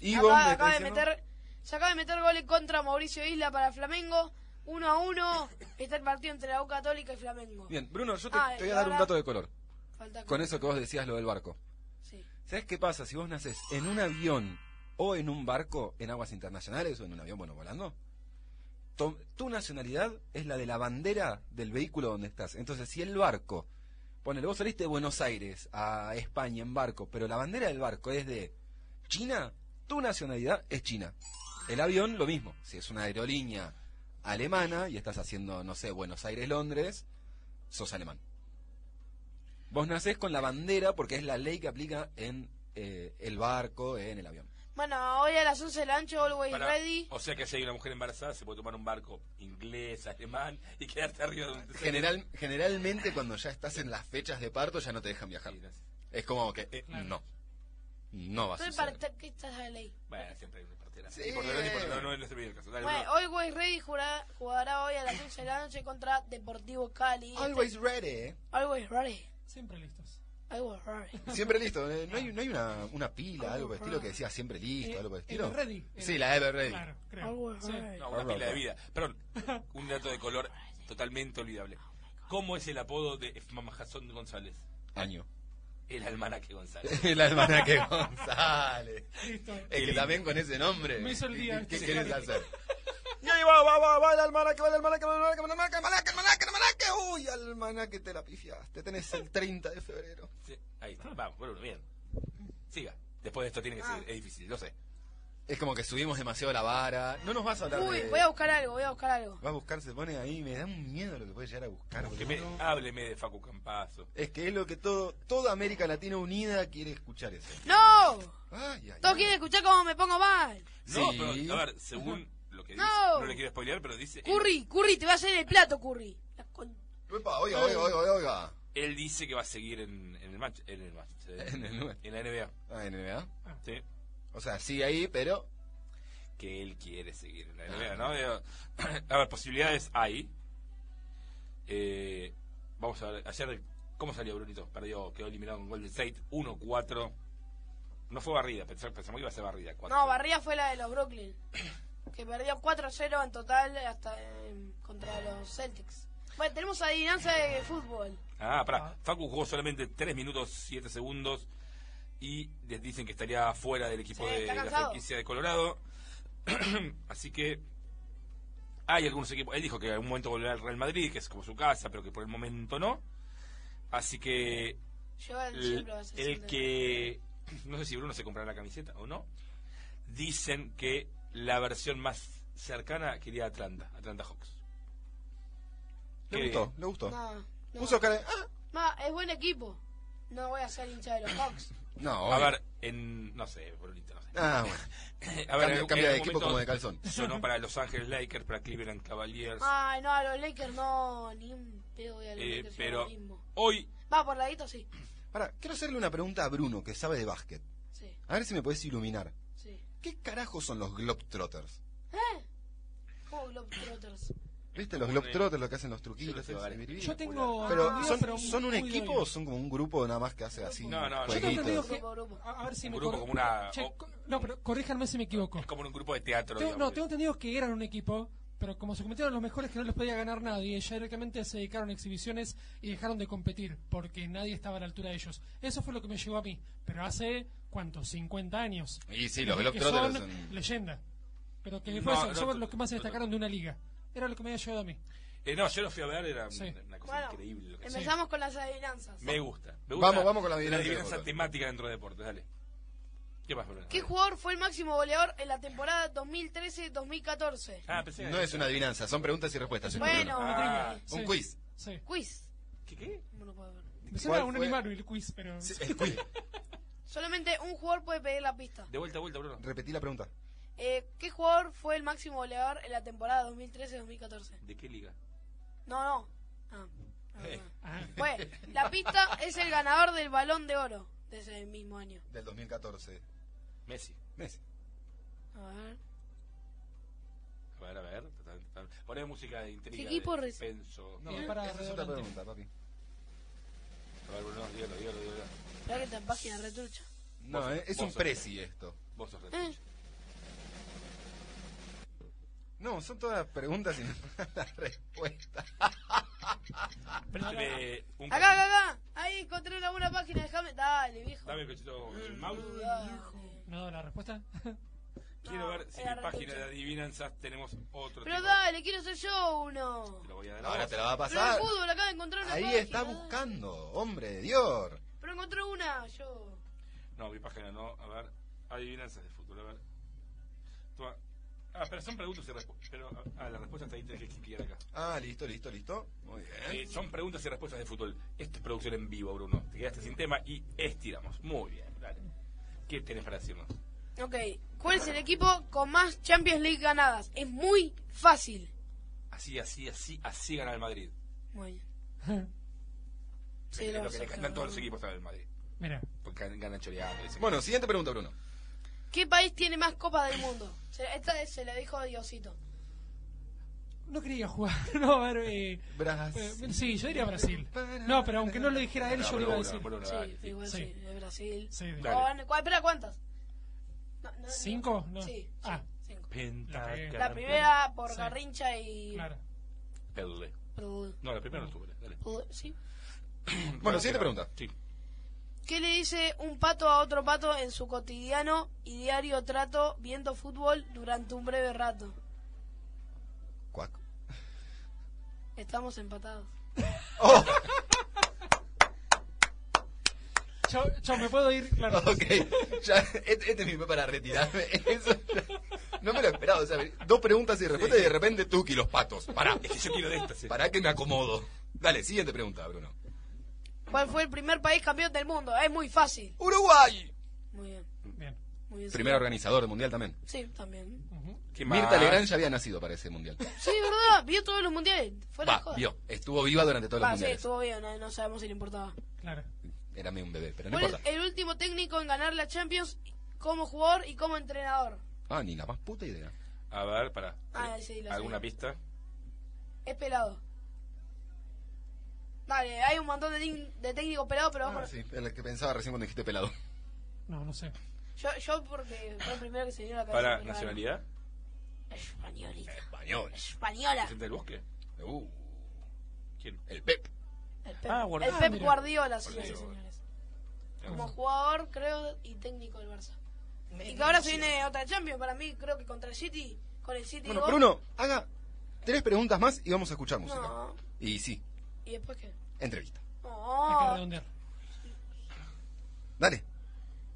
Speaker 5: Y vos
Speaker 4: acaba,
Speaker 5: me
Speaker 4: acaba
Speaker 5: estás
Speaker 4: de
Speaker 5: diciendo-
Speaker 4: meter, se acaba de meter goles contra Mauricio Isla para Flamengo. 1 a 1 está el partido entre la U Católica y Flamengo.
Speaker 5: Bien, Bruno, yo te,
Speaker 4: Ah,
Speaker 5: te voy
Speaker 4: y
Speaker 5: a dar un
Speaker 4: ahora-
Speaker 5: dato de color.
Speaker 4: Falta
Speaker 5: Con eso que vos decías lo del barco.
Speaker 4: Sí.
Speaker 5: ¿Sabes qué pasa si vos naces en un avión o en un barco en aguas internacionales o en un avión, bueno, volando? to- Tu nacionalidad es la de la bandera del vehículo donde estás. Entonces, si el barco, ponele, vos saliste de Buenos Aires a España en barco, pero la bandera del barco es de China, tu nacionalidad es China. El avión, lo mismo. Si es una aerolínea alemana y estás haciendo, no sé, Buenos Aires-Londres, sos alemán. Vos nacés con la bandera porque es la ley que aplica en eh, el barco, en el avión.
Speaker 4: Bueno, hoy a las 11 del ancho, Always
Speaker 3: Para-
Speaker 4: Ready.
Speaker 5: Oh,
Speaker 3: O sea que si hay una mujer embarazada, se puede tomar un barco inglés, alemán y quedarte arriba de un.
Speaker 5: General, generalmente cuando ya estás en las fechas de parto ya no te dejan viajar.
Speaker 3: Sí, gracias.
Speaker 5: Es como que eh, no. No vas a
Speaker 4: Estoy
Speaker 5: suceder.
Speaker 4: para- ¿Qué estás de ley?
Speaker 3: Bueno, siempre hay una partida.
Speaker 5: Sí.
Speaker 3: No importa, no importa, no, no, no es el caso. Dale,
Speaker 4: Bueno,
Speaker 3: Bruno.
Speaker 4: Always Ready jugará, jugará hoy a las 11 de la noche contra Deportivo Cali. Este,
Speaker 5: Always ready. eh.
Speaker 4: Always Ready.
Speaker 6: Siempre listos.
Speaker 4: Always Ready.
Speaker 5: Siempre listo. eh, No hay, no hay una, una pila,
Speaker 4: Always
Speaker 5: algo por el estilo que decía siempre listo,
Speaker 6: Eh,
Speaker 5: algo por el
Speaker 6: el
Speaker 5: estilo.
Speaker 6: ready.
Speaker 5: Sí, la ever ready.
Speaker 6: Claro, creo.
Speaker 4: Always
Speaker 6: Sí.
Speaker 4: Ready.
Speaker 3: No, una pila de vida. Perdón, un dato de color totalmente olvidable. ¿Cómo es el apodo de F. Mamajazón González?
Speaker 5: Año.
Speaker 3: El almanaque González.
Speaker 5: la hermana que González.
Speaker 6: Listo.
Speaker 5: Es que también con ese nombre.
Speaker 6: Me hizo el día.
Speaker 5: ¿Qué
Speaker 6: Sí.
Speaker 5: querés hacer? Y ahí va, va, va, va, el almanaque, va el almanaque, va el almanaque, va el almanaque, almanaque, almanaque, almanaque. Uy, almanaque, te la pifiaste. Tenés el 30 de febrero.
Speaker 3: Sí, ahí está. Vamos, Bruno, bien. Siga. Después de esto tiene que
Speaker 4: Ah.
Speaker 3: seguir. Es difícil, lo sé.
Speaker 5: Es como que subimos demasiado la vara. No nos vas a hablar
Speaker 4: Uy,
Speaker 5: de...
Speaker 4: voy a buscar algo, voy a buscar algo.
Speaker 5: Va a buscar, se pone ahí. Me da un miedo lo que puede llegar a buscar.
Speaker 3: Que me,
Speaker 5: boludo.
Speaker 3: hábleme de Facu Campazo.
Speaker 5: Es que es lo que todo, toda América Latina unida quiere escuchar eso.
Speaker 4: ¡No!
Speaker 5: Ay, ay,
Speaker 4: Todos
Speaker 5: ay.
Speaker 4: quieren escuchar cómo me pongo mal.
Speaker 3: No,
Speaker 5: Sí.
Speaker 3: pero a ver, según lo que dice,
Speaker 4: No.
Speaker 3: no le quiero spoilear, pero dice.
Speaker 4: Curry, Curry, te va a hacer el plato, Curry. La con-
Speaker 5: Epa, oiga, oiga, oiga, oiga, oiga.
Speaker 3: Él dice que va a seguir en, en el match. En el match. eh,
Speaker 5: En el-
Speaker 3: en la NBA.
Speaker 5: Ah, NBA.
Speaker 3: Sí.
Speaker 5: O sea, sigue ahí, pero...
Speaker 3: que él quiere seguir en la NBA, ¿no? Digo, a ver, posibilidades hay. Eh, vamos a ver, ayer, ¿cómo salió Brunito? Perdió, quedó eliminado en Golden State, 1-4. No fue barrida, pensamos, pensamos que iba a ser barrida. 4-0.
Speaker 4: No, barrida fue la de los Brooklyn. Que perdió 4-0 en total hasta eh, contra los Celtics. Bueno, tenemos adivinanza de fútbol.
Speaker 3: Ah, pará, Facu jugó solamente 3 minutos 7 segundos y les dicen que estaría fuera del equipo
Speaker 4: Sí,
Speaker 3: de
Speaker 4: está
Speaker 3: la
Speaker 4: cansado.
Speaker 3: franquicia de Colorado. Así que hay algunos equipos. Él dijo que en algún momento volverá al Real Madrid, que es como su casa, pero que por el momento no. Así que
Speaker 4: Yo
Speaker 3: el,
Speaker 4: siempre va a ser
Speaker 3: el
Speaker 4: siempre.
Speaker 3: que no sé si Bruno se comprará la camiseta o no dicen que la versión más cercana quería Atlanta Atlanta Hawks
Speaker 5: Le
Speaker 3: Que-
Speaker 5: gustó, le gustó.
Speaker 4: No, no.
Speaker 5: Puso cara de- ah.
Speaker 4: No, es buen equipo. No voy a ser hincha de los Hawks.
Speaker 5: No,
Speaker 3: a
Speaker 5: obvio.
Speaker 3: ver en no sé Brunito no sé
Speaker 5: Ah, bueno.
Speaker 3: a ver
Speaker 5: Cambia-
Speaker 3: en-
Speaker 5: cambia
Speaker 3: en
Speaker 5: de
Speaker 3: algún
Speaker 5: equipo
Speaker 3: momento
Speaker 5: como de calzón.
Speaker 3: sonó para Los Ángeles Lakers para Cleveland Cavaliers
Speaker 4: Ay, no, a los Lakers no, ni un pedo voy a los
Speaker 3: Pues- eh,
Speaker 4: Lakers. yo
Speaker 3: pero
Speaker 4: lo mismo.
Speaker 3: hoy
Speaker 4: Va, por ladito sí.
Speaker 5: Pará, quiero hacerle una pregunta a Bruno, que sabe de básquet.
Speaker 4: Sí,
Speaker 5: A ver si me puedes iluminar.
Speaker 4: sí.
Speaker 5: ¿Qué carajos son los Globetrotters?
Speaker 4: ¿Eh? ¿Cómo Globetrotters?
Speaker 5: ¿Viste? Los Globetrotters, lo que hacen los truquitos.
Speaker 3: Yo los
Speaker 5: ese, biribiri.
Speaker 6: Yo tengo.
Speaker 5: Pero,
Speaker 6: entendido,
Speaker 5: ¿son,
Speaker 6: pero
Speaker 5: ¿son un
Speaker 6: muy
Speaker 5: equipo
Speaker 6: doido.
Speaker 5: o son como un grupo nada más que hace así?
Speaker 3: No, no,
Speaker 6: Yo tengo entendido
Speaker 5: jueguitos?
Speaker 6: que.
Speaker 4: Grupo, grupo.
Speaker 6: A, a ver si
Speaker 3: Un
Speaker 6: me.
Speaker 3: grupo
Speaker 6: corri-
Speaker 3: como una-
Speaker 6: Che,
Speaker 3: o-
Speaker 6: co- no, pero corríjanme si me equivoco.
Speaker 3: Es como en un grupo de teatro.
Speaker 6: Tengo-
Speaker 3: digamos.
Speaker 6: no, tengo entendido que eran un equipo, pero como se cometieron los mejores que no les podía ganar nadie, ya directamente se dedicaron a exhibiciones y dejaron de competir, porque nadie estaba a la altura de ellos. Eso fue lo que me llegó a mí, pero hace, ¿cuánto? 50 años.
Speaker 5: Y sí, los
Speaker 6: que son
Speaker 5: Globetrotters son-
Speaker 6: leyenda. Pero que
Speaker 3: No,
Speaker 6: fue eso,
Speaker 3: no,
Speaker 6: son
Speaker 3: tú-
Speaker 6: los que más se
Speaker 3: no, tú-
Speaker 6: destacaron de una liga. Era lo que me había llegado a mí.
Speaker 3: Eh, no, yo lo fui a ver, era
Speaker 6: Sí.
Speaker 3: una cosa
Speaker 4: Bueno,
Speaker 3: increíble. Lo que hacía.
Speaker 4: empezamos con las adivinanzas.
Speaker 3: Me gusta. me gusta
Speaker 5: Vamos, vamos con la adivinanza,
Speaker 3: adivinanza
Speaker 5: boludo.
Speaker 3: temática dentro de deportes, dale. ¿Qué más, Bruno?
Speaker 4: ¿Qué jugador fue el máximo goleador en la temporada 2013-2014?
Speaker 3: Ah, pensé que-
Speaker 5: No es una adivinanza, son preguntas y respuestas.
Speaker 4: Bueno,
Speaker 3: Ah,
Speaker 5: Un quiz.
Speaker 6: Sí.
Speaker 4: quiz.
Speaker 3: ¿Qué qué?
Speaker 4: ¿Cómo no puedo ver?
Speaker 6: Me suena
Speaker 5: ¿Cuál
Speaker 6: un
Speaker 5: fue?
Speaker 6: animal el quiz, pero...
Speaker 5: Sí, el quiz.
Speaker 4: Solamente un jugador puede pedir la pista.
Speaker 3: De vuelta, vuelta, Bruno.
Speaker 5: Repetí la pregunta.
Speaker 4: Eh, ¿Qué jugador fue el máximo goleador en la temporada 2013-2014?
Speaker 3: ¿De qué liga?
Speaker 4: No, no. Ah, ah,
Speaker 3: Eh.
Speaker 4: ah.
Speaker 6: Ah,
Speaker 4: Fue, la pista es el ganador del Balón de Oro de ese mismo año.
Speaker 5: Del 2014.
Speaker 3: Messi.
Speaker 5: Messi.
Speaker 4: A ver.
Speaker 3: A ver, a ver. ta- ta- ta- Poné música de intriga.
Speaker 4: ¿Qué equipo
Speaker 3: de
Speaker 4: reci-
Speaker 3: Penso.
Speaker 6: No,
Speaker 5: Eh,
Speaker 6: para
Speaker 5: esa es otra
Speaker 6: redondante.
Speaker 5: pregunta, papi.
Speaker 3: A ver, Bruno, dígalo, dígalo, dígalo.
Speaker 4: Mirá que está en página retrucha.
Speaker 5: No,
Speaker 3: Vos-
Speaker 5: eh, es
Speaker 3: vos
Speaker 5: un
Speaker 3: sos-
Speaker 5: presi esto.
Speaker 3: Vos sos retucho.
Speaker 4: Eh,
Speaker 5: No, son todas preguntas y no las respuestas.
Speaker 3: Préstame un
Speaker 4: acá, acá, acá. Ahí encontré una buena página. Déjame. Dale, viejo.
Speaker 3: Dame el cachito el mouse.
Speaker 4: Dale.
Speaker 6: ¿Me ha dado la respuesta?
Speaker 3: Quiero ver si en mi
Speaker 4: era
Speaker 3: página de
Speaker 4: retucho.
Speaker 3: adivinanzas tenemos otro
Speaker 4: Pero
Speaker 3: tipo de-
Speaker 4: dale, quiero ser yo uno.
Speaker 3: Te lo voy a dar
Speaker 5: Ahora
Speaker 3: ahora.
Speaker 5: te la va a
Speaker 4: Pero en el
Speaker 5: pasar.
Speaker 4: fútbol acaba de encontrar una
Speaker 5: Ahí
Speaker 4: página,
Speaker 5: está
Speaker 4: dale.
Speaker 5: buscando, hombre de Dios.
Speaker 4: Pero encontré una, yo.
Speaker 3: No, mi página no. A ver. Adivinanzas de futuro, a ver. Toma. Ah, pero son preguntas y respuestas. Pero ah, la respuesta está ahí, tenés que clicar acá.
Speaker 5: Ah, listo, listo, listo. Muy bien.
Speaker 3: Eh, son preguntas y respuestas de fútbol. Esta es producción en vivo, Bruno. Te quedaste sin tema y estiramos. Muy bien, dale. ¿Qué tenés para decirnos?
Speaker 4: Ok, ¿cuál es el equipo con más Champions League ganadas? Es muy fácil.
Speaker 3: Así, así, así, así gana el Madrid.
Speaker 4: Muy bien. Sí,
Speaker 3: es
Speaker 4: lo
Speaker 3: lo que le
Speaker 4: saca.
Speaker 3: cantan todos los equipos al Madrid.
Speaker 6: Mira,
Speaker 3: Porque ganan choreando. dicen.
Speaker 5: Bueno, siguiente pregunta, Bruno.
Speaker 4: ¿Qué país tiene más copas del mundo? Se- Esta se la dijo Diosito.
Speaker 6: no quería jugar. No, a ver... eh,
Speaker 5: Brasil.
Speaker 6: eh, sí, yo diría Brasil. No, pero aunque no lo dijera él,
Speaker 3: No,
Speaker 6: yo lo
Speaker 3: Bruno,
Speaker 6: iba a decir.
Speaker 3: Bruno,
Speaker 4: Sí,
Speaker 3: dale.
Speaker 4: igual sí,
Speaker 6: Sí.
Speaker 4: de Brasil.
Speaker 6: Sí, de-
Speaker 3: Dale.
Speaker 4: Con- ¿cuál- espera, ¿cuántas? No, no, no.
Speaker 6: ¿Cinco? No.
Speaker 4: Sí, sí,
Speaker 6: Ah.
Speaker 4: cinco.
Speaker 3: Pentacampeón.
Speaker 4: La primera por
Speaker 6: Sí.
Speaker 4: Garrincha y...
Speaker 6: Claro.
Speaker 3: Pele.
Speaker 4: Pl-
Speaker 3: No, la primera no estuvo. Dale.
Speaker 4: pl- sí.
Speaker 5: Bueno, siguiente pregunta.
Speaker 3: Sí.
Speaker 4: ¿Qué le dice un pato a otro pato en su cotidiano y diario trato viendo fútbol durante un breve rato?
Speaker 5: Cuac.
Speaker 4: Estamos empatados.
Speaker 5: Oh,
Speaker 6: Chao, chao, me puedo ir, claro.
Speaker 5: Ok, ya, este, este es mi para retirarme. Eso ya- no me lo esperaba. O sea, dos preguntas y respuestas y de repente tú y los patos. Pará,
Speaker 3: Es que yo quiero de estas. eh.
Speaker 5: pará que me acomodo. Dale, siguiente pregunta, Bruno.
Speaker 4: ¿Cuál fue el primer país campeón del mundo? Es muy fácil.
Speaker 5: Uruguay.
Speaker 4: Muy bien,
Speaker 6: Bien.
Speaker 4: muy bien.
Speaker 5: Primer organizador del mundial también.
Speaker 4: Sí, también.
Speaker 6: Ujú.
Speaker 3: ¿Qué más?
Speaker 5: Mirta Legrand ya había nacido para ese mundial.
Speaker 4: Sí, verdad, vio todos los mundiales. Fuera de
Speaker 5: Va,
Speaker 4: joda.
Speaker 5: vio. Estuvo viva durante todos los
Speaker 4: Va, sí,
Speaker 5: mundiales.
Speaker 4: estuvo bien, eh, no, no sabemos si le importaba.
Speaker 6: Claro.
Speaker 5: Era medio un bebé, pero no
Speaker 4: ¿Cuál es
Speaker 5: importa.
Speaker 4: el último técnico en ganar la Champions como jugador y como entrenador?
Speaker 5: Ah, ni la más puta idea.
Speaker 3: A ver, para. eh,
Speaker 4: Ah, sí, lo
Speaker 3: ¿Alguna
Speaker 4: sé.
Speaker 3: pista?
Speaker 4: Es pelado. Dale, hay un montón de, tin- de técnicos pelados, pero
Speaker 5: Ah,
Speaker 4: vamos.
Speaker 5: sí, el que pensaba recién cuando dijiste pelado.
Speaker 6: No, no sé.
Speaker 4: yo, yo porque fue el primero que se dio la cabeza.
Speaker 3: ¿Para
Speaker 4: pero
Speaker 3: nacionalidad?
Speaker 4: bueno. Españolita.
Speaker 5: Español.
Speaker 4: Española.
Speaker 5: Eh.
Speaker 3: ¿Vicente del Bosque?
Speaker 5: Uh,
Speaker 3: ¿Quién?
Speaker 5: el Pep.
Speaker 4: El Pep,
Speaker 6: Ah, Guardiola.
Speaker 4: el Pep
Speaker 6: Ah, mira.
Speaker 4: Guardiola, señores y
Speaker 3: Guardiola.
Speaker 4: señores. Como jugador, creo, y técnico del Barça. Y que ahora se viene otra Champions para mí, creo que contra el City. Con el City.
Speaker 5: Bueno,
Speaker 4: gol.
Speaker 5: Bruno, haga tres preguntas más y vamos a escuchar música.
Speaker 4: No.
Speaker 5: Y sí,
Speaker 4: ¿Y después qué? Ah,
Speaker 5: entrevista.
Speaker 6: Hay que
Speaker 4: No.
Speaker 6: redondear.
Speaker 5: Dale.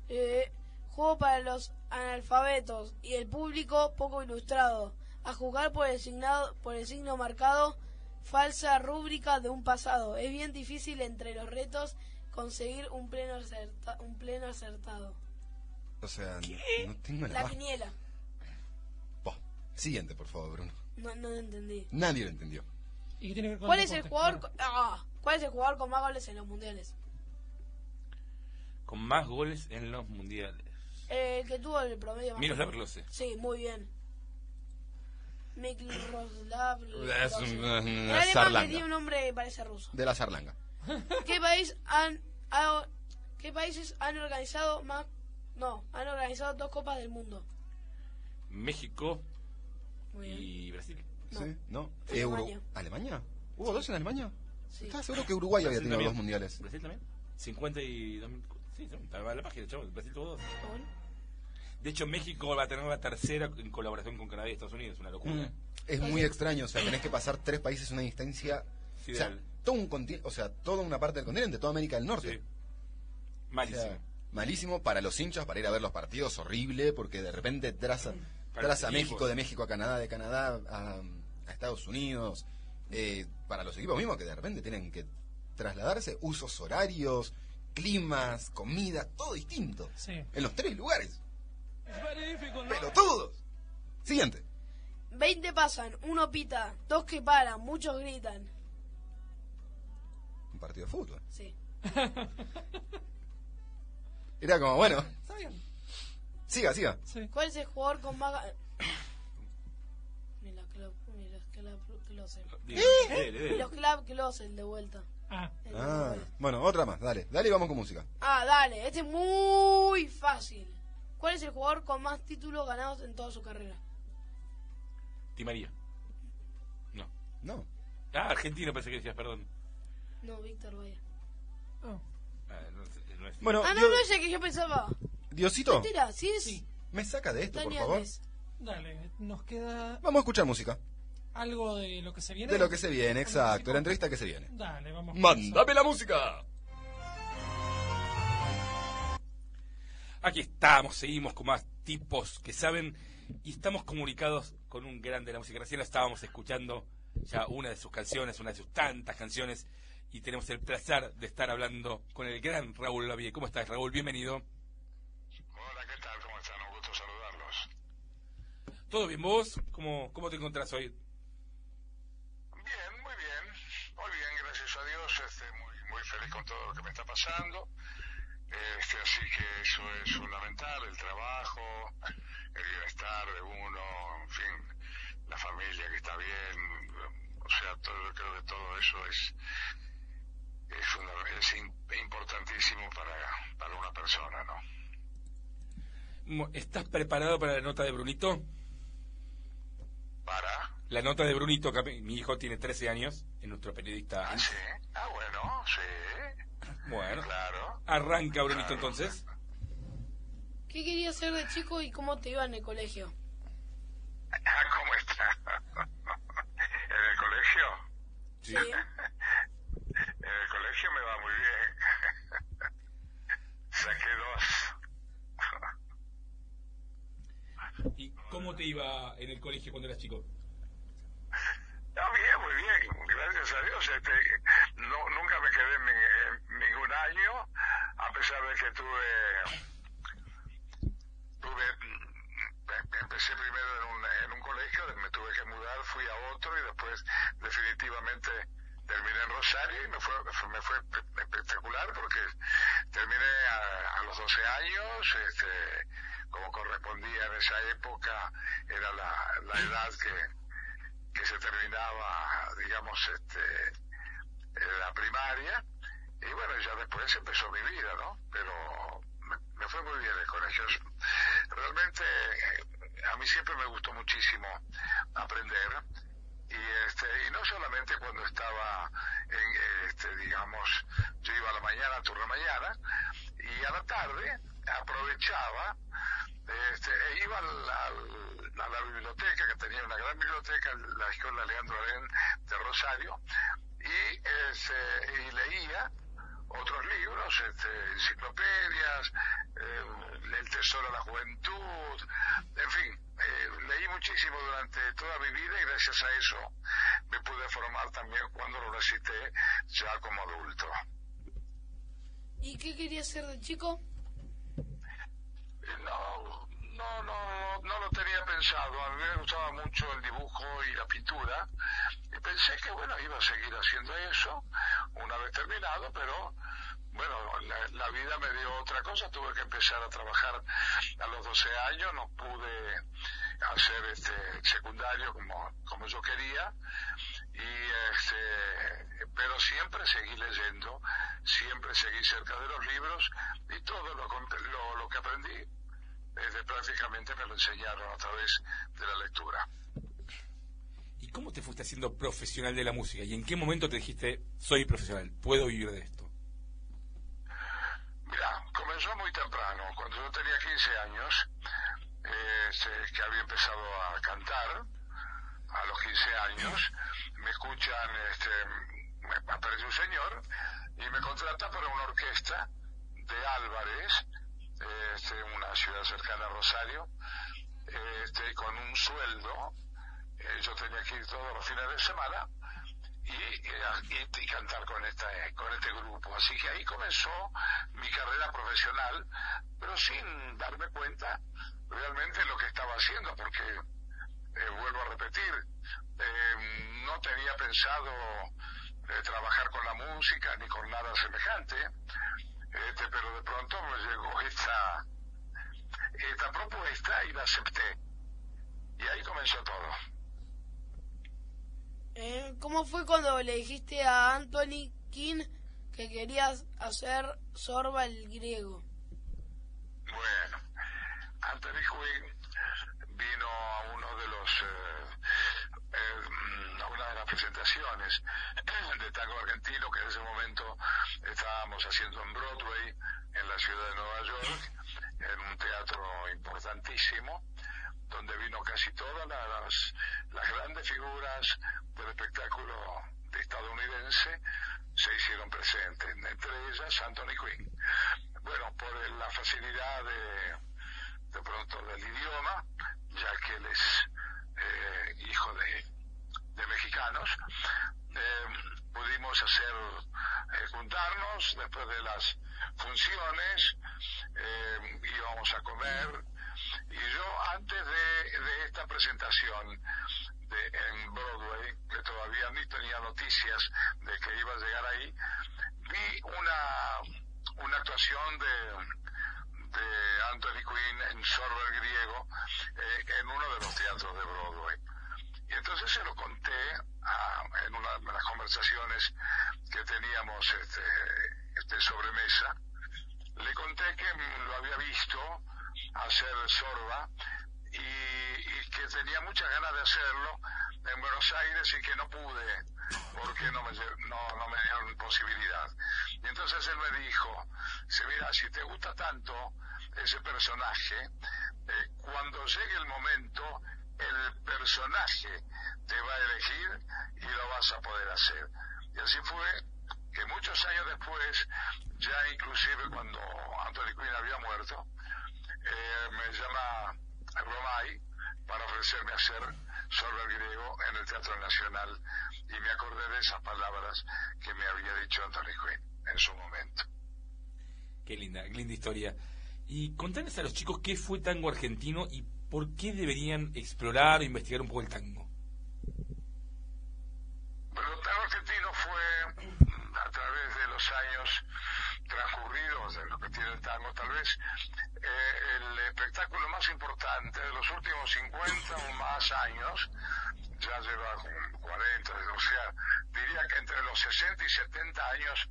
Speaker 4: Eh, juego para los analfabetos y el público poco ilustrado. A jugar por el, signado, por el signo marcado, falsa rúbrica de un pasado. Es bien difícil entre los retos conseguir un pleno, acerta- un pleno acertado.
Speaker 5: O sea, no tengo la
Speaker 4: La
Speaker 5: más
Speaker 4: quiniela.
Speaker 5: po. Siguiente, por favor, Bruno.
Speaker 4: No, no lo entendí.
Speaker 5: Nadie lo entendió.
Speaker 6: ¿Y qué tiene que ver con
Speaker 4: ¿Cuál es el
Speaker 6: deporte?
Speaker 4: jugador?
Speaker 6: Claro.
Speaker 4: co- ah, ¿Cuál es el jugador con más goles en los mundiales?
Speaker 3: Con más goles en los mundiales.
Speaker 4: Eh, El que tuvo el promedio más.
Speaker 3: Miroslav
Speaker 4: alto.
Speaker 3: Klose.
Speaker 4: Sí, muy bien. Miroslav
Speaker 5: Es un- una
Speaker 4: El alemán que
Speaker 5: zarlanga.
Speaker 4: tiene un nombre que parece ruso.
Speaker 5: De la zarlanga.
Speaker 4: ¿Qué país han ha- qué países han organizado más no, han organizado dos copas del mundo?
Speaker 3: México
Speaker 4: Muy bien.
Speaker 3: y Brasil.
Speaker 4: No.
Speaker 5: ¿Sí? ¿No?
Speaker 4: Fue
Speaker 5: Eh, Uru-
Speaker 4: Alemania.
Speaker 5: ¿Alemania? ¿Hubo dos en Alemania?
Speaker 4: Sí.
Speaker 5: Estaba seguro que Uruguay había
Speaker 3: Brasil
Speaker 5: tenido
Speaker 3: también.
Speaker 5: dos mundiales.
Speaker 3: ¿Brasil también? 50 y 2000. Sí, sí, estaba en la página, chavos. Brasil tuvo dos.
Speaker 4: Ah, bueno.
Speaker 3: De hecho, México va a tener la tercera en colaboración con Canadá y Estados Unidos. Una locura.
Speaker 5: Mm. Es muy extraño, o sea, tenés que pasar tres países una distancia. O sea,
Speaker 3: Sideral.
Speaker 5: todo un conti- o sea, toda una parte del continente, toda América del Norte.
Speaker 3: Sí.
Speaker 5: O sea,
Speaker 3: Malísimo.
Speaker 5: malísimo para los hinchas, para ir a ver los partidos, horrible, porque de repente traza,
Speaker 3: Para
Speaker 5: traza a
Speaker 3: los
Speaker 5: México,
Speaker 3: equipos.
Speaker 5: de México a Canadá, de Canadá a, a Estados Unidos, eh, para los equipos mismos que de repente tienen que trasladarse, usos horarios, climas, comida, todo distinto.
Speaker 6: Sí.
Speaker 5: En los tres lugares. Pero todos. Siguiente.
Speaker 4: 20 pasan, uno pita, dos que paran, muchos gritan.
Speaker 5: Un partido de fútbol.
Speaker 4: Sí.
Speaker 5: Era como, bueno,
Speaker 6: Está bien.
Speaker 5: siga, siga.
Speaker 6: Sí.
Speaker 4: ¿Cuál es el jugador con más ga- Mira, Klopp, mira, Klopp, Klose.
Speaker 3: Dile, dile, dile.
Speaker 4: Los Club Closet de vuelta.
Speaker 6: Ah,
Speaker 5: Ah, bueno, otra más, dale, dale y vamos con música.
Speaker 4: Ah, dale, este es muy fácil. ¿Cuál es el jugador con más títulos ganados en toda su carrera?
Speaker 3: Di María. No.
Speaker 5: No.
Speaker 3: Ah, argentino pensé que decías, perdón.
Speaker 4: No, Víctor Vaya.
Speaker 6: ah.
Speaker 3: Ah, no, sé, no es.
Speaker 5: Bueno,
Speaker 4: Ah, no,
Speaker 5: Dio-
Speaker 4: no es el que yo pensaba.
Speaker 5: Diosito,
Speaker 4: Mentira, sí es
Speaker 5: me saca de esto, por
Speaker 4: Dani
Speaker 5: favor.
Speaker 4: Alves.
Speaker 6: dale. Nos queda
Speaker 5: Vamos a escuchar música.
Speaker 6: algo de lo que se viene.
Speaker 5: De lo que se viene, exacto.
Speaker 6: Música.
Speaker 5: La entrevista que se viene.
Speaker 6: Dale, vamos. con
Speaker 5: ¡Mándame la música!
Speaker 3: Aquí estamos, seguimos con más tipos que saben y estamos comunicados con un grande de la música. Recién la estábamos escuchando ya una de sus canciones, una de sus tantas canciones y tenemos el placer de estar hablando con el gran Raúl Lavie. ¿Cómo estás, Raúl? Bienvenido.
Speaker 7: Hola, ¿qué tal? ¿Cómo están? Un gusto saludarlos.
Speaker 3: ¿Todo bien vos? ¿Cómo, cómo te encontrás hoy?
Speaker 7: Bien, muy bien. Muy bien, gracias a Dios. Este, muy, muy feliz con todo lo que me está pasando. Este, así que eso es fundamental, el trabajo, el bienestar de uno, en fin, la familia que está bien. O sea, todo, creo que todo eso es es, funda- es im- importantísimo para, para una persona, ¿no?
Speaker 3: Mo- ¿Estás preparado para la nota de Brunito?
Speaker 7: Para...
Speaker 3: La nota de Brunito, que mi hijo tiene 13 años, es nuestro periodista.
Speaker 7: Ah, sí. Ah, bueno, sí,
Speaker 3: Bueno,
Speaker 7: claro.
Speaker 3: arranca Brunito entonces.
Speaker 4: ¿Qué querías ser de chico y cómo te iba en el colegio?
Speaker 7: Ah, ¿cómo está? ¿En el colegio?
Speaker 4: Sí.
Speaker 7: En el colegio me va muy bien. Saqué dos.
Speaker 3: ¿Y cómo te iba en el colegio cuando eras chico?
Speaker 7: No, bien, muy bien. Gracias a Dios. Este, no, nunca me quedé en, ni- en ningún año, a pesar de que tuve... tuve em- empecé primero en un, en un colegio, me tuve que mudar, fui a otro y después definitivamente terminé en Rosario y me fue, fue- me fue espe- espectacular porque terminé a, a los 12 años, este, como correspondía en esa época, era la, la edad que, que se terminaba, digamos, este, en la primaria y bueno, ya después empezó mi vida, ¿no? Pero me, me fue muy bien el colegio. Es- Realmente eh, a mí siempre me gustó muchísimo aprender y este y no solamente cuando estaba en eh, este digamos yo iba a la mañana a turno de mañana y a la tarde aprovechaba este, e iba al- al- a la biblioteca que tenía una gran biblioteca la escuela Leandro Arén de Rosario y, este, y leía otros libros, este, enciclopedias, eh, El Tesoro a la Juventud, en fin, eh, leí muchísimo durante toda mi vida y gracias a eso me pude formar también cuando lo recité ya como adulto.
Speaker 4: ¿Y qué querías ser de chico?
Speaker 7: No, no, no, no lo tenía pensado. A mí me gustaba mucho el dibujo y la pintura. Y pensé que, bueno, iba a seguir haciendo eso una vez terminado, pero bueno, la, la vida me dio otra cosa. Tuve que empezar a trabajar a los 12 años. No pude hacer este, secundario como, como yo quería, y este, pero siempre seguí leyendo, siempre seguí cerca de los libros y todo lo, con- lo, lo que aprendí desde prácticamente me lo enseñaron a través de la lectura.
Speaker 3: ¿Y cómo te fuiste haciendo profesional de la música? ¿Y en qué momento te dijiste, soy profesional, puedo vivir de esto?
Speaker 7: Mira, comenzó muy temprano, cuando yo tenía 15 años, eh, este, que había empezado a cantar a los 15 años, me escuchan, este, me aparece un señor y me contrata para una orquesta de Álvarez, eh, este, una ciudad cercana a Rosario, eh, este, con un sueldo, eh, yo tenía que ir todos los fines de semana, y, eh, y- y cantar con esta con este grupo. Así que ahí comenzó mi carrera profesional, pero sin darme cuenta realmente lo que estaba haciendo, porque eh, vuelvo a repetir, eh, no tenía pensado eh, trabajar con la música ni con nada semejante, este, pero de pronto me llegó esta, esta propuesta y la acepté. Y ahí comenzó todo.
Speaker 4: Eh, ¿Cómo fue cuando le dijiste a Anthony King que querías hacer Sorba el griego?
Speaker 7: Bueno, Anthony Quinn vino a uno de los eh, eh, a una de las presentaciones de tango argentino que en ese momento estábamos haciendo en Broadway en la ciudad de Nueva York en un teatro importantísimo donde vino casi todas las, las grandes figuras del espectáculo estadounidense se hicieron presentes, entre ellas Anthony Quinn. Bueno, por el- la facilidad de, de pronto del idioma, ya que él es eh, hijo de, de mexicanos, eh, pudimos hacer eh, juntarnos después de las funciones, eh, íbamos a comer, y yo antes de, de esta presentación de, en Broadway, que todavía ni tenía noticias de que iba a llegar ahí, vi una, una actuación de, de Anthony Quinn en Sorber griego eh, en uno de los teatros de Broadway. Y entonces se lo conté a- en una de las conversaciones que teníamos este, este sobremesa. Le conté que lo había visto hacer sorba y, y que tenía muchas ganas de hacerlo en Buenos Aires y que no pude porque no me, lle- no, no me dieron posibilidad. Y entonces él me dijo, "Sí, mira, si te gusta tanto ese personaje, eh, cuando llegue el momento, el personaje te va a elegir y lo vas a poder hacer. Y así fue que muchos años después, ya inclusive cuando Anthony Quinn había muerto, eh, me llama Romay para ofrecerme hacer solo el griego en el Teatro Nacional y me acordé de esas palabras que me había dicho Anthony Quinn en su momento.
Speaker 3: Qué linda, qué linda historia. Y contanos a los chicos qué fue tango argentino y por qué deberían explorar o investigar un poco el tango.
Speaker 7: Pero el tango argentino fue mm, a través de los años transcurridos de lo que tiene el tango, tal vez eh, el espectáculo más importante de los últimos 50 o más años, ya lleva como 40, o sea, diría que entre los 60 y 70 años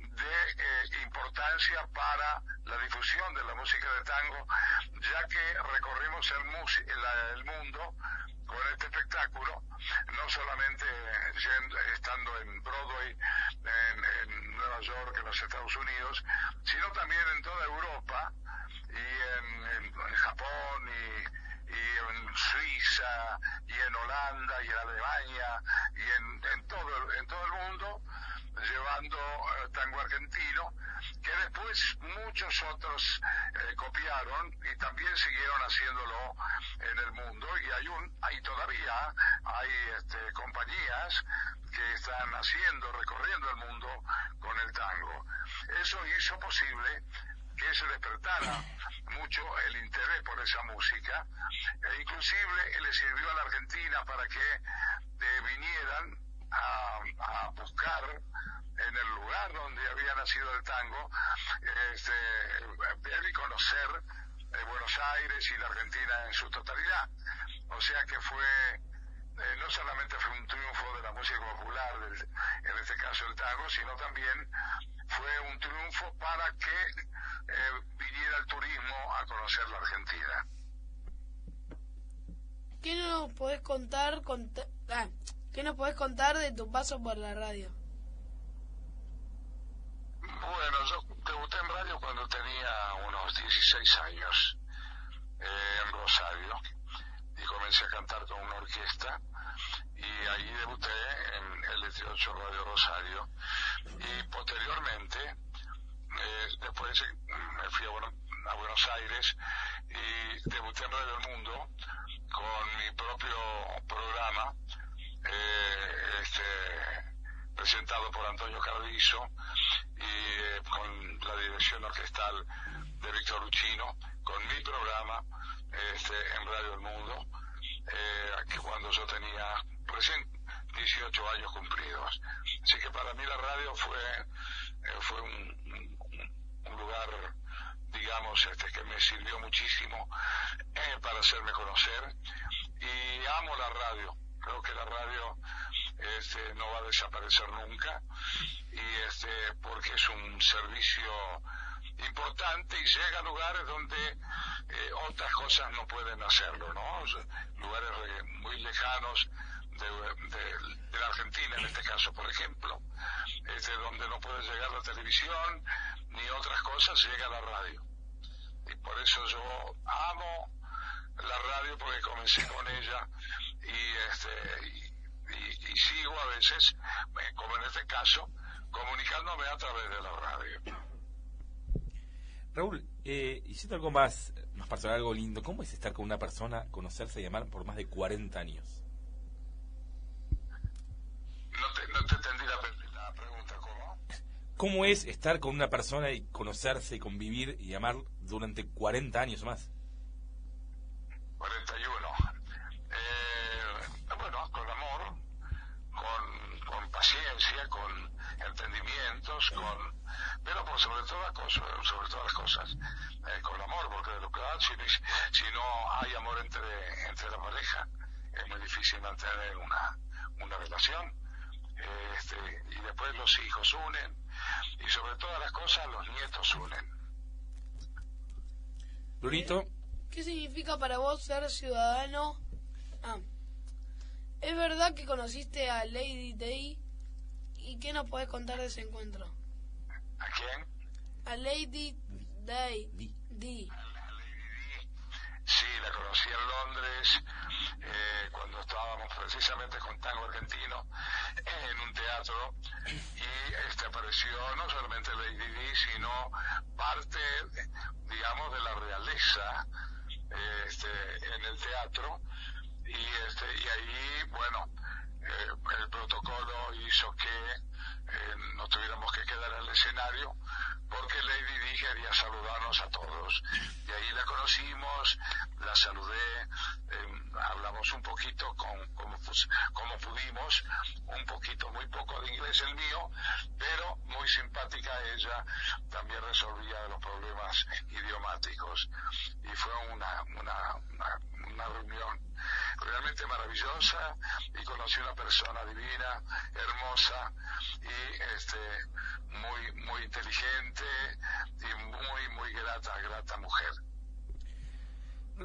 Speaker 7: de eh, importancia para la difusión de la música de tango, ya que recorrimos el, mus- la- el mundo con este espectáculo, no solamente yendo- estando en Broadway, en, en Nueva York, en los Estados Unidos, sino también en toda Europa y en, en- en Japón y, y en Suiza y en Holanda y en Alemania y en, en todo, en todo el mundo llevando eh, tango argentino, que después muchos otros eh, copiaron y también siguieron haciéndolo en el mundo. Y hay un, hay todavía, hay este, compañías que están haciendo, recorriendo el mundo con el tango. Eso hizo posible que se despertara mucho el interés por esa música e inclusive le sirvió a la Argentina para que eh, vinieran a, a buscar en el lugar donde había nacido el tango, este, ver y conocer eh, Buenos Aires y la Argentina en su totalidad. O sea que fue, eh, no solamente fue un triunfo de la música popular, del- en este caso el tango, sino también fue un triunfo para que eh, viniera el turismo a conocer la Argentina.
Speaker 4: ¿Qué nos podés contar, cont- ah, ¿qué nos podés contar de tu paso por la radio?
Speaker 7: Bueno, yo debuté en radio cuando tenía unos 16 años eh, en Rosario y comencé a cantar con una orquesta y ahí debuté en el 18 Radio Rosario y posteriormente eh, después eh, me fui a, Bueno- a Buenos Aires y debuté en Radio El Mundo con mi propio programa eh, este, presentado por Antonio Cardizo y eh, con la dirección orquestal de Víctor Luchino, con mi programa este, en Radio El Mundo, eh, que cuando yo tenía recién 18 años cumplidos. Así que para mí la radio fue, eh, fue un- un, un lugar digamos, este, que me sirvió muchísimo eh, para hacerme conocer. Y amo la radio. Creo que la radio este, no va a desaparecer nunca. Y este, porque es un servicio importante y llega a lugares donde eh, otras cosas no pueden hacerlo, ¿no? Lugares eh, muy lejanos de, de- de la Argentina en este caso, por ejemplo, este, donde no puede llegar la televisión ni otras cosas, llega la radio. Y por eso yo amo la radio porque comencé con ella y, este, y, y- y sigo a veces, eh, como en este caso, comunicándome a través de la radio.
Speaker 3: Raúl, eh, y siento algo más, más personal, algo lindo. ¿Cómo es estar con una persona, conocerse y amar por más de 40 años?
Speaker 7: No te, no te entendí la, pe- la pregunta, ¿cómo?
Speaker 3: ¿Cómo es estar con una persona y conocerse y convivir y amar durante 40 años o más?
Speaker 7: 41. Eh, bueno, con amor, con, con paciencia, con entendimientos, con, pero por sobre todas las cosas, sobre todas las cosas, eh, con amor, porque de lo que va, si, no es- si no hay amor entre, entre la pareja, es muy difícil mantener una, una relación. Eh, este, y después los hijos unen, y sobre todas las cosas los nietos unen.
Speaker 3: Brunito,
Speaker 4: ¿Qué significa para vos ser ciudadano? Ah, ¿es verdad que conociste a Lady Day? ¿Y qué nos podés contar de ese encuentro?
Speaker 7: ¿A quién?
Speaker 4: A Lady Day. Di.
Speaker 7: Sí, la conocí en Londres eh, cuando estábamos precisamente con Tango Argentino en un teatro y este, apareció no solamente Lady Di, sino parte, digamos, de la realeza eh, este, en el teatro y, este, y ahí, bueno, eh, el protocolo hizo que eh, nos tuviéramos que quedar en el escenario porque Lady Di quería saludarnos a todos. Y ahí la conocimos, la saludé, eh, hablamos un poquito con, como, pus- como pudimos, un poquito, muy poco de inglés el mío, pero muy simpática ella, también resolvía los problemas idiomáticos. Y fue una, una, una, una reunión realmente maravillosa y conocí una persona divina, hermosa y este, muy, muy inteligente y muy, muy grata, grata mujer.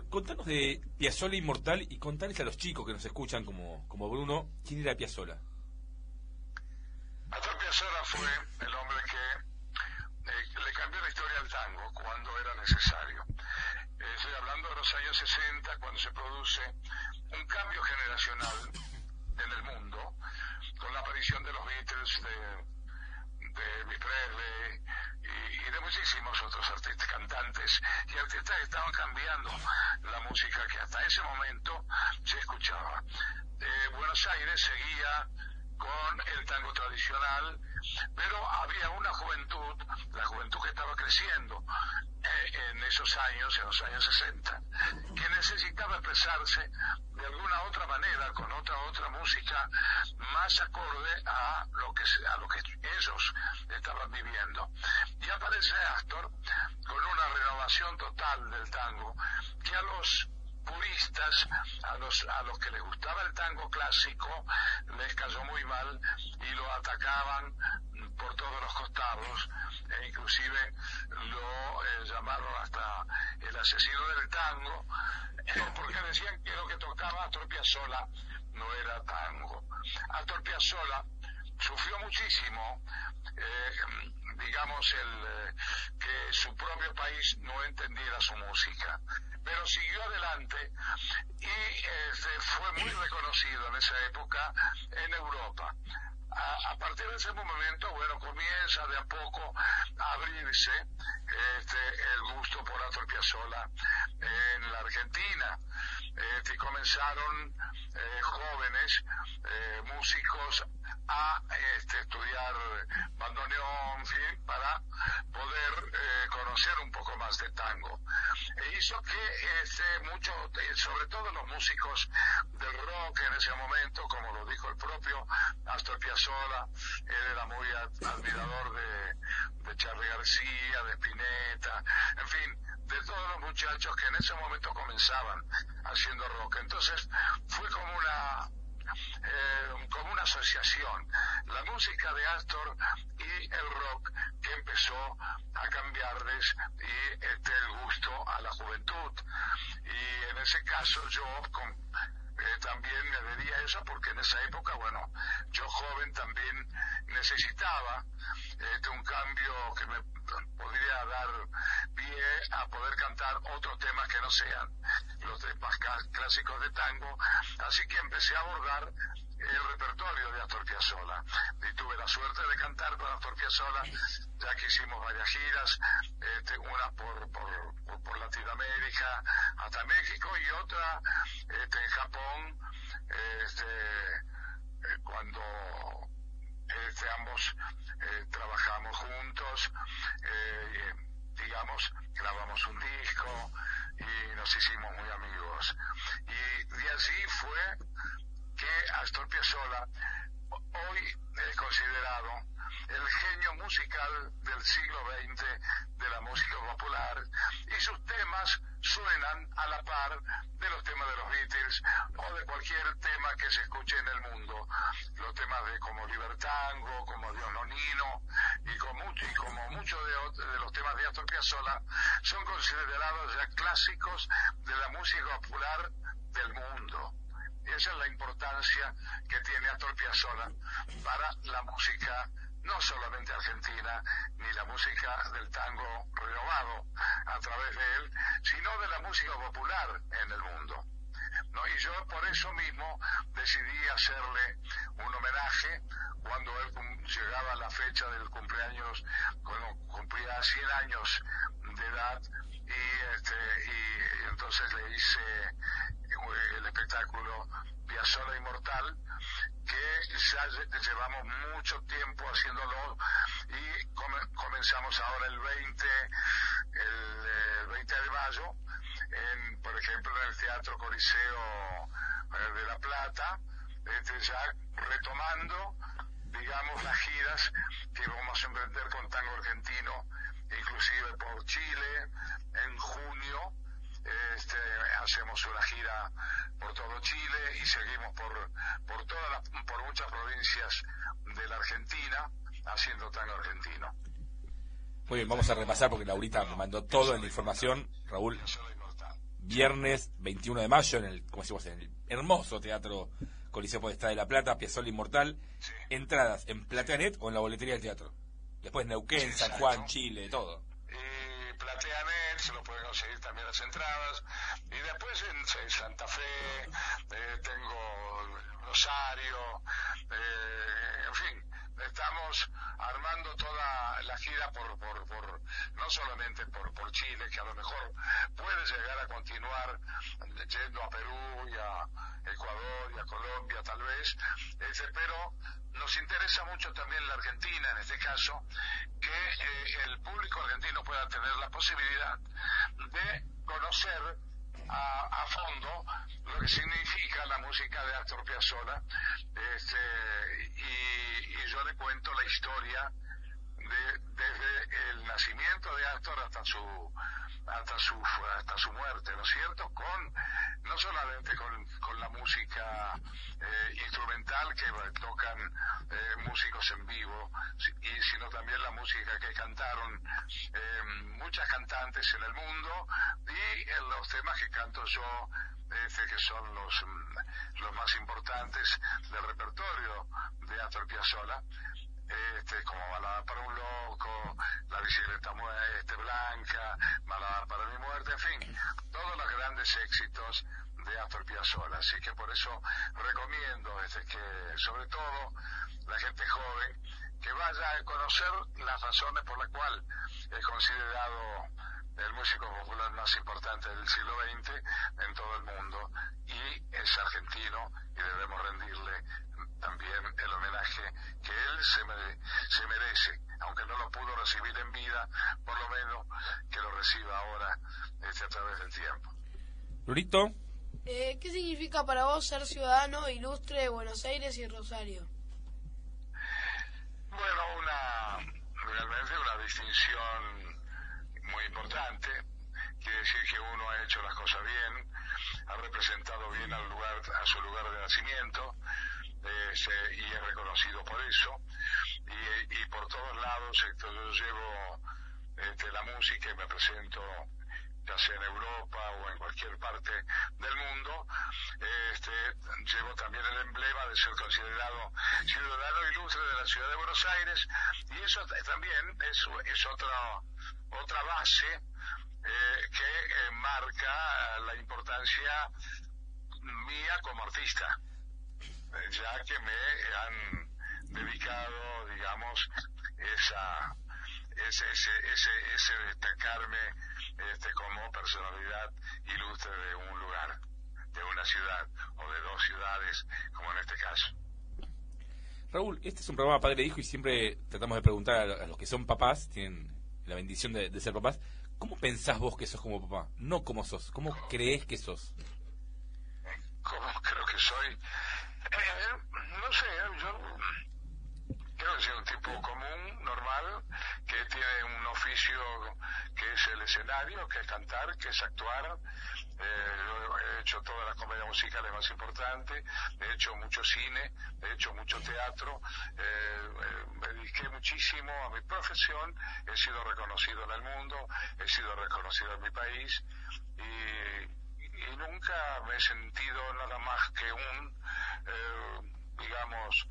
Speaker 3: contanos de Piazzola Inmortal y contales a los chicos que nos escuchan como, como Bruno, ¿quién era Piazzola?
Speaker 7: Astor Piazzolla fue el hombre que eh, le cambió la historia al tango cuando era necesario. Eh, Estoy hablando de los años 60, cuando se produce un cambio generacional en el mundo, con la aparición de los Beatles, de, de Elvis Presley y, y de muchísimos otros artistas, cantantes y artistas que estaban cambiando la música que hasta ese momento se escuchaba. Eh, Buenos Aires seguía con el tango tradicional, pero había una juventud, la juventud que estaba creciendo eh, en esos años, en los años 60, que necesitaba expresarse de alguna otra manera, con otra otra música más acorde a lo que se- a lo que ellos estaban viviendo. Y aparece Astor con una renovación total del tango, que a los puristas, a los, a los que les gustaba el tango clásico, les cayó muy mal y lo atacaban por todos los costados e inclusive lo eh, llamaron hasta el asesino del tango eh, porque decían que lo que tocaba Astor Piazzolla no era tango. Astor Piazzolla sufrió muchísimo, eh, digamos, el, eh, que su propio país no entendiera su música. Pero siguió adelante y este, fue muy reconocido en esa época en Europa. A, a partir de ese momento, bueno, comienza de a poco a abrirse este, el gusto por Astor Piazzolla en la Argentina. Este, comenzaron eh, jóvenes eh, músicos a este, estudiar bandoneón, en fin, para poder eh, conocer un poco más de tango. E hizo que este, muchos, sobre todo los músicos del rock en ese momento, como lo dijo el propio Astor Piazzolla, él era muy ad- admirador de, de Charlie García, de Spinetta, en fin, de todos los muchachos que en ese momento comenzaban haciendo rock. Entonces fue como una eh, como una asociación, la música de Astor y el rock que empezó a cambiarles y este, el gusto a la juventud. Y en ese caso yo con- eh, también me debía eso porque en esa época, bueno, yo joven también necesitaba este, un cambio que me podría dar pie a poder cantar otros temas que no sean los temas ca- clásicos de tango, así que empecé a abordar el repertorio de Astor Piazzolla y tuve la suerte de cantar con Astor Piazzolla ya que hicimos varias giras este, una por, por, por- por Latinoamérica hasta México y otra este, en Japón este, eh, cuando este, ambos eh, trabajamos juntos, eh, y, digamos, grabamos un disco y nos hicimos muy amigos. Y de así fue que Astor Piazzolla, ho- hoy es considerado el genio musical del siglo XX de la música popular y sus temas suenan a la par de los temas de los Beatles o de cualquier tema que se escuche en el mundo. Los temas de como Libertango, como Dios lo Nino y, con mucho, y como muchos de, ot- de los temas de Astor Piazzolla son considerados ya clásicos de la música popular del mundo. Esa es la importancia que tiene Astor Piazzolla para la música no solamente argentina, ni la música del tango renovado a través de él, sino de la música popular en el mundo. ¿no? Y yo por eso mismo decidí hacerle un homenaje cuando él cum- llegaba la fecha del cumpleaños, cuando cumplía 100 años de edad, y, este, y, y entonces le hice eh, el espectáculo Piazzolla Inmortal, que ya lle- llevamos mucho tiempo haciéndolo y come- comenzamos ahora el 20, el, eh, el 20 de mayo, en, por ejemplo, en el Teatro Coliseo eh, de La Plata, este, ya retomando, digamos, las giras que vamos a emprender con Tango Argentino, inclusive por Chile, en junio, este, hacemos una gira por todo Chile y seguimos por, por, todas las- por muchas provincias de la Argentina haciendo tango argentino.
Speaker 10: Muy bien, vamos a repasar porque Laurita me mandó toda la información. Raúl,
Speaker 7: Solo inmortal.
Speaker 10: viernes 21 de mayo en el, ¿cómo decimos? En el hermoso teatro Coliseo Podestá de la Plata, Piazzolla Inmortal.
Speaker 7: Sí.
Speaker 10: Entradas en Platanet o en la boletería del teatro. Después Neuquén, San Juan, Chile, todo.
Speaker 7: y PlateaNet, se lo pueden conseguir también las entradas. Y después en, en Santa Fe, eh, tengo Rosario, eh, en fin, estamos armando toda la gira por, por, por no solamente por, por Chile, que a lo mejor puede llegar a continuar yendo a Perú y a Ecuador y a Colombia tal vez, este, pero nos interesa mucho también la Argentina en este caso, que eh, el público argentino pueda tener la posibilidad de conocer a, a fondo lo que significa la música de Astor Piazzolla este, y, y yo le cuento la historia de- desde el nacimiento de Astor hasta su hasta su hasta su muerte, ¿no es cierto? Con no solamente con, con la música eh, instrumental que tocan eh, músicos en vivo, si- y sino también la música que cantaron eh, muchas cantantes en el mundo y en los temas que canto yo este, que son los, mm, los más importantes del repertorio de Astor Piazzolla, este, como Balada para un Loco, La Bicicleta mu- este, Blanca, Balada para mi Muerte, en fin, todos los grandes éxitos de Astor Piazzolla. Así que por eso recomiendo este, que, sobre todo, la gente joven que vaya a conocer las razones por las cuales es considerado el músico popular más importante del siglo XX en todo el mundo y es argentino y debemos rendirle también el homenaje que él se, mere- se merece, aunque no lo pudo recibir en vida, por lo menos que lo reciba ahora este, a través del tiempo.
Speaker 10: Lurito,
Speaker 4: Eh, ¿Qué significa para vos ser ciudadano ilustre de Buenos Aires y Rosario?
Speaker 7: Bueno, una, realmente una distinción muy importante. Quiere decir que uno ha hecho las cosas bien, ha representado bien al lugar, a su lugar de nacimiento, eh, se- y es reconocido por eso. Y, y por todos lados, esto, yo llevo este, la música y me presento ya sea en Europa o en cualquier parte del mundo, este, llevo también el emblema de ser considerado ciudadano ilustre de la ciudad de Buenos Aires y eso t- también es, es otra, otra base eh, que eh, marca la importancia mía como artista eh, ya que me han dedicado, digamos, esa, ese, ese, ese, ese destacarme este, como personalidad ilustre de un lugar, de una ciudad o de dos ciudades, como en este caso.
Speaker 10: Raúl, este es un programa padre e hijo y siempre tratamos de preguntar a lo- a los que son papás, tienen la bendición de, de ser papás, ¿cómo pensás vos que sos como papá? No como sos, ¿cómo crees que sos?
Speaker 7: como creo que soy. Eh, no sé, yo creo que soy un tipo común, normal, que tiene un oficio que es el escenario, que es cantar, que es actuar. Eh, yo he hecho todas las comedias musicales más importantes, he hecho mucho cine, he hecho mucho teatro, eh, eh, me dediqué muchísimo a mi profesión, he sido reconocido en el mundo, he sido reconocido en mi país y y nunca me he sentido nada más que un, eh, digamos,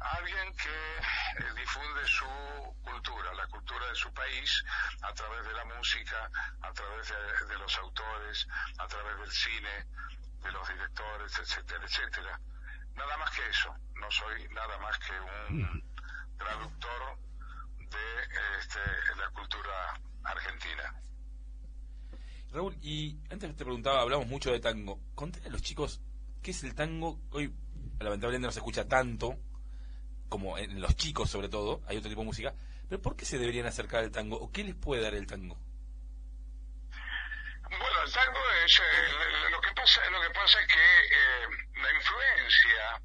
Speaker 7: alguien que eh, difunde su cultura, la cultura de su país, a través de la música, a través de, de los autores, a través del cine, de los directores, etcétera, etcétera. Nada más que eso, no soy nada más que un traductor de este, la cultura argentina.
Speaker 10: Raúl, y antes te preguntaba, hablamos mucho de tango. Contale a los chicos qué es el tango. Hoy, lamentablemente, no se escucha tanto, como en los chicos, sobre todo. Hay otro tipo de música. Pero ¿por qué se deberían acercar al tango? ¿O qué les puede dar el tango?
Speaker 7: Bueno, el tango es eh, lo que pasa, lo que pasa es que eh, la influencia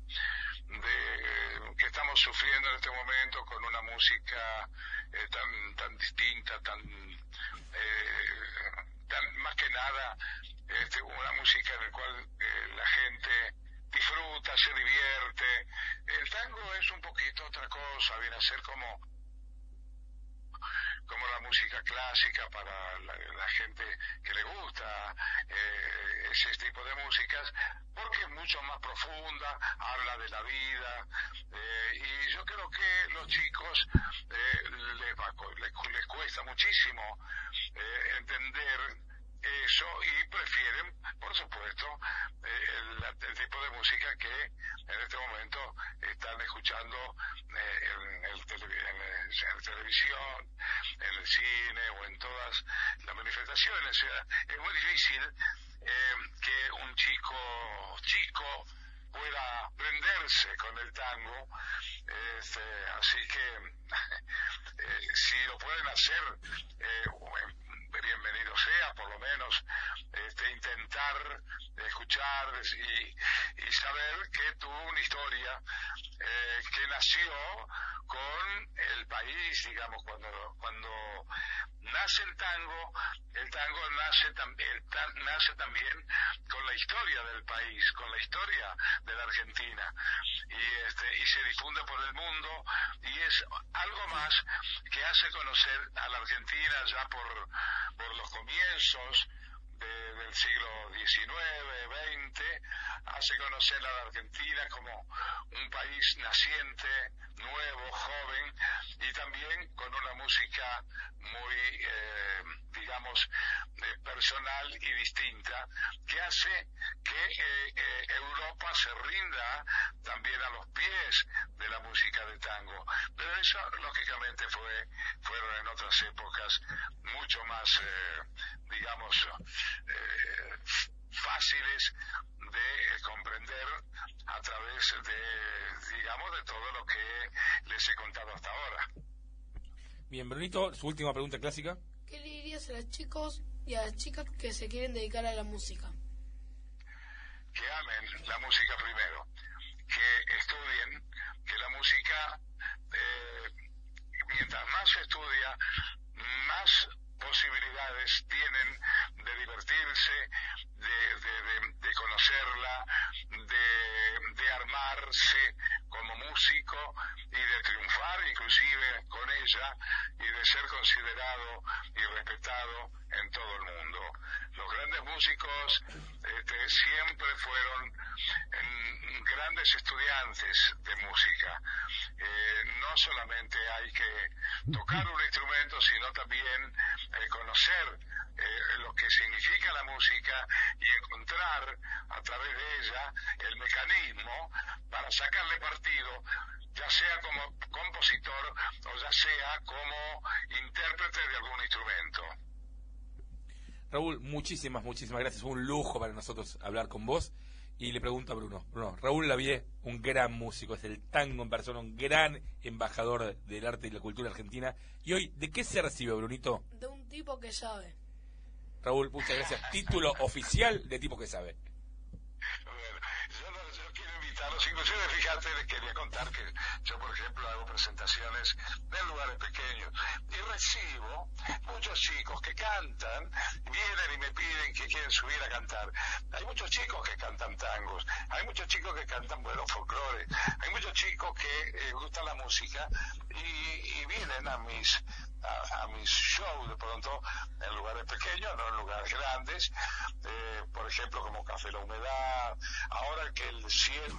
Speaker 7: de, que estamos sufriendo en este momento con una música eh, tan tan distinta, tan eh, tan más que nada este, una música en la cual eh, la gente disfruta, se divierte. El tango es un poquito otra cosa, viene a ser como como la música clásica para la, la gente que le gusta eh, ese tipo de músicas, porque es mucho más profunda, habla de la vida, eh, y yo creo que los chicos eh, les, va co- les cu- les cuesta muchísimo eh, entender eso y prefieren, por supuesto, eh, el, el tipo de música que en este momento están escuchando eh, en, el tele- en el- en la televisión, en el cine o en todas las manifestaciones. O sea, es muy difícil eh, que un chico chico pueda prenderse con el tango, este, así que eh, si lo pueden hacer, eh, bueno, bienvenido sea, por lo menos este, este, intentar escuchar y, y saber que tuvo una historia eh, que nació con el país, digamos, cuando, cuando nace el tango, el tango nace también, tan- nace también con la historia del país, con la historia de la Argentina, y, este, y se difunde por el mundo, y es algo más que hace conocer a la Argentina ya por, por los comienzos de- del siglo XIX, XX, hace conocer a la Argentina como un país naciente, nuevo, joven y también con una música muy, eh, digamos, eh, personal y distinta que hace que eh, eh, Europa se rinda también a los pies de la música de tango. Pero eso, lógicamente, fue fueron en otras épocas mucho más, eh, digamos, eh, f- fáciles de eh, comprender a través de, digamos, de todo lo que les he contado hasta ahora.
Speaker 3: Bien, Brunito, su última pregunta clásica.
Speaker 4: ¿Qué le dirías a los chicos y a las chicas que se quieren dedicar a la música?
Speaker 7: que amen la música primero, que estudien, que la música, eh, mientras más se estudia, más posibilidades tienen de divertirse, de, de- de- de conocerla, de, de armarse como músico y de triunfar inclusive con ella y de ser considerado y respetado en todo el mundo. Los grandes músicos este, siempre fueron mm, grandes estudiantes de música. Eh, no solamente hay que tocar un instrumento, sino también eh, conocer eh, lo que significa la música y encontrar a través de ella el mecanismo para sacarle partido, ya sea como compositor o ya sea como intérprete de algún instrumento.
Speaker 3: Raúl, muchísimas, muchísimas gracias. Fue un lujo para nosotros hablar con vos. Y le pregunto a Bruno. Bruno, Raúl Lavie, un gran músico, es el tango en persona, un gran embajador del arte y la cultura argentina. Y hoy, ¿de qué se recibe, Brunito?
Speaker 4: De un tipo que sabe.
Speaker 3: Raúl, muchas gracias. Título oficial de tipo que sabe.
Speaker 7: Bueno, yo, no- yo quiero invitarlos, inclusive fíjate, les quería contar que yo, por ejemplo, hago presentaciones en lugares pequeños y recibo muchos chicos que cantan, vienen y me piden que quieren subir a cantar. Hay muchos chicos que cantan tangos, hay muchos chicos que cantan, bueno, folclore, hay muchos chicos que eh, gustan la música y, y vienen a mis a, a mis shows de pronto en lugares pequeños, no en lugares grandes, eh, por ejemplo como Café La Humedad, ahora que el 7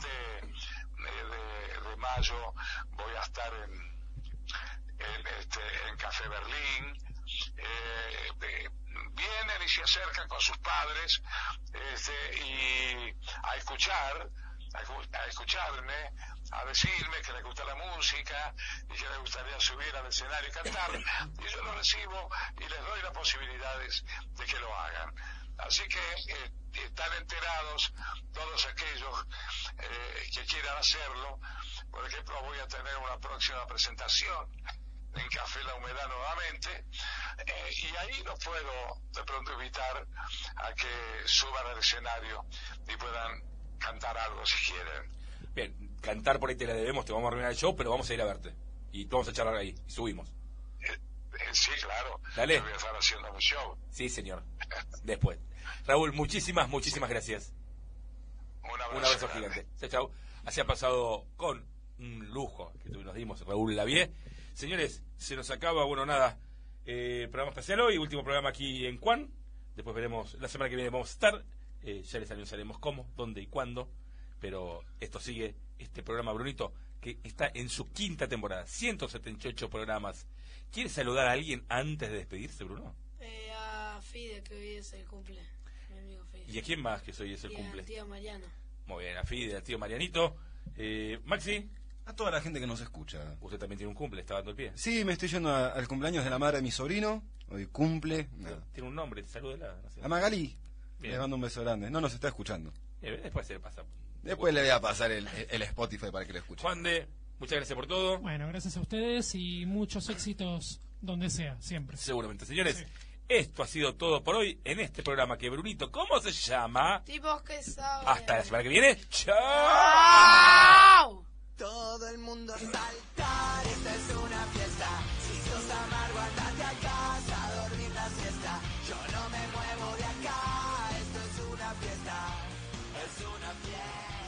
Speaker 7: de, de mayo voy a estar en, en, este, en Café Berlín, eh, de- vienen y se acercan con sus padres este, y a escuchar a escu- a escucharme, a decirme que le gusta la música y que le gustaría subir al escenario y cantar. Y yo lo recibo y les doy las posibilidades de que lo hagan. Así que eh, están enterados todos aquellos eh, que quieran hacerlo. Por ejemplo, voy a tener una próxima presentación en Café La Humedad nuevamente, eh, y ahí los puedo de pronto invitar a que suban al escenario y puedan cantar algo si quieren.
Speaker 3: Bien, cantar por ahí te la debemos, te vamos a arruinar el show, pero vamos a ir a verte. Y te vamos a charlar ahí. Y subimos.
Speaker 7: Eh, eh, sí, claro,
Speaker 3: Dale.
Speaker 7: yo voy a estar haciendo un show.
Speaker 3: Sí, señor. Después. Raúl, muchísimas, muchísimas gracias.
Speaker 7: Un abrazo,
Speaker 3: Un abrazo
Speaker 7: grande.
Speaker 3: gigante. Chao, chao. Así ha pasado con un lujo que tu- nos dimos Raúl Lavie. Señores, se nos acaba, bueno, nada, eh, programa especial hoy, último programa aquí en Juan. Después veremos, la semana que viene vamos a estar. eh, ya les anunciaremos cómo, dónde y cuándo. Pero esto sigue, este programa Brunito, que está en su quinta temporada, 178 programas. ¿Quieres saludar a alguien antes de despedirse, Bruno?
Speaker 4: Eh, a Fide, que hoy es el cumple. Mi amigo Fide.
Speaker 3: ¿Y a quién más que soy es el
Speaker 4: Y
Speaker 3: cumple?
Speaker 4: al tío Mariano.
Speaker 3: Muy bien, a Fide, al tío Marianito. Eh, Maxi,
Speaker 5: A toda la gente que nos escucha.
Speaker 3: usted también tiene un cumple, está dando el pie.
Speaker 5: Sí, me estoy yendo a- al cumpleaños de la madre de mi sobrino. Hoy cumple.
Speaker 3: Tiene- Tiene un nombre, salúdela. No sé.
Speaker 5: A Magali.
Speaker 3: Bien.
Speaker 5: Le mando un beso grande. No nos está escuchando.
Speaker 3: Eh, Después se le pasa.
Speaker 5: Después le voy a pasar el, el Spotify para que lo escuche.
Speaker 3: Juan de, muchas gracias por todo.
Speaker 6: Bueno, gracias a ustedes y muchos éxitos donde sea, siempre.
Speaker 3: Seguramente, señores. Esto ha sido todo por hoy en este programa que Brunito, ¿cómo se llama?
Speaker 4: Tipos que saben.
Speaker 3: Hasta la semana que viene. ¡Chao!
Speaker 4: ¡Au!
Speaker 11: Todo el mundo a saltar, esta es una fiesta. Si sos amargo, andate a casa, a dormir la siesta. Yo no me muevo de acá, esto es una fiesta, es una fiesta.